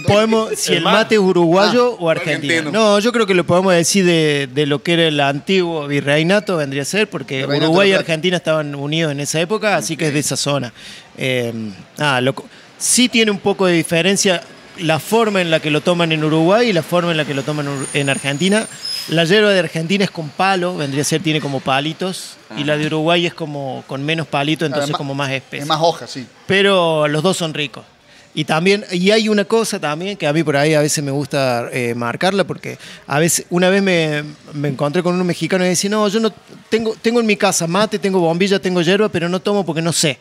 F: podemos, si
C: El
F: el
C: mar.
F: mate es uruguayo o argentino.
B: argentino.
F: No, yo creo que lo podemos decir de, de lo que era el antiguo virreinato, vendría a ser, porque
E: Virreinato
F: Uruguay y
E: de la Plata.
F: Argentina estaban unidos en esa época, así que es de esa zona. Eh, ah, lo co- sí tiene un poco de diferencia la forma en la que lo toman en Uruguay y la forma en la que lo toman en Ur- en Argentina. La hierba de Argentina es con palo, vendría a ser, tiene como palitos, y la de Uruguay es como con menos palitos, entonces
E: Ah. Además-
F: como más espesa
E: Es más hojas, sí.
F: pero los dos son ricos. Y también, y hay una cosa también que a mí por ahí a veces me gusta eh, marcarla, porque a veces, una vez me, me encontré con un mexicano y decía, no, yo no tengo, tengo en mi casa mate, tengo bombilla, tengo hierba, pero no tomo porque no sé.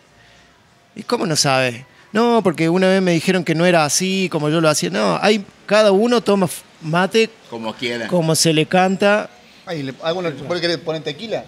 F: ¿Y cómo no sabes? No, porque una vez me dijeron que no era así, como yo lo hacía. No, hay, cada uno toma f- mate
B: Como quiera. Ah,
F: como se le canta.
E: Ay, ¿le, alguno, ¿Vos querés poner tequila?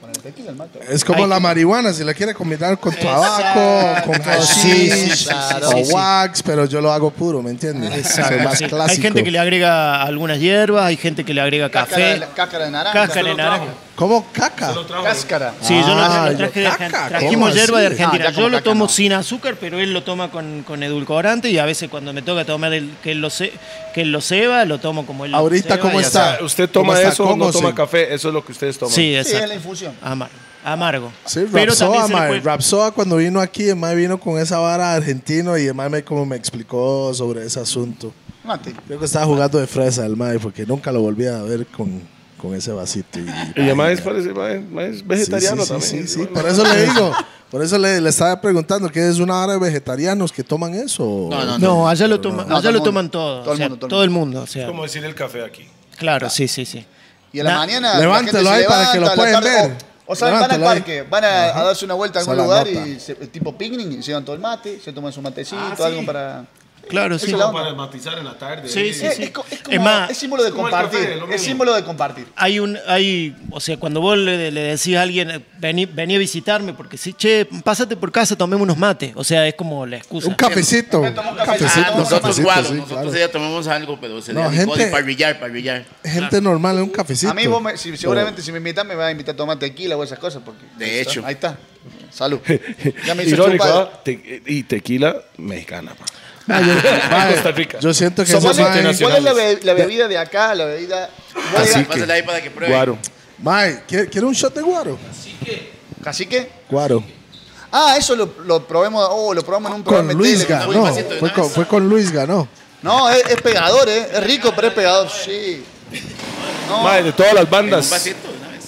E: Poner tequila al mate.
D: Es como
F: Ay,
D: la
F: qué-
D: marihuana, si la quiere combinar con tabaco, con
F: Sí, sí,
D: hashish
F: sí, claro.
D: o
F: Sí, sí.
D: wax, pero yo lo hago puro, ¿me entiendes? Soy más
F: Sí.
D: clásico.
F: Hay gente que le agrega algunas hierbas, hay gente que le agrega
E: Cáscara,
F: café,
E: de- cáscara de naranja.
F: cáscara de naranja.
D: ¿Cómo caca?
E: Cáscara.
F: Sí, yo
D: Ah,
F: no lo traje
D: yo,
F: de
D: caca,
F: Argen-
D: ¿cómo
F: Trajimos
D: así?
F: hierba de
E: Ah,
F: Argentina.
E: ya como
F: yo lo
E: caca,
F: tomo
E: no.
F: sin azúcar, pero él lo toma con, con edulcorante y a veces cuando me toca tomar el que él lo, ce- que él lo ceba, lo tomo como él lo
D: Ahorita,
F: ceba
D: ¿cómo
F: y
D: está?
F: así.
C: Usted
D: ¿Cómo
C: toma
D: está?
C: eso o
D: ¿Cómo
C: no toma
D: se-
C: café, eso es lo que ustedes toman.
F: Sí,
E: Sí, es la
F: exacto.
E: infusión.
F: Amargo. Amargo.
D: Sí, Rapsoa,
F: también se le
D: mae.
F: puede-
D: Rapsoa cuando vino aquí, el mae vino con esa vara argentino y el mae me, como me explicó sobre ese asunto.
E: Mate.
D: Creo que estaba jugando de fresa el mae porque nunca lo volví a ver con, con ese vasito. Y,
C: Y además parece, mae, mae, es
D: sí,
C: vegetariano
D: sí,
C: también.
D: Sí, sí, por eso le
E: *laughs*
D: digo. Por eso le, le estaba preguntando que es una hora de vegetarianos que toman eso.
B: No, no, no.
F: No, allá lo, toma-
E: No, todo
F: allá
E: el mundo.
F: lo
E: Ah.
F: toman todo. o sea, Todo el mundo. o sea,
C: Como decir el café aquí.
F: claro, sí, sí, sí.
E: Y a la
F: Na-
E: mañana. la
D: Levántalo
E: gente se
D: ahí para que lo
E: levanta, a la
D: puedan
E: tarde-
D: ver.
E: O, o sea, van al
D: Levántalo ahí.
E: parque, van a, a darse una vuelta a algún
D: Se la
E: lugar
D: nota.
E: y se- tipo picnic, y se llevan todo el mate, se toman su matecito,
C: sí.
E: algo para.
F: Claro,
E: Eso
F: sí.
E: es la
C: Para
E: onda.
C: matizar en la tarde.
F: Sí, sí,
E: Eh,
F: sí.
E: Es, co- es como-
F: Es más-
E: es símbolo de
C: como el café,
E: compartir.
C: lo
E: es
C: mismo.
E: símbolo de compartir.
F: Hay un, hay, o sea, cuando vos le, le decís a alguien, eh, vení, vení a visitarme, porque sí, che, pásate por casa, tomemos unos mates. O sea, es como la excusa.
D: Un cafecito. Un
E: tomo un
D: cafecito.
E: cafecito.
B: Ah,
E: sí,
B: nosotros
D: cafecito,
B: guado,
D: sí,
B: nosotros
D: claro.
B: ya tomamos algo, pero se
D: No,
B: no, gente...
D: gente-
B: parrillar, parrillar.
D: Gente normal, un cafecito.
E: A mí, vos me- si- seguramente,
D: Oh.
E: si me invitan, me vas a invitar a tomar tequila o esas cosas. Porque,
B: De
E: ahí está,
B: hecho.
E: Ahí está. Salud.
B: Ah,
D: *laughs*
E: Ya me hizo
C: Irónico,
D: ¿eh?
E: chupar.
C: ¿ah? Te- y tequila mexicana. pa.
D: Ma,
E: *laughs*
D: yo, ma,
C: Costa Rica.
D: Yo siento que
E: ¿Cuál
D: esos
E: es,
D: ma-
E: cuál es la, be- la bebida de acá? La bebida.
B: Así
E: Así
B: que, ahí para que pruebe.
C: Guaro.
D: ma, ¿quiere, quiere un shot de guaro?
E: Cacique.
D: Guaro.
E: Ah, eso lo, lo probemos. Oh, lo probamos en un programa
D: Con
E: de
D: Luis
E: tele.
D: ganó. Fue con, fue con Luis ganó.
E: No, es, es pegador, ¿eh? Es rico, pero es pegador. Sí. No.
C: Madre, de todas las
B: En un
C: bandas,
B: vasito, de una vez.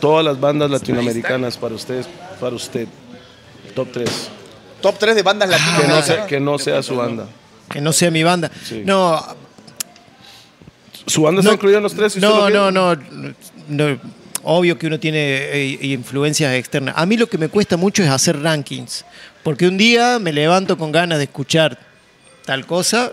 C: todas las bandas latinoamericanas para ustedes, para usted. Top 3.
E: Top 3 de bandas
C: Que no
F: Ah.
E: latinas.
C: sea, que no sea su banda.
F: Que no sea mi banda. No,
C: ¿Su banda está incluida en los tres? si usted
F: No,
C: lo quiere?
F: no, no, no. Obvio que uno tiene eh, influencias externas. A mí lo que me cuesta mucho es hacer rankings. Porque un día me levanto con ganas de escuchar tal cosa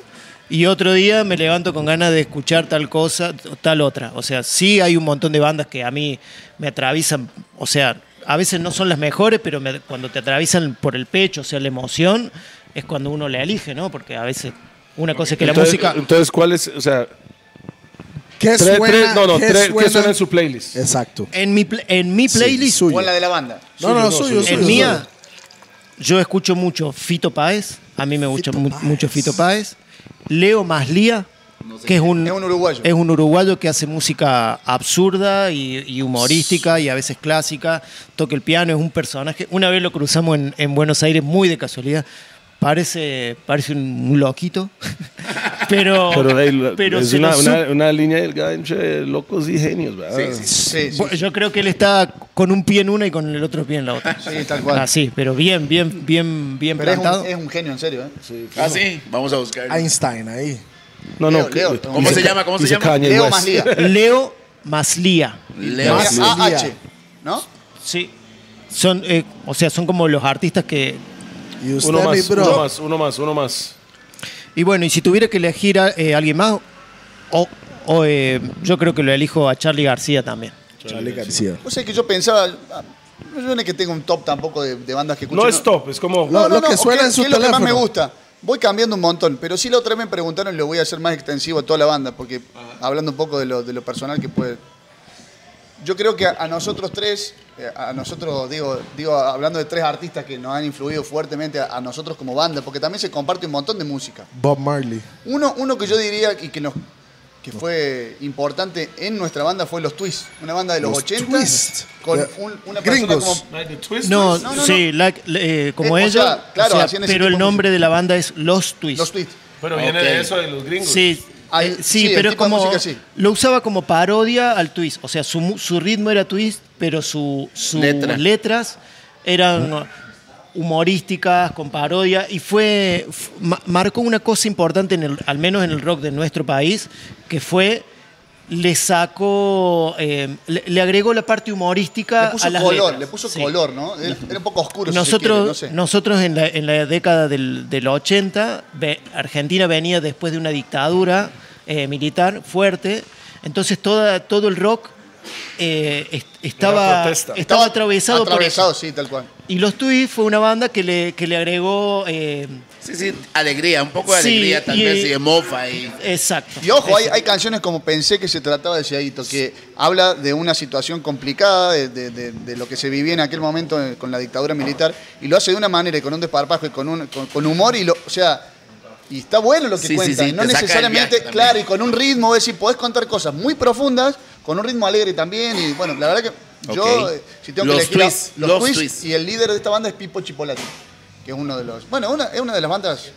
F: y otro día me levanto con ganas de escuchar tal cosa o tal otra. O sea, sí hay un montón de bandas que a mí me atraviesan. O sea, a veces no son las mejores, pero me- cuando te atraviesan por el pecho, o sea, la emoción, es cuando uno la elige, ¿no? Porque a veces una cosa es que la
C: Entonces-
F: música...
C: Entonces, ¿cuál es? O sea,
D: ¿Qué
C: tres,
D: suena?
C: tres- no, no,
D: ¿Qué
C: tres,
D: suena?
C: ¿qué suena en su playlist?
D: Exacto.
F: En mi, pl- en mi playlist...
D: suyo.
E: O en la de la banda.
D: No, no, no, suyo, suyo.
F: En mía, yo escucho mucho Fito Páez. A mí me gusta
D: Fito
F: mu-
D: Páez.
F: mucho Fito Páez. Leo Maslía, que es un,
E: Es un uruguayo.
F: es un uruguayo que hace música absurda y, y humorística y a veces clásica. Toca el piano, es un personaje. Una vez lo cruzamos en, en Buenos Aires muy de casualidad. Parece, parece un loquito, *laughs* pero,
C: Pero, ahí,
F: pero
C: es
F: se
C: una,
F: lo su-
C: una, una línea delgada entre locos y genios, ¿verdad?
E: Sí, sí, sí. sí.
F: Bueno, Yo creo que él está con un pie en una y con el otro pie en la otra.
E: Sí, tal cual.
F: Así, Ah, pero bien, bien, bien, bien
E: Pero es
F: plantado.
E: un, es un genio, en serio. ¿eh?
B: Ah, sí, vamos a buscar.
D: Einstein ahí.
C: No, no.
E: Leo, Leo,
C: que-
E: ¿cómo
C: dice-
B: se llama? ¿Cómo se
C: dice
B: llama?
C: Kanye
E: Leo
C: West.
E: Maslía.
F: Leo Maslía.
B: Leo.
E: Más AH. ¿No?
F: Sí. Son, eh, o sea, son como los artistas que.
D: Y usted,
C: Uno
D: mi
C: más,
D: bro.
C: uno más, uno más, uno más.
F: Y bueno, y si tuviera que elegir a eh, alguien más, o, o, eh, yo creo que lo elijo a Charlie García también.
D: Charlie García.
E: O sea que yo pensaba. ah, No es que tenga un top tampoco de, de bandas que escucho.
C: No es top, es como...
D: No, lo que suena
E: ¿qué-
D: en su
E: qué es lo que más me
D: teléfono?
E: gusta. Voy cambiando un montón, pero sí la otra vez me preguntaron y lo voy a hacer más extensivo a toda la banda, porque hablando un poco de lo, de lo personal que puede. Yo creo que a, a nosotros tres, eh, a nosotros, digo, digo, hablando de tres artistas que nos han influido fuertemente a, a nosotros como banda, porque también se comparte un montón de música.
D: Bob Marley.
E: Uno, uno que yo diría y que nos que fue importante en nuestra banda fue Los Twist, una banda de los,
D: Los
E: 80
D: Twist.
E: con
D: Ya.
E: un- una
D: Gringos.
E: persona como
F: No,
E: no, no.
F: sí, la- eh, como
E: Eh, o
F: ella.
E: sea, claro,
F: o sea,
E: hacían ese
F: pero
E: tipo
F: el
E: de
F: nombre de la banda es Los Twists.
E: Los Twist.
C: Pero viene de eso de los gringos.
F: Sí,
E: Al-
F: eh, sí,
E: sí, el
F: pero
E: tipo de
F: como
E: música, sí.
F: lo usaba como parodia al twist, o sea, su, mu- su ritmo era twist, pero su, sus
B: Letra.
F: letras eran humorísticas, con parodia, y fue, f- ma- marcó una cosa importante, en el, al menos en el rock de nuestro país, que fue, le sacó, eh, le, le agregó la parte humorística.
E: Le puso
F: a las
E: color,
F: letras.
E: le puso
F: Sí.
E: color, ¿no? Era era un poco oscuro. si se
F: Nosotros,
E: quiere, no sé.
F: nosotros en, la, en la década del, del 80, ve- Argentina venía después de una dictadura eh, militar fuerte, entonces toda, todo el rock eh, est-
C: Era
F: estaba,
C: protesta.
F: estaba atravesado,
E: Atravesado,
F: por eso.
E: sí, tal cual.
F: Y Los Twist fue una banda que le, que le agregó... eh,
B: Sí, sí, alegría, un poco de
F: Sí,
B: alegría tal
F: y- Ah,
B: vez, y de mofa. Y...
F: exacto.
E: Y ojo, hay,
F: Eso.
E: hay canciones como Pensé que se trataba de Ciaguito, que habla de una situación complicada, de, de- de- de lo que se vivía en aquel momento eh, con la dictadura militar, y lo hace de una manera y con un desparpajo y con, un, con, con humor, y lo, o sea, y está bueno lo que
B: Sí, sí,
E: cuenta.
B: sí,
E: y no
B: te saca del viaje
E: necesariamente,
B: también.
E: claro, y con un ritmo, es decir, podés contar cosas muy profundas, con un ritmo alegre también, y bueno, la verdad que yo,
B: Ok.
E: eh, si tengo
B: Los
E: que elegir a-
B: Twists,
E: los,
B: los
E: Twists,
B: Twists.
E: y el líder de esta banda es Pipo Chipolati, que es uno de los, bueno, una- es una de las bandas...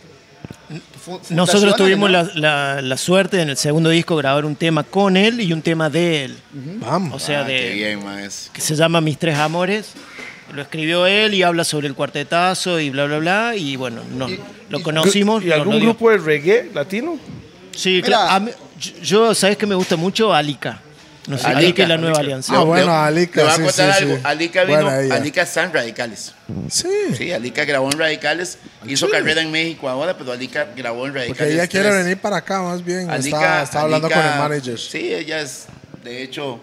E: fu-
F: Nosotros
E: fundacionales,
F: tuvimos
E: ¿no?
F: la, la- la suerte en el segundo disco grabar un tema con él y un tema de él. O
D: Vamos.
F: sea,
B: Ah,
F: de,
B: qué bien, man, es.
F: que se llama Mis Tres Amores. Lo escribió él y habla sobre el cuartetazo y bla, bla, bla. Y bueno, no, lo conocimos.
C: ¿Y
F: no,
C: algún
F: no dio.
C: grupo de reggae latino?
F: Sí,
E: Mira.
F: claro. a mí- yo, ¿sabes que me gusta mucho? Alica. No sé,
B: Alica,
F: Alica es la nueva
B: Alica.
F: alianza.
D: Ah,
B: Le-
D: bueno,
B: le-
D: Alica,
B: Te voy a
D: sí,
B: contar
D: sí,
B: algo.
D: sí.
B: Alica vino.
D: Buena ella.
B: Alica están radicales.
D: Sí.
B: Sí, Alica grabó en Radicales. Hizo carrera en México ahora, pero Alica grabó en Radicales.
D: Ah, Porque ella quiere
B: tres.
D: venir para acá más bien.
B: Alica-
D: Estaba estaba hablando
B: Alica-
D: con el manager.
B: Sí, ella es, de hecho,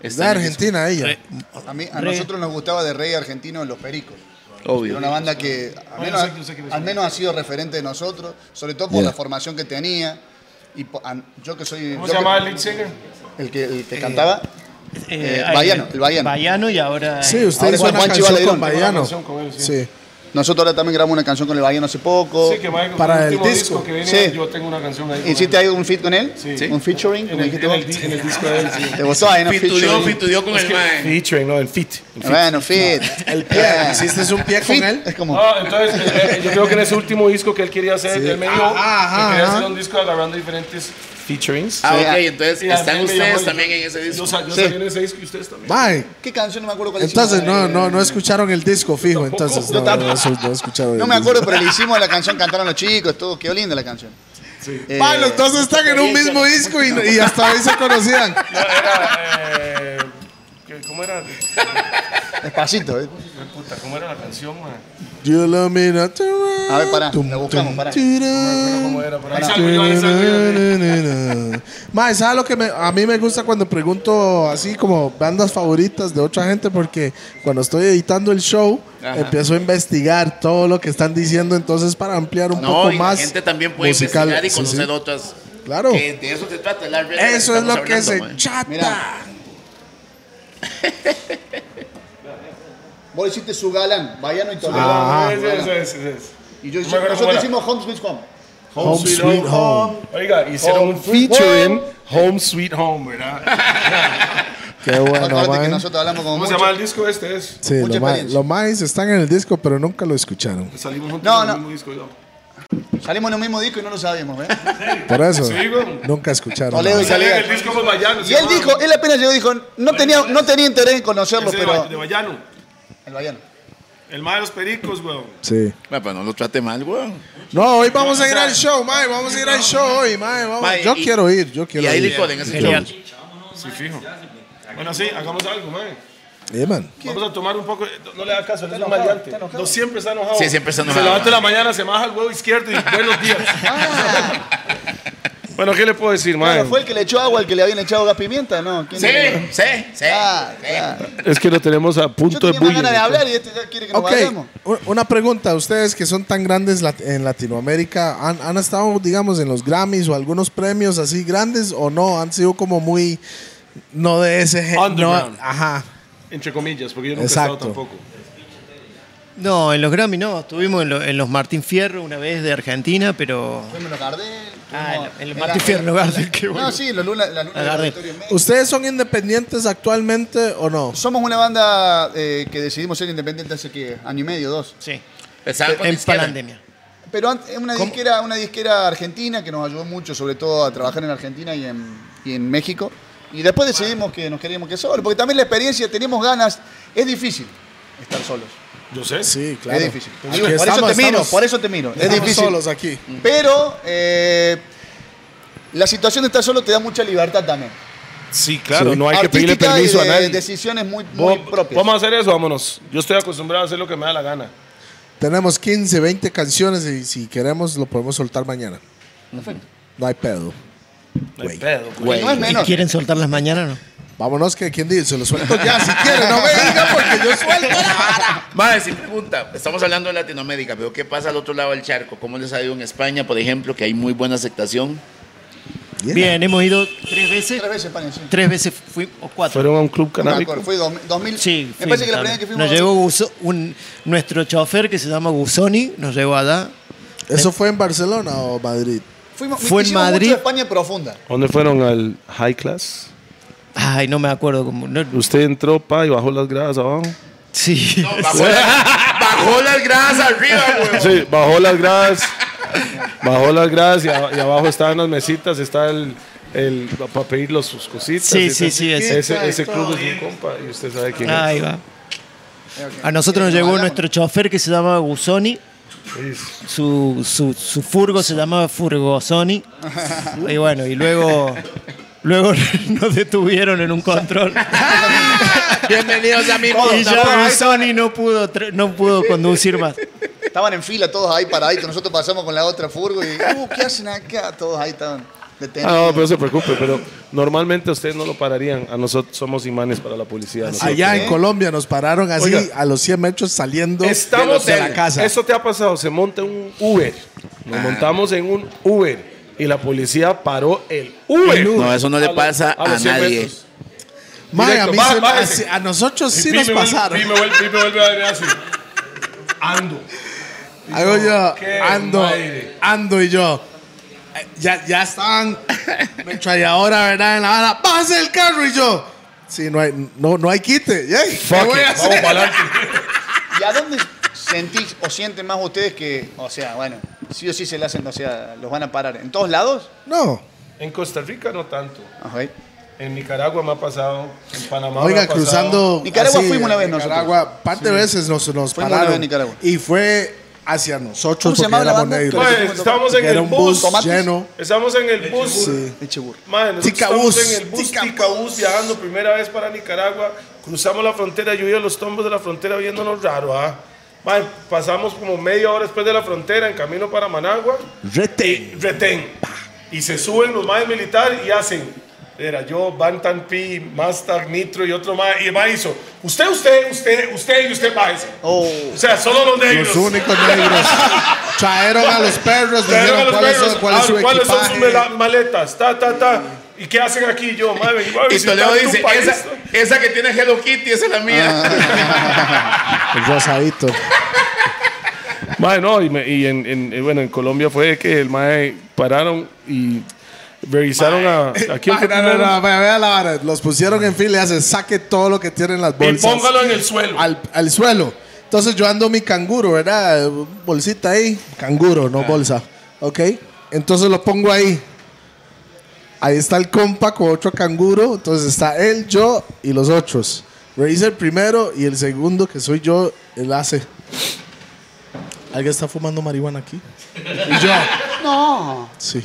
D: Es
B: es
D: de Argentina ella.
F: Eh,
E: A, mí, a nosotros nos gustaba de Rey Argentino Los Pericos. Era
B: Obvio.
E: una banda
I: Ah,
E: que al menos, al menos ha sido referente de nosotros, sobre todo por la formación que tenía. Y po- an- yo que soy.
I: ¿Cómo
E: yo
I: se
E: que-
I: llamaba el lead singer?
E: El que, el que cantaba.
F: Eh,
E: eh, Baiano, el Baiano.
F: y ahora.
D: Sí,
F: eh,
D: usted
E: Ahora
D: hizo
E: con
D: una
E: Juanchi
D: canción con
E: Valerón.
D: Bayano.
I: Hizo una canción con él, sí.
D: Sí.
E: Nosotros ahora también grabamos una canción con el Bahiano hace poco.
I: Sí, que Michael,
D: Para
I: con
D: el
I: último
D: disco.
I: que viene,
E: Sí.
I: yo tengo una canción ahí. con
E: ¿Hiciste
I: él.
E: ahí un feat con él?
I: Sí.
E: ¿Un featuring?
I: En
E: como
I: el,
E: dijiste
I: en
E: vos?
I: el di- en el disco de él,
E: *laughs*
I: sí.
E: ¿Te gustó ahí, no?
B: Fitudió,
E: Featuring.
B: fitudió con el man.
C: Featuring, no, el fit.
E: Bueno, fit.
D: El pie. ¿Hiciste un pie con
E: Fit
D: él?
E: Es como.
I: Ah, entonces, eh, eh, yo creo que en ese último disco que él quería hacer, él me dijo
D: Ajá,
I: que quería
D: ajá.
I: hacer un disco agarrando diferentes featurings.
B: Ah,
E: Sí.
B: ok, entonces
I: Y
B: están
I: a mí me llamó
B: ustedes
I: y-
B: también en ese disco.
I: Yo, sa- yo
E: Sí.
I: salí en ese disco y ustedes también.
D: Bye.
E: ¿Qué canción? No me acuerdo cuál
D: Entonces,
E: hicimos.
D: no, no, no escucharon el disco fijo, entonces. No,
E: Yo
D: no,
E: tampoco.
D: no, no escucharon el
E: No me
D: disco.
E: acuerdo, pero le hicimos la canción, cantaron los chicos, todo. Quedó linda la canción. Eh,
D: Mae, los dos están en un mismo disco y, y hasta ahí se conocían.
I: No, era, eh, ¿qué- ¿Cómo era?
E: Despacito, ¿eh?
I: Puta, ¿cómo era la canción, man?
D: You love me not to
E: A ver, pará, la buscamos, pará.
I: ¿Cómo era? Por ahí salgo yo, ahí salgo yo.
D: Mae, ¿sabes lo que me- a mí me gusta cuando pregunto así como bandas favoritas de otra gente? Porque cuando estoy editando el show, empiezo a investigar todo lo que están diciendo, entonces para ampliar un
B: No,
D: poco
B: y
D: más.
B: la gente también puede
D: musical.
B: investigar y
D: Sí,
B: conocer
D: sí.
B: otras.
D: Claro.
B: Que de eso se trata, la red.
D: Eso es lo que
B: estamos
D: se
B: hablando, man.
D: chata.
E: Mira. Vos hiciste su galán, Bayano y Toledo.
D: Ah,
I: Ese,
E: Galán.
I: ese, ese, ese.
E: Y yo,
I: No me acuerdo cómo
E: nosotros
I: era.
E: hicimos Home Sweet Home.
D: Home Sweet Home.
I: Oiga, hicieron un featuring Home Sweet Home, ¿verdad?
D: Qué bueno,
E: Acuérdate que
D: mae.
E: nosotros hablamos como
I: ¿Cómo se
E: mucho.
I: llama el disco este? Es,
D: Sí,
E: Mucha
D: lo más,
E: experiencia.
D: lo más están en el disco, pero nunca lo escucharon.
I: salimos juntos
E: No,
I: en
E: no.
I: el mismo disco. yo.
E: Salimos en el mismo disco y no lo sabíamos, ¿eh?
D: *laughs* Por eso,
I: güey.
D: nunca escucharon.
E: Toledo
I: Y
E: y
D: mae.
I: salía
E: Calidad.
I: el disco con Bayano.
E: Y él dijo, él apenas llegó y dijo, no tenía, no tenía interés en conocerlo, pero...
I: De Bayano.
E: El Bayano.
I: El más de los pericos, weón.
D: Sí.
B: Ma, pero pues, no lo trate mal, weón.
D: No, hoy vamos a ir al show, mae. Vamos a ir al show hoy, mae. vamos.
B: Mae,
D: Yo
B: y-
D: quiero ir, yo
B: Y
D: quiero
B: ahí
D: ir.
B: licor en ese show.
F: Genial.
I: Sí, fijo. Bueno, sí, hagamos algo, man.
D: Yeah, man.
I: Vamos a tomar un poco. No le hagas caso, él es un maleante. No siempre está enojado.
B: Sí, siempre está enojado.
I: Se levanta en la mañana, se maja el huevo izquierdo y buenos
E: *laughs*
I: días.
E: Ah.
I: bueno, ¿qué le puedo decir, man?
E: Claro, fue el que le echó agua, el que le habían echado gas pimienta, ¿no? ¿Quién
B: Sí,
E: era?
B: sí, sí.
E: Ah, claro.
I: Es que lo tenemos a
E: Yo
I: punto
E: tenía más ganas de hablar y este ya quiere que nos
D: Ok,
E: vayamos.
D: u- una pregunta. Ustedes que son tan grandes lat- en Latinoamérica, ¿han, han estado, digamos, en los Grammys o algunos premios así grandes o no? ¿Han sido como muy... No de ese... gen- No,
I: Underground.
D: ajá.
I: Entre comillas, porque yo nunca he
D: Exacto.
I: estado tampoco.
F: No, en los Grammy no. Estuvimos en, lo- en los Martín Fierro una vez de Argentina, pero.
E: Fuimos a Gardel.
F: Ah, el, el
E: fuimos-
F: Martín
E: era-
F: Fierro, Gardel, qué bueno.
E: No, sí, la luna, la luna
F: A
E: de la
F: Gardel.
E: Victoria en México.
D: ¿Ustedes son independientes actualmente o no?
E: Somos una banda eh, que decidimos ser independiente hace que año y medio, dos.
F: Sí.
B: Empezaron con
F: en
B: izquierda.
F: pandemia.
E: Pero ant- es una disquera, una disquera argentina que nos ayudó mucho, sobre todo a trabajar en Argentina y en, y en México. Y después decidimos que nos queríamos que solos, porque también la experiencia, teníamos ganas. Es difícil estar solos.
I: Yo sé.
D: Sí, claro.
E: Es difícil.
D: Aquí
E: por eso
D: estamos,
E: te miro,
D: estamos-
E: por eso te miro. Es
D: estamos
E: difícil.
D: solos aquí.
E: Pero eh, la situación de estar solo te da mucha libertad también.
I: Sí, claro, no hay que
E: Artística
I: pedirle
E: y
I: permiso a
E: de-
I: nadie.
E: Decisiones muy, muy
I: Vos-
E: propias.
I: Vamos a hacer eso, vámonos. Yo estoy acostumbrado a hacer lo que me da la gana.
D: Tenemos 15, 20 canciones y si queremos lo podemos soltar mañana. No hay pedo.
I: No hay pedo, güey.
E: no es
F: ¿Y
E: menos.
F: quieren soltar las mañanas no?
D: Vámonos que quien dice, se lo suelto ya
C: *laughs*
D: si quiere, no me diga porque yo suelto la vara.
B: Madre, sin punta. Estamos hablando de Latinoamérica, pero ¿qué pasa al otro lado del charco? ¿Cómo les ha ido en España, por ejemplo, que hay muy buena aceptación?
F: Bien, hemos ido tres veces.
E: Tres veces, España, sí.
F: Tres veces fui, o cuatro.
I: Fueron a un club
E: No me
I: canábico.
E: acuerdo, fue dos- 2000.
F: Sí,
E: me
F: fuimos
E: parece que la
F: también.
E: primera que fuimos.
F: Nos llevó Guso- un, nuestro chofer que se llama Gusoni, nos llevó allá.
D: ¿Eso fue en Barcelona o Madrid?
E: fuimos-
F: fue en
E: hicimos mucho
F: Madrid.
E: España profunda.
I: ¿Dónde fueron al High Class?
F: Ay, no me acuerdo cómo. no-
I: Usted entró, pa, y bajó las gradas abajo.
F: sí.
B: Bajó, la- *laughs* bajó las gradas arriba, güey.
I: *laughs* Sí, bajó las gradas. Bajó las gradas y, a- y abajo estaban las mesitas, está el, el para pedir los, sus cositas.
F: Sí,
I: y
F: sí,
I: tal.
F: sí, ese.
I: Ese, ese club es un compa y usted sabe quién
F: Ahí va. A nosotros nos
E: Eh,
F: llegó nuestro chofer que se llama Gusoni. Su, su, su furgo se llamaba Furgosoni. Y bueno, y luego Luego *laughs* nos detuvieron en un control.
J: Bienvenidos a mi
F: y
J: mundo.
F: ya Sony no pudo, tra- no pudo conducir más.
E: Estaban en fila todos ahí paraditos. Nosotros pasamos con la otra furgo y, uh, ¿qué hacen acá? Todos ahí estaban detenidos.
C: Ah, no, pero no se preocupe, pero normalmente ustedes no lo pararían. A nosotros somos imanes para la policía. nosotros.
D: Allá en
E: ¿Eh?
D: Colombia nos pararon así
C: Oiga.
D: a los 100 metros saliendo
C: Estamos
D: de
C: en
D: la casa.
C: Eso te ha pasado, se monta un Uber.
B: Ah.
C: Nos montamos en un Uber y la policía paró el Uber.
D: El Uber.
B: No, eso no le
C: los-
B: pasa
C: los
B: a
C: 100
B: nadie.
C: metros.
D: Mae,
C: Directo,
D: a, mí
C: ba-
D: se-
C: bájese.
D: a- a nosotros sí
C: Y
D: nos
C: me vuel-
D: pasaron.
C: y me vuel- y me vuelve a ver así. Ando.
D: Hago yo,
C: Qué
D: ando,
C: madre.
D: ando y yo. eh, Ya, ya estaban metralladora, ¿verdad? En la vara. Bájese el carro y yo. Sí, no hay, no, no hay quite. Yay, ¿Qué
C: Fuck
D: voy
C: it,
D: a
C: vamos
D: hacer?
C: para adelante.
D: Ah,
E: ¿Y a dónde sentís o sienten más ustedes que, o sea, bueno, sí o sí se le hacen, o sea, los van a parar? ¿En todos lados? Ah,
D: No.
C: En Costa Rica no tanto.
E: Ajá.
C: En Nicaragua me ha pasado. En Panamá me ha
D: Oiga,
C: pasado.
D: cruzando.
E: Nicaragua
D: así,
E: fuimos una vez
D: Nicaragua, parte de veces nos, nos
E: Fuimos una
D: pararon.
E: vez a Nicaragua.
D: Y fue hacia nosotros
E: ¿Cómo se
D: porque
E: llamaba la
D: éramos
E: banda?
D: negros.
C: Mae, Pues, estamos en
D: Porque
C: el
D: era un bus
C: bus.
E: ¿Tomates?
D: lleno.
C: Estamos en el bus.
D: Sí.
E: Eche burro.
C: Mae, nosotros
D: Ticabús.
C: estamos en el bus
D: Ticabús.
C: Ticabús viajando primera vez para Nicaragua. Cruzamos la frontera, yo vi a los tombos de la frontera viéndonos raro, ¿ah? Mae, pasamos como media hora después de la frontera en camino para Managua. Retén. Retén. Y se suben los maes militares y hacen. Era yo, Bantan Pi, Mastag, Nitro y otro más. Y el mae hizo, usted, usted, usted, usted y usted, más.
E: Oh.
C: O sea, solo los negros.
D: Los únicos
C: *laughs*
D: negros. Trajeron a los perros.
C: Trajeron a
D: dijeron
C: Pues los
D: cuál es
C: perros,
D: su- cuál es
C: ah,
D: su
C: ¿Cuáles son
D: equipaje.
C: sus mela- maletas? Ta, ta, ta. ¿Y qué hacen aquí yo? Madre, vengo a
J: Y
C: visitar
J: Toledo
C: tu
J: dice,
C: país.
J: esa, esa que tiene Hello Kitty, esa es la mía.
D: El rosadito.
C: Mae, no, y, me- y en, en- eh, bueno, en Colombia fue que el mae pararon y revisaron a, a quién
D: Ay,
C: fue
D: no, no,
C: primero?
D: no, vea, vea la vara. Los pusieron en fila y hacen saque todo lo que tienen las
C: Y
D: bolsas.
C: póngalo en el suelo.
D: Al, al suelo. Entonces yo ando mi canguro, ¿verdad? Bolsita ahí. Canguro, no bolsa. ¿Ok? Entonces lo pongo ahí. Ahí está el compa con otro canguro. Entonces está él, yo y los otros. Revisa el primero y el segundo, que soy yo, él hace. ¿Alguien está fumando marihuana aquí? Y yo. No. Sí.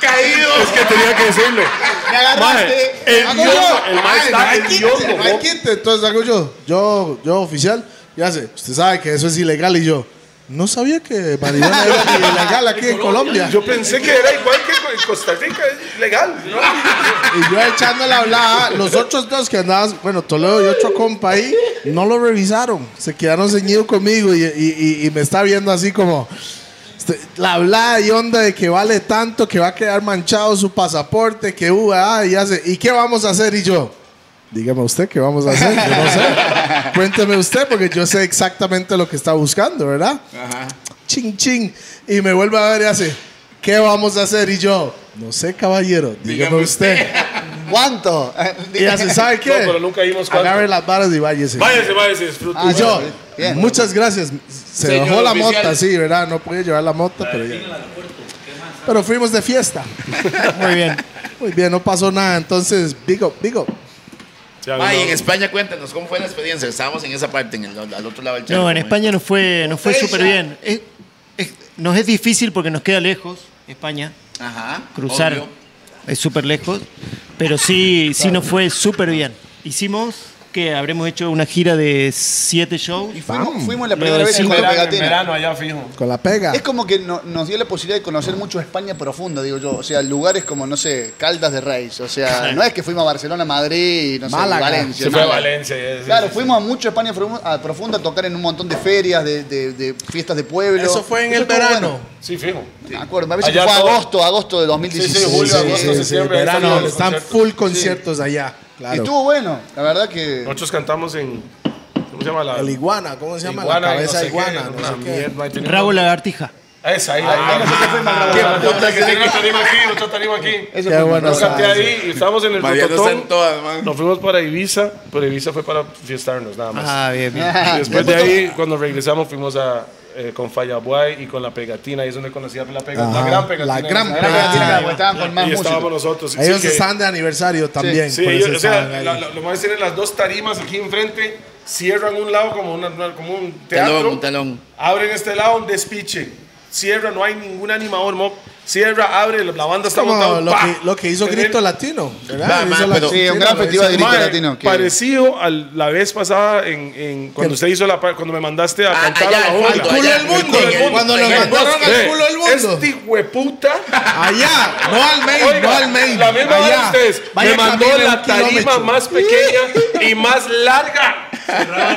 J: Caído.
C: Es que tenía que decirle.
E: Me agarraste.
C: Mae, el
E: Hago
C: yo-
E: yo.
C: el mae
D: Ay,
C: está
D: no hay
C: en
D: quite,
C: Yongo,
D: no hay
C: ¿no?
D: quite. Entonces hago yo, yo, yo oficial, y hace, usted sabe que eso es ilegal. Y yo, no sabía que marihuana
C: *laughs*
D: era ilegal aquí en Colombia.
C: Yo pensé que era igual que en Costa Rica, es legal. ¿no?
D: Y yo echando la hablada, los otros dos que andaban, bueno, Toledo y otro compa ahí, no lo revisaron. Se quedaron ceñidos conmigo y, y- y- y me está viendo así como. este, La hablada y onda de que vale tanto, que va a quedar manchado su pasaporte, que uh, ah, y hace, ¿y qué vamos a hacer? Y yo, dígame usted qué vamos a hacer, yo no *laughs* sé. Cuénteme usted, porque yo sé exactamente lo que está buscando, ¿verdad? Ching, ching. Y me vuelve a ver y hace, ¿qué vamos a hacer? Y yo, no sé, caballero, dígame,
J: Dígame
D: usted.
E: ¿Cuánto?
D: Y
E: *laughs*
D: así, ¿sabe qué?
C: *laughs* No, pero nunca vimos cuánto.
D: Agarre las varas y váyese.
C: Váyase, váyase, disfrute.
E: Ah,
D: Y yo,
E: Bien.
D: muchas gracias. Se
J: Señor
D: dejó la
J: oficial.
D: mota, sí, ¿verdad? No pude llevar la mota, pero ya. Pero fuimos de fiesta.
F: Muy bien.
D: Muy bien, no pasó nada. Entonces, digo, digo,
C: Ya,
B: *laughs* Ay, en
C: no.
B: España, cuéntanos, ¿cómo fue la experiencia? Estábamos en esa parte, en el, al otro lado del charco.
F: No, en España nos fue, nos fue
E: Ella.
F: súper bien. Es- es- nos es difícil porque nos queda lejos, España,
B: Ajá.
F: cruzar.
B: obvio.
F: Es súper lejos, pero sí, sí nos fue súper bien. Hicimos que habremos hecho una gira de siete shows.
E: Y fuimos,
D: Bam.
E: fuimos la
F: Lo
E: primera
D: Ah,
E: vez
F: decimos.
E: con la
C: Verano, en
E: pegatina.
C: verano allá fijo.
D: con la pega.
E: Es como que no- nos dio la posibilidad de conocer mucho España profunda, digo yo. O sea, lugares como, no sé, Caldas de Reis. O sea,
C: *laughs*
E: no es que fuimos a Barcelona, Madrid, no sé,
D: Málaga.
E: Valencia.
C: Se fue a
E: Málaga.
C: Valencia. ya, sí,
E: Claro,
C: sí,
E: fuimos a mucho España profu- a profunda a tocar en un montón de ferias, de, de- de fiestas de pueblo. estuvo bueno.
C: Sí, fijo.
E: Me acuerdo, me parece
C: Allá
E: que fue
C: todo-
E: agosto, agosto de
C: Sí,
E: 2016.
C: sí, julio, agosto,
D: sí, sí,
C: septiembre. ahí
D: verano,
C: salieron los
D: están
C: conciertos.
D: full conciertos allá.
E: Y
D: Claro.
E: estuvo bueno, la verdad que.
C: Nosotros cantamos en. ¿Cómo se llama la.?
D: El iguana, ¿cómo se llama?
C: Iguana
D: la
C: y
D: cabeza
C: no sé
D: iguana.
C: qué,
D: no
C: una
D: sé qué.
C: mierda, y tenemos-
F: Rabo Lagartija.
C: Esa, ahí, ahí. Qué puta que tengo una tarima aquí, otra tarima aquí.
E: Eso
D: Qué
E: fue-
D: bueno.
C: Nos canté ahí y estábamos en el
B: Mariano está en
C: Rototón.
B: todas, man.
C: Nos fuimos para Ibiza, pero Ibiza fue para fiestarnos, nada más.
F: Ah,
E: *laughs*
F: bien, bien.
C: Y Después de ahí, cuando regresamos, fuimos a, eh, con Fallabuay y con la pegatina. Ahí es donde conocí a la pegatina.
D: Ajá,
C: La gran pegatina.
D: la gran
C: esa.
E: La verdad
D: Ah,
E: que estaban- estaban con más
C: Y estábamos
E: músicos.
C: nosotros.
D: Ellos
C: sí que-
D: están de aniversario también.
C: Sí,
D: por
C: ellos-
D: eso
C: o sea,
D: estaban ahí.
C: la- la- los más tienen las dos tarimas aquí enfrente, cierran un lado como, una- una- como un teatro,
B: Telón, un telón.
C: abren este lado un despiche, cierran, no hay ningún animador, mo- Cierra, abre, la banda está
D: Como
C: montada.
D: lo
C: ¡pa!
D: que, lo que hizo
C: Tener-
D: Grito Latino, ¿verdad?
B: Va, ma,
D: Hizo
B: pero-
E: Sí, un gran
D: lo
E: festival
D: hizo-
E: de grito.
C: Mae,
E: latino, que-
C: Parecido a la vez pasada en, en cuando usted hizo la par- cuando me mandaste a
B: Ah,
C: cantar
B: allá,
C: a la
B: al
C: jungla.
B: fondo,
D: Culo
B: allá,
D: del mundo.
B: en el mundo,
D: Cuando lo
B: en el
D: mandaron
B: bosque.
D: al culo del mundo.
C: Este hueputa.
D: Allá, no al main,
C: Oiga,
D: no al main.
C: La misma
D: allá.
C: vara de ustedes.
D: Vaya
C: me mandó
D: camino un
C: la tarima
D: kilómetro.
C: más pequeña y más larga.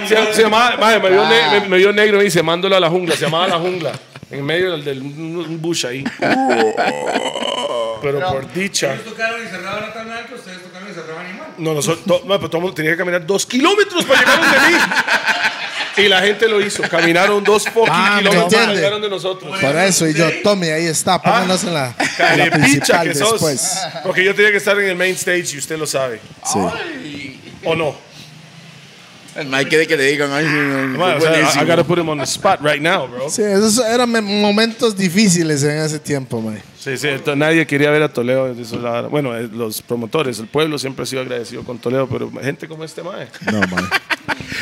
C: se, se llamaba, madre, me, vio ne-
D: Ah.
C: me- me vio negro y dice, mándolo a la jungla. Se llamaba la jungla. En medio del, del- un bush ahí. Pero por dicha.
K: tocaron y cerraban a tan alto, ustedes tocaron y cerraban igual.
C: No, nosotros, no, no, pero todo el mundo tenía que caminar dos kilómetros para llegar donde mí. Y la gente lo hizo. Caminaron dos fucking
D: Ah, ¿me
C: kilómetros para
D: entiende?
C: llegar donde nosotros.
D: Por eso, y yo, Tommy, ahí está, pónganos en la, en la
C: Ah, Carepicha
D: principal
C: que sos.
D: después.
C: Porque yo tenía que estar en el main stage y usted lo sabe.
D: Sí.
C: ¿O no?
B: El Mike quiere que le digan,
F: Ah.
B: ay, no,
C: Man, o sea, I-
B: buenísimo.
C: I gotta put him on the spot right now, bro.
D: Sí, esos eran me- momentos difíciles en ese tiempo, man.
C: Sí, sí, to- nadie quería ver a Toledo. eso es la- bueno, eh, los promotores, el pueblo siempre ha sido agradecido con Toledo, pero gente como este mae.
D: No, man.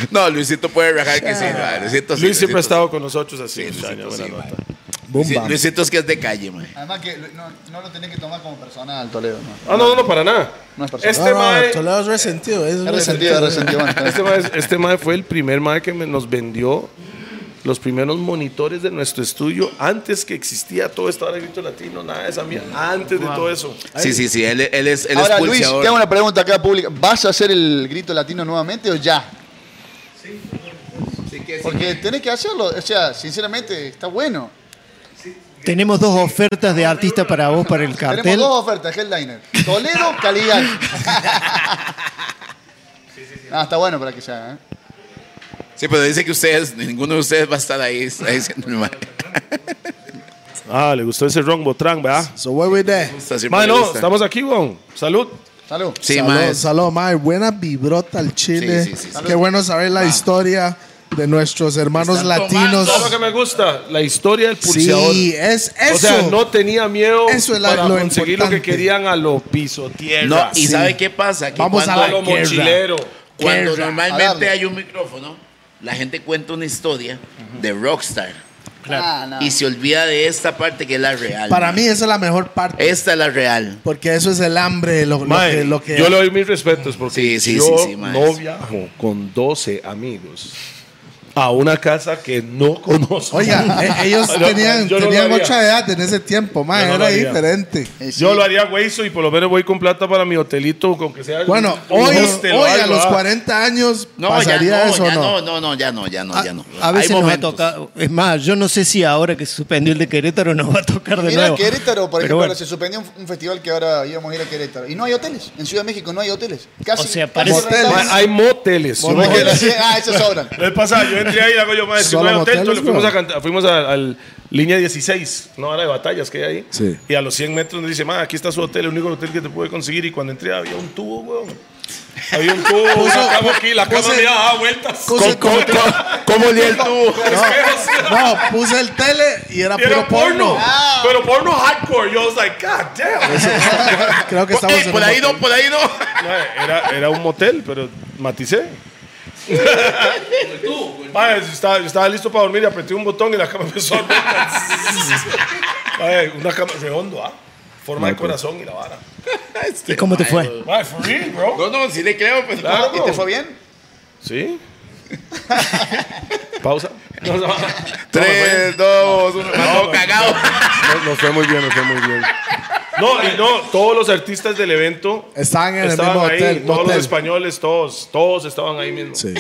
B: No, Luisito puede rajar que sí. ma, Luisito, sí,
C: Luis siempre ha
B: Luisito,
C: estado con nosotros así. muchos
B: Luisito,
C: años,
B: sí,
C: buena
B: man.
C: nota.
D: Boom,
B: Sí,
D: bam.
B: Luisito es que es de calle, man.
E: Además que no, no lo tenés que tomar como personal, Toledo. No,
C: Ah, no, no, no, para nada.
E: no es personal.
C: Este
D: no, no,
C: mae.
D: Toledo es resentido. Es
E: Es resentido, es resentido. bueno, está bien.
C: Este mae, este mae fue el primer mae que me- nos vendió los primeros monitores de nuestro estudio antes que existía todo esto de grito latino, nada de esa mierda, antes de todo eso.
B: Sí, sí, sí, él, él es, él
E: Ahora,
B: es
E: Luis,
B: pulseador.
E: te hago una pregunta acá pública. ¿Vas a hacer el grito latino nuevamente o ya? Porque tenés que hacerlo. O sea, sinceramente, está bueno.
F: Tenemos dos ofertas de artista para vos para el cartel.
E: Tenemos dos ofertas, Headliner. Toledo, Caligari. *laughs* Ah, está bueno para que se haga. ¿eh?
B: Sí, pero dice que ustedes, ninguno de ustedes va a estar ahí, está diciendo el Mike.
C: Ah, le gustó ese Ron Botrán, ¿verdad?
D: So, what we there?
B: Está siempre
C: Mae,
B: le
C: no,
B: gusta.
C: estamos aquí, weón. Salud.
E: Salud.
B: Sí,
D: Salud,
B: mae.
D: salud, mae. Buena vibrota al Chile.
B: Sí, sí, sí, sí. Ah.
D: Qué bueno saber la historia de nuestros hermanos latinos.
C: Todo lo que me gusta, la historia del pulseador.
D: Sí, es eso.
C: O sea, no tenía miedo
D: Eso es la-
C: para
D: lo
C: conseguir lo
D: importante.
C: que querían a lo piso tierra.
B: No, y
D: Sí.
B: ¿sabe qué pasa? Que
D: Vamos a
B: cuando,
D: la
C: a lo
D: guerra.
C: mochilero.
B: cuando
D: guerra.
E: A darle.
B: normalmente hay un micrófono, la gente cuenta una historia de rockstar
E: Ah, no.
B: y se olvida de esta parte que es la real.
D: Para
B: mae.
D: mí esa es la mejor parte.
B: Esta es la real.
D: porque eso es el hambre, lo, lo
C: Mae,
D: que, lo que-
C: yo le doy mis respetos porque
B: Sí, sí,
C: yo
B: sí, sí, mae.
C: no viajo con 12 amigos a una casa que no *laughs* conozco.
D: Oiga,
C: *laughs*
D: e- ellos
C: No,
D: tenían,
C: yo no lo
D: tenían
C: haría.
D: mucha edad en ese tiempo, mae,
C: Yo no lo
D: era
C: haría.
D: diferente.
C: Yo lo haría hueso y por lo menos voy con plata para mi hotelito, con que sea.
D: Bueno,
C: un
D: hoy,
C: hostel o
D: hoy a
C: algo,
D: los
C: ah.
D: 40 años
B: No,
D: pasaría
B: ya no,
D: eso o
B: ya
D: no.
B: no, no, no, ya no, ya no,
F: A-
B: ya no.
F: A veces
B: Hay
F: nos va a
B: momentos.
F: tocar. Es más, yo no sé si ahora que se suspendió el de Querétaro nos va a tocar de
E: Mira,
F: nuevo.
E: Querétaro, por
F: Pero
E: ejemplo,
F: bueno.
E: se suspendió un, un festival que ahora íbamos a ir a Querétaro. Y no hay hoteles. En Ciudad de México no hay hoteles. Casi,
F: O sea,
E: casi
F: parece-
E: rentables.
C: Ma- Hay moteles. Yo me quedé-
E: Ah, esos sobran.
C: La vez pasada, yo entré ahí y hago yo, madre, si no
D: Solo
C: hay hotel,
D: moteles,
C: entonces fuimos,
D: bro.
C: a, cantar- fuimos a- al línea 16, no ahora de batallas que hay ahí.
D: Sí.
C: Y a los 100 metros nos dice, madre, aquí está su hotel, el único hotel que te pude conseguir. Y cuando entré había un tubo, weón. Había un tubo, una cama aquí, la cama
D: puso-
C: me daba vueltas.
D: puso-
C: Con- con- con-
B: ¿Cómo olía el tubo?
C: con espejos.
D: No, puse el tele y era
C: Y era
D: puro porno.
C: porno, pero porno hardcore. Yo was like, God damn.
D: *laughs* Creo que estamos
B: Ey,
D: en
B: por
D: un
B: ahí no,
D: hotel.
B: por ahí no.
C: Madre, Era, era un motel, pero maticé. Madre, yo estaba, yo estaba listo para dormir y apreté un botón y la cama empezó a arder. Madre, una cama redondo, ¿ah? Forma de corazón y la vara.
F: ¿Y cómo te fue?
C: Madre, for real, bro.
B: No, no, sí le creo, pues, pero.
C: Claro.
E: ¿Y te fue bien?
C: *laughs* ¿Sí? Pausa. No, no, no,
B: Tres, dos, uno. Mandó cagado.
C: no, nos fue muy bien, nos fue muy bien. No, y no, todos los artistas del evento
D: Estaban en el
C: estaban
D: mismo
C: ahí,
D: hotel.
C: todos
D: motel.
C: los españoles, todos, todos estaban ahí mismo.
D: Sí.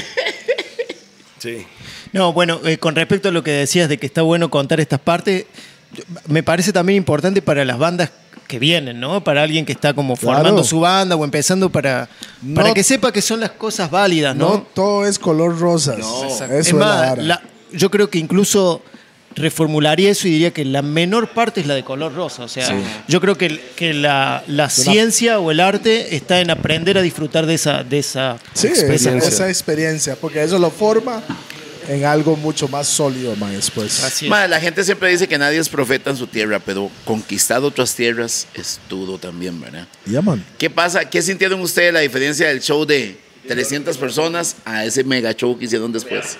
C: sí.
F: No, bueno, eh, con respecto a lo que decías de que está bueno contar estas partes, yo- me parece también importante para las bandas que vienen, ¿no? Para alguien que está como
D: Claro.
F: formando su banda o empezando para, para
D: No-
F: que sepa que son las cosas válidas,
D: No
F: ¿no?
D: todo es color rosas. Eso
F: Exacto.
D: es,
F: Es más,
D: la vara.
F: la- yo creo que incluso reformularía eso y diría que la menor parte es la de color rosa. O sea, yo creo que, que la, la ciencia o el arte está en aprender a disfrutar de esa, de esa
D: Sí,
F: experiencia.
D: esa, esa experiencia, porque eso lo forma en algo mucho más sólido, man, después.
F: Así es.
B: Ma, la gente siempre dice que nadie es profeta en su tierra, pero conquistar otras tierras es todo también, ¿verdad?
D: Ya, man.
B: ¿Qué pasa? ¿Qué sintieron ustedes la diferencia del show de 300 personas a ese mega show que hicieron después?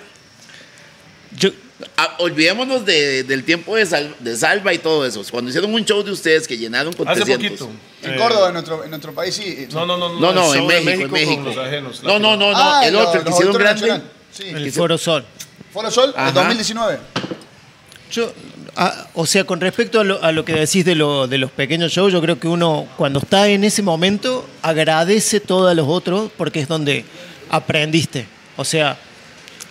F: Yo,
B: Ah, olvidémonos de- del tiempo de, sal- de Salva y todo eso. Cuando hicieron un show de ustedes que llenaron con
C: Hace
B: 300.
C: poquito.
E: En Córdoba, en nuestro, en nuestro país, sí.
C: No, no, no.
B: No, no,
C: el
B: en
C: show de
B: México, en México.
C: con los ajenos, la
B: no, no, no, no,
E: Ah,
B: el
E: lo-
B: otro, el que
E: los
B: hicieron
E: Auditorium
B: grande.
E: Nacional. Sí.
F: el Foro Sol.
E: Foro Sol,
B: Ajá.
E: el 2019.
F: Yo, a- o sea, con respecto a lo, a lo que decís de, lo- de los pequeños shows, yo creo que uno cuando está en ese momento agradece todo a los otros porque es donde aprendiste. O sea,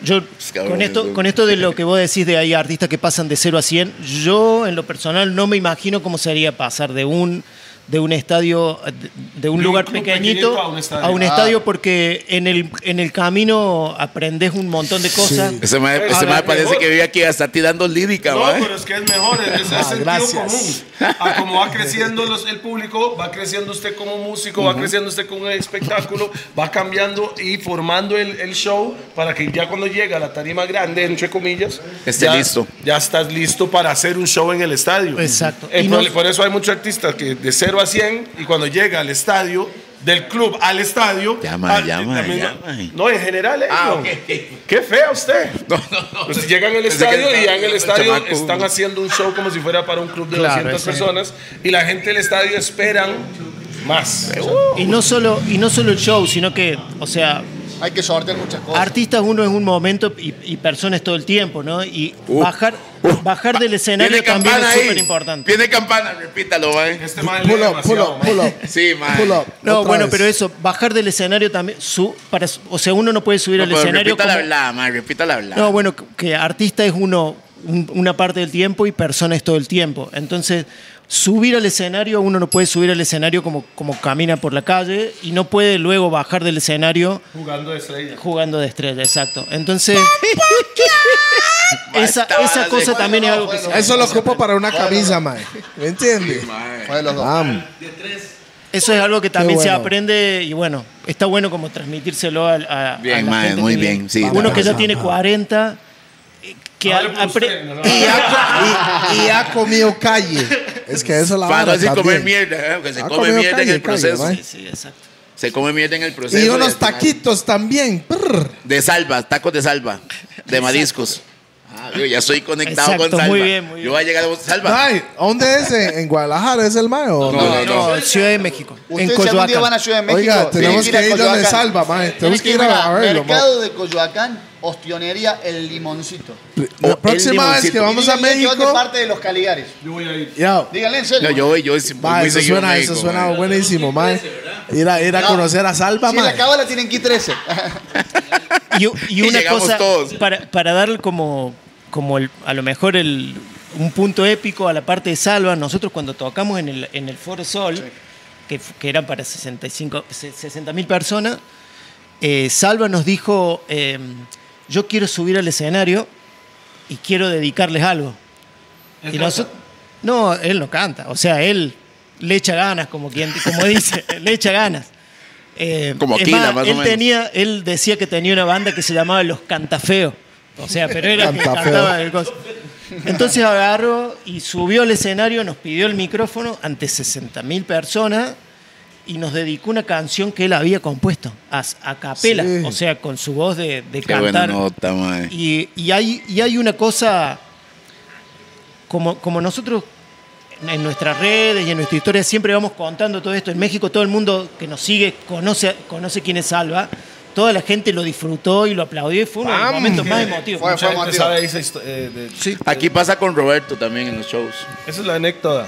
F: yo
B: cabrón,
F: con
B: eso.
F: esto, con esto de lo que vos decís de hay artistas que pasan de 0 a 100, yo en lo personal no me imagino cómo sería pasar de un de un estadio de- de un
C: De un
F: lugar
C: club
F: pequeñito
C: pequeñito a un estadio.
F: a un
C: Ah.
F: estadio porque en el en el camino aprendes un montón de cosas
B: Ese mae
C: Ah,
B: ese mae
C: mejor.
B: parece que vive aquí hasta tirando lírica,
C: No,
B: mae. Ah,
C: pero es que es mejor, es,
B: *laughs*
C: es el sentido
D: gracias.
C: común. A como va creciendo los- el público, va creciendo usted como músico, va creciendo usted con el espectáculo, va cambiando y formando el, el show para que ya cuando llega la tarima grande, entre comillas,
B: Esté
C: ya-
B: listo.
C: Ya estás listo para hacer un show en el estadio.
F: Exacto.
C: Eh,
F: Y
C: por,
F: no-
C: por eso hay muchos artistas que de 0 a 100 y cuando llega al estadio, del club al estadio.
B: Llama,
C: al-
B: llama,
C: también-
B: llama.
C: No, en general, eh,
B: Ah,
C: no.
B: ok.
C: Qué fea usted.
B: No, no, no.
C: Pues llegan al
B: Pensé que
C: estadio y
B: estaba
C: ya en el
B: hablando
C: estadio
B: chamaco.
C: están haciendo un show como si fuera para un club de
F: Claro,
C: 200
F: sí.
C: personas y la gente del estadio esperan más.
F: Y no solo, y no solo el show, sino que, o sea,
E: Hay que sortear muchas cosas.
F: artistas uno es un momento y, y personas todo el tiempo, ¿no? Y bajar, bajar del escenario
B: Viene
F: también
B: campana
F: es
B: ahí.
F: súper importante.
B: Viene campana, repítalo, mae.
C: Este man lee
D: Pull up, pull
C: demasiado,
D: up,
C: man.
D: pull up.
B: Sí, mae.
D: Pull up.
F: No,
D: Otra
F: bueno,
D: vez.
F: pero eso, bajar del escenario también, su, para, su- o sea, uno no puede subir
B: No,
F: al
B: pero
F: escenario
B: repita
F: como,
B: la verdad, mae, repita la verdad.
F: No, bueno, que artista es uno un- una parte del tiempo y persona es todo el tiempo. Entonces, subir al escenario, uno no puede subir al escenario como, como camina por la calle y no puede luego bajar del escenario
C: Jugando de estrella.
F: jugando de estrella, exacto. Entonces, *laughs* esa,
B: Basta,
F: esa
B: sí.
F: cosa también es algo que
E: Bueno,
F: se-
D: Eso lo ocupo para una camisa, mae. ¿Me entiendes?
E: Fue de los
B: Ah,
E: dos.
D: Vamos.
F: eso es algo que también se
D: bueno.
F: aprende y bueno, está bueno como transmitírselo al- a, a
B: Bien,
F: la
B: mae,
F: gente
B: muy
F: que-
B: bien, sí,
F: uno
B: la
F: que ya
B: verdad.
F: tiene 40 eh, que
C: Hable por
F: apre-
C: usted,
F: *laughs*
C: ¿no?
D: Y ha, co- y- y ha comido calle. Es que eso es la
B: Para no
D: vara
B: decir comer
D: también.
B: mierda, ¿eh? porque se
D: Ah,
B: come
D: comido
B: mierda en
D: calle,
B: el
D: calle,
B: proceso.
D: mae.
F: Sí, sí, exacto.
B: Se come mierda en el proceso.
D: Y
B: al
D: unos
B: final-
D: taquitos también. Prr.
B: De salva, tacos de salva, de mariscos. Ah, yo ya estoy conectado
F: Exacto,
B: con salva.
F: muy bien, muy bien.
B: Yo voy a llegar a vos- salva.
D: Mae, ¿dónde es? ¿En, en Guadalajara es el mae? o
B: No, no, no.
F: No, Ciudad de México, en
E: Ustedes si algún día van a
F: Coyoacán.
E: Ciudad de México.
D: Oiga, tenemos
E: tienen
D: que ir donde
E: Coyoacán.
D: salva, mae. Tenemos
E: Tienen
D: que ir a, a verlo, mae.
E: Mercado de Coyoacán, ostionería El Limoncito.
D: La
B: O el
D: próxima vez que
B: limoncito.
D: vamos
E: Y
D: a
E: díganle que van de
D: México.
E: parte de los Caligares.
C: Yo voy a ir.
D: Yo.
E: Díganle en serio.
B: No, yo voy, yo voy muy,
D: Va,
B: muy
D: eso
B: seguido a
D: suena,
B: México,
D: eso suena
B: mae.
D: buenísimo, mae. Ir a, ir a
E: No.
D: conocer a Salva,
E: si en la
D: mae.
E: cábala tienen que ir 13.
F: Y, y
B: Y
F: una
B: llegamos
F: cosa,
B: todos.
F: Para, para darle como, como el- a lo mejor el, un punto épico a la parte de Salva, nosotros cuando tocamos en el, en el Foro Sol, que, f- que era para 65, se- 60 mil personas, eh, Salva nos dijo, eh, yo quiero subir al escenario y quiero dedicarles algo. Y noso- no, él no canta, o sea, él le echa ganas, como, quien, como dice, *laughs* le echa ganas. Eh,
B: Como
F: es
B: Aquila, más o
F: él
B: menos.
F: tenía, él decía que tenía una banda que se llamaba Los Cantafeos. O sea, pero era el que
D: Cantafeo.
F: cantaba el coso. Entonces agarró y subió al escenario, nos pidió el micrófono ante 60.000 personas y nos dedicó una canción que él había compuesto a, a capela,
D: Sí.
F: o sea, con su voz de, de
B: Qué buena
F: cantar.
B: nota, mae.
F: Y, y hay, y hay una cosa, como, como nosotros en nuestras redes y en nuestra historia siempre vamos contando todo esto, en México todo el mundo que nos sigue conoce, conoce quién es Salva, toda la gente lo disfrutó y lo aplaudió y fue uno de los momentos más emotivos.
E: Fue-
C: Mucha
E: fue
C: gente
E: emotivo.
C: sabe esa histo- eh, de-
B: Aquí pasa con Roberto también en los shows.
C: Esa es la anécdota.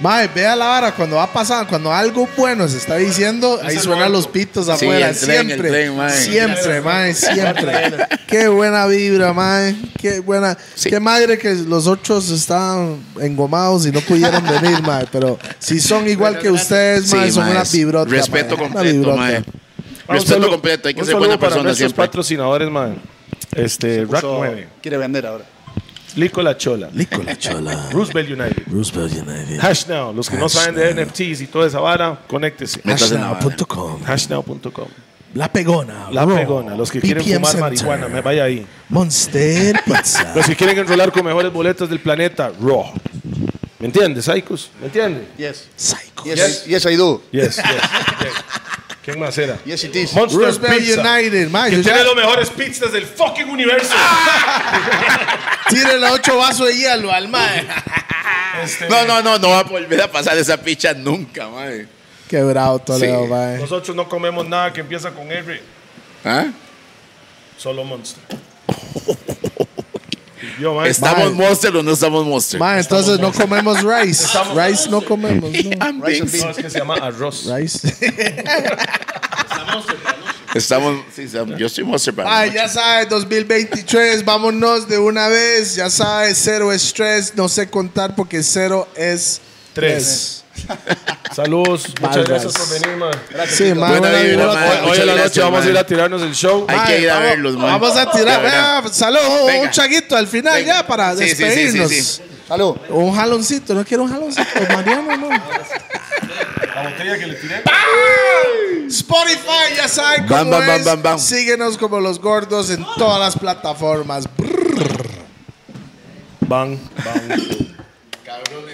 D: Mae, vea la vara cuando va pasando, cuando algo bueno se está diciendo, ahí
C: el
D: suenan
C: momento.
D: los pitos
B: Sí,
D: afuera.
B: el tren, el
D: siempre,
B: tren, mae.
D: siempre, mae,
C: *laughs*
D: siempre. Qué buena vibra, mae. Qué buena.
B: Sí.
D: Qué madre que los otros estaban engomados y no pudieron
B: *laughs*
D: venir, mae. Pero si son igual que ustedes, mae, son
B: mae,
D: una
B: es-
D: vibrota.
B: Respeto
D: mae, una
B: completo,
D: vibrota.
B: mae.
C: Ah, un
B: Respeto
C: saludo-
B: completo, hay que
C: un
B: ser
C: saludo
B: buena
C: para
B: persona
C: nuestros
B: siempre.
C: patrocinadores, man. Este, Rack 9,
E: Quiere vender ahora.
C: Lico La Chola,
L: Nicola Chola.
C: Roosevelt United,
L: Roosevelt United.
C: Hashnow, los que no saben de NFTs y toda esa vara, conéctese.
B: Métase en la
L: Hashtag
B: vara.
L: punto com.
C: Hashnow.com.
L: La pegona.
C: La
L: bro.
C: pegona, los que quieren
L: BPM
C: fumar
L: Center.
C: marihuana, me vaya ahí.
L: Monster Pizza.
C: *laughs* Los que quieren enrolar con mejores boletas del planeta, Raw. ¿Me entiendes, Saikus? ¿Me entiendes?
E: Yes.
L: Psycho.
E: Yes, yes I do.
C: Yes, yes. ¿Quién más era?
E: Yes, it is.
C: Monster
D: Roosevelt
C: Pizza.
D: United, mae,
C: que
D: yo
C: tiene
D: ya-
C: los mejores pizzas del fucking universo.
D: *laughs* Tírele ocho vasos de hielo
L: *laughs*
D: al mae.
C: Este,
B: No, no, no, no va a volver a pasar esa picha nunca, madre.
D: Quebrado Toledo,
B: Sí.
D: mae.
C: Nosotros no comemos nada que empieza con R.
B: ¿Ah?
C: Solo Monster. Yo, mae.
B: ¿Estamos
D: Mae.
B: monster o no estamos monster?
D: Mae, entonces no comemos rice. Rice no comemos, no.
B: I'm
E: Rice and
B: beans.
C: No, es que se llama arroz.
D: Rice.
B: Estamos, sí, estamos- yo soy monster para
D: *laughs* Mae,
B: la
D: ya sabes, 2023, vámonos de una vez. Ya sabes, cero estrés. No sé contar porque cero es
C: Tres. Saludos. Muchas
D: Barras.
C: gracias por venir, mae.
D: Sí, mae,
B: Buena
D: una
B: vibra,
D: vibra.
C: Hoy,
B: mae.
C: hoy
B: muchas
C: en la noche
B: gracias,
C: vamos a
B: mae.
C: ir a tirarnos el show.
B: Hay que ir a
D: vamos-
B: verlos, mae.
D: Vamos a tirar,
B: De verdad.
D: vea, salud, un
B: Venga.
D: chaguito al final
B: Venga.
D: ya para
B: Sí, sí, sí, sí,
D: despedirnos.
B: sí.
E: Salud.
D: Un jaloncito, no quiero un jaloncito,
B: *laughs*
D: Mariano, no.
C: La botella que le tiré.
D: Spotify, ya saben cómo
B: Bam, bam, bam,
D: es.
B: bam, bam.
D: Síguenos como los gordos en todas las plataformas. Brr.
C: Bang. Bang.
B: Cabrones.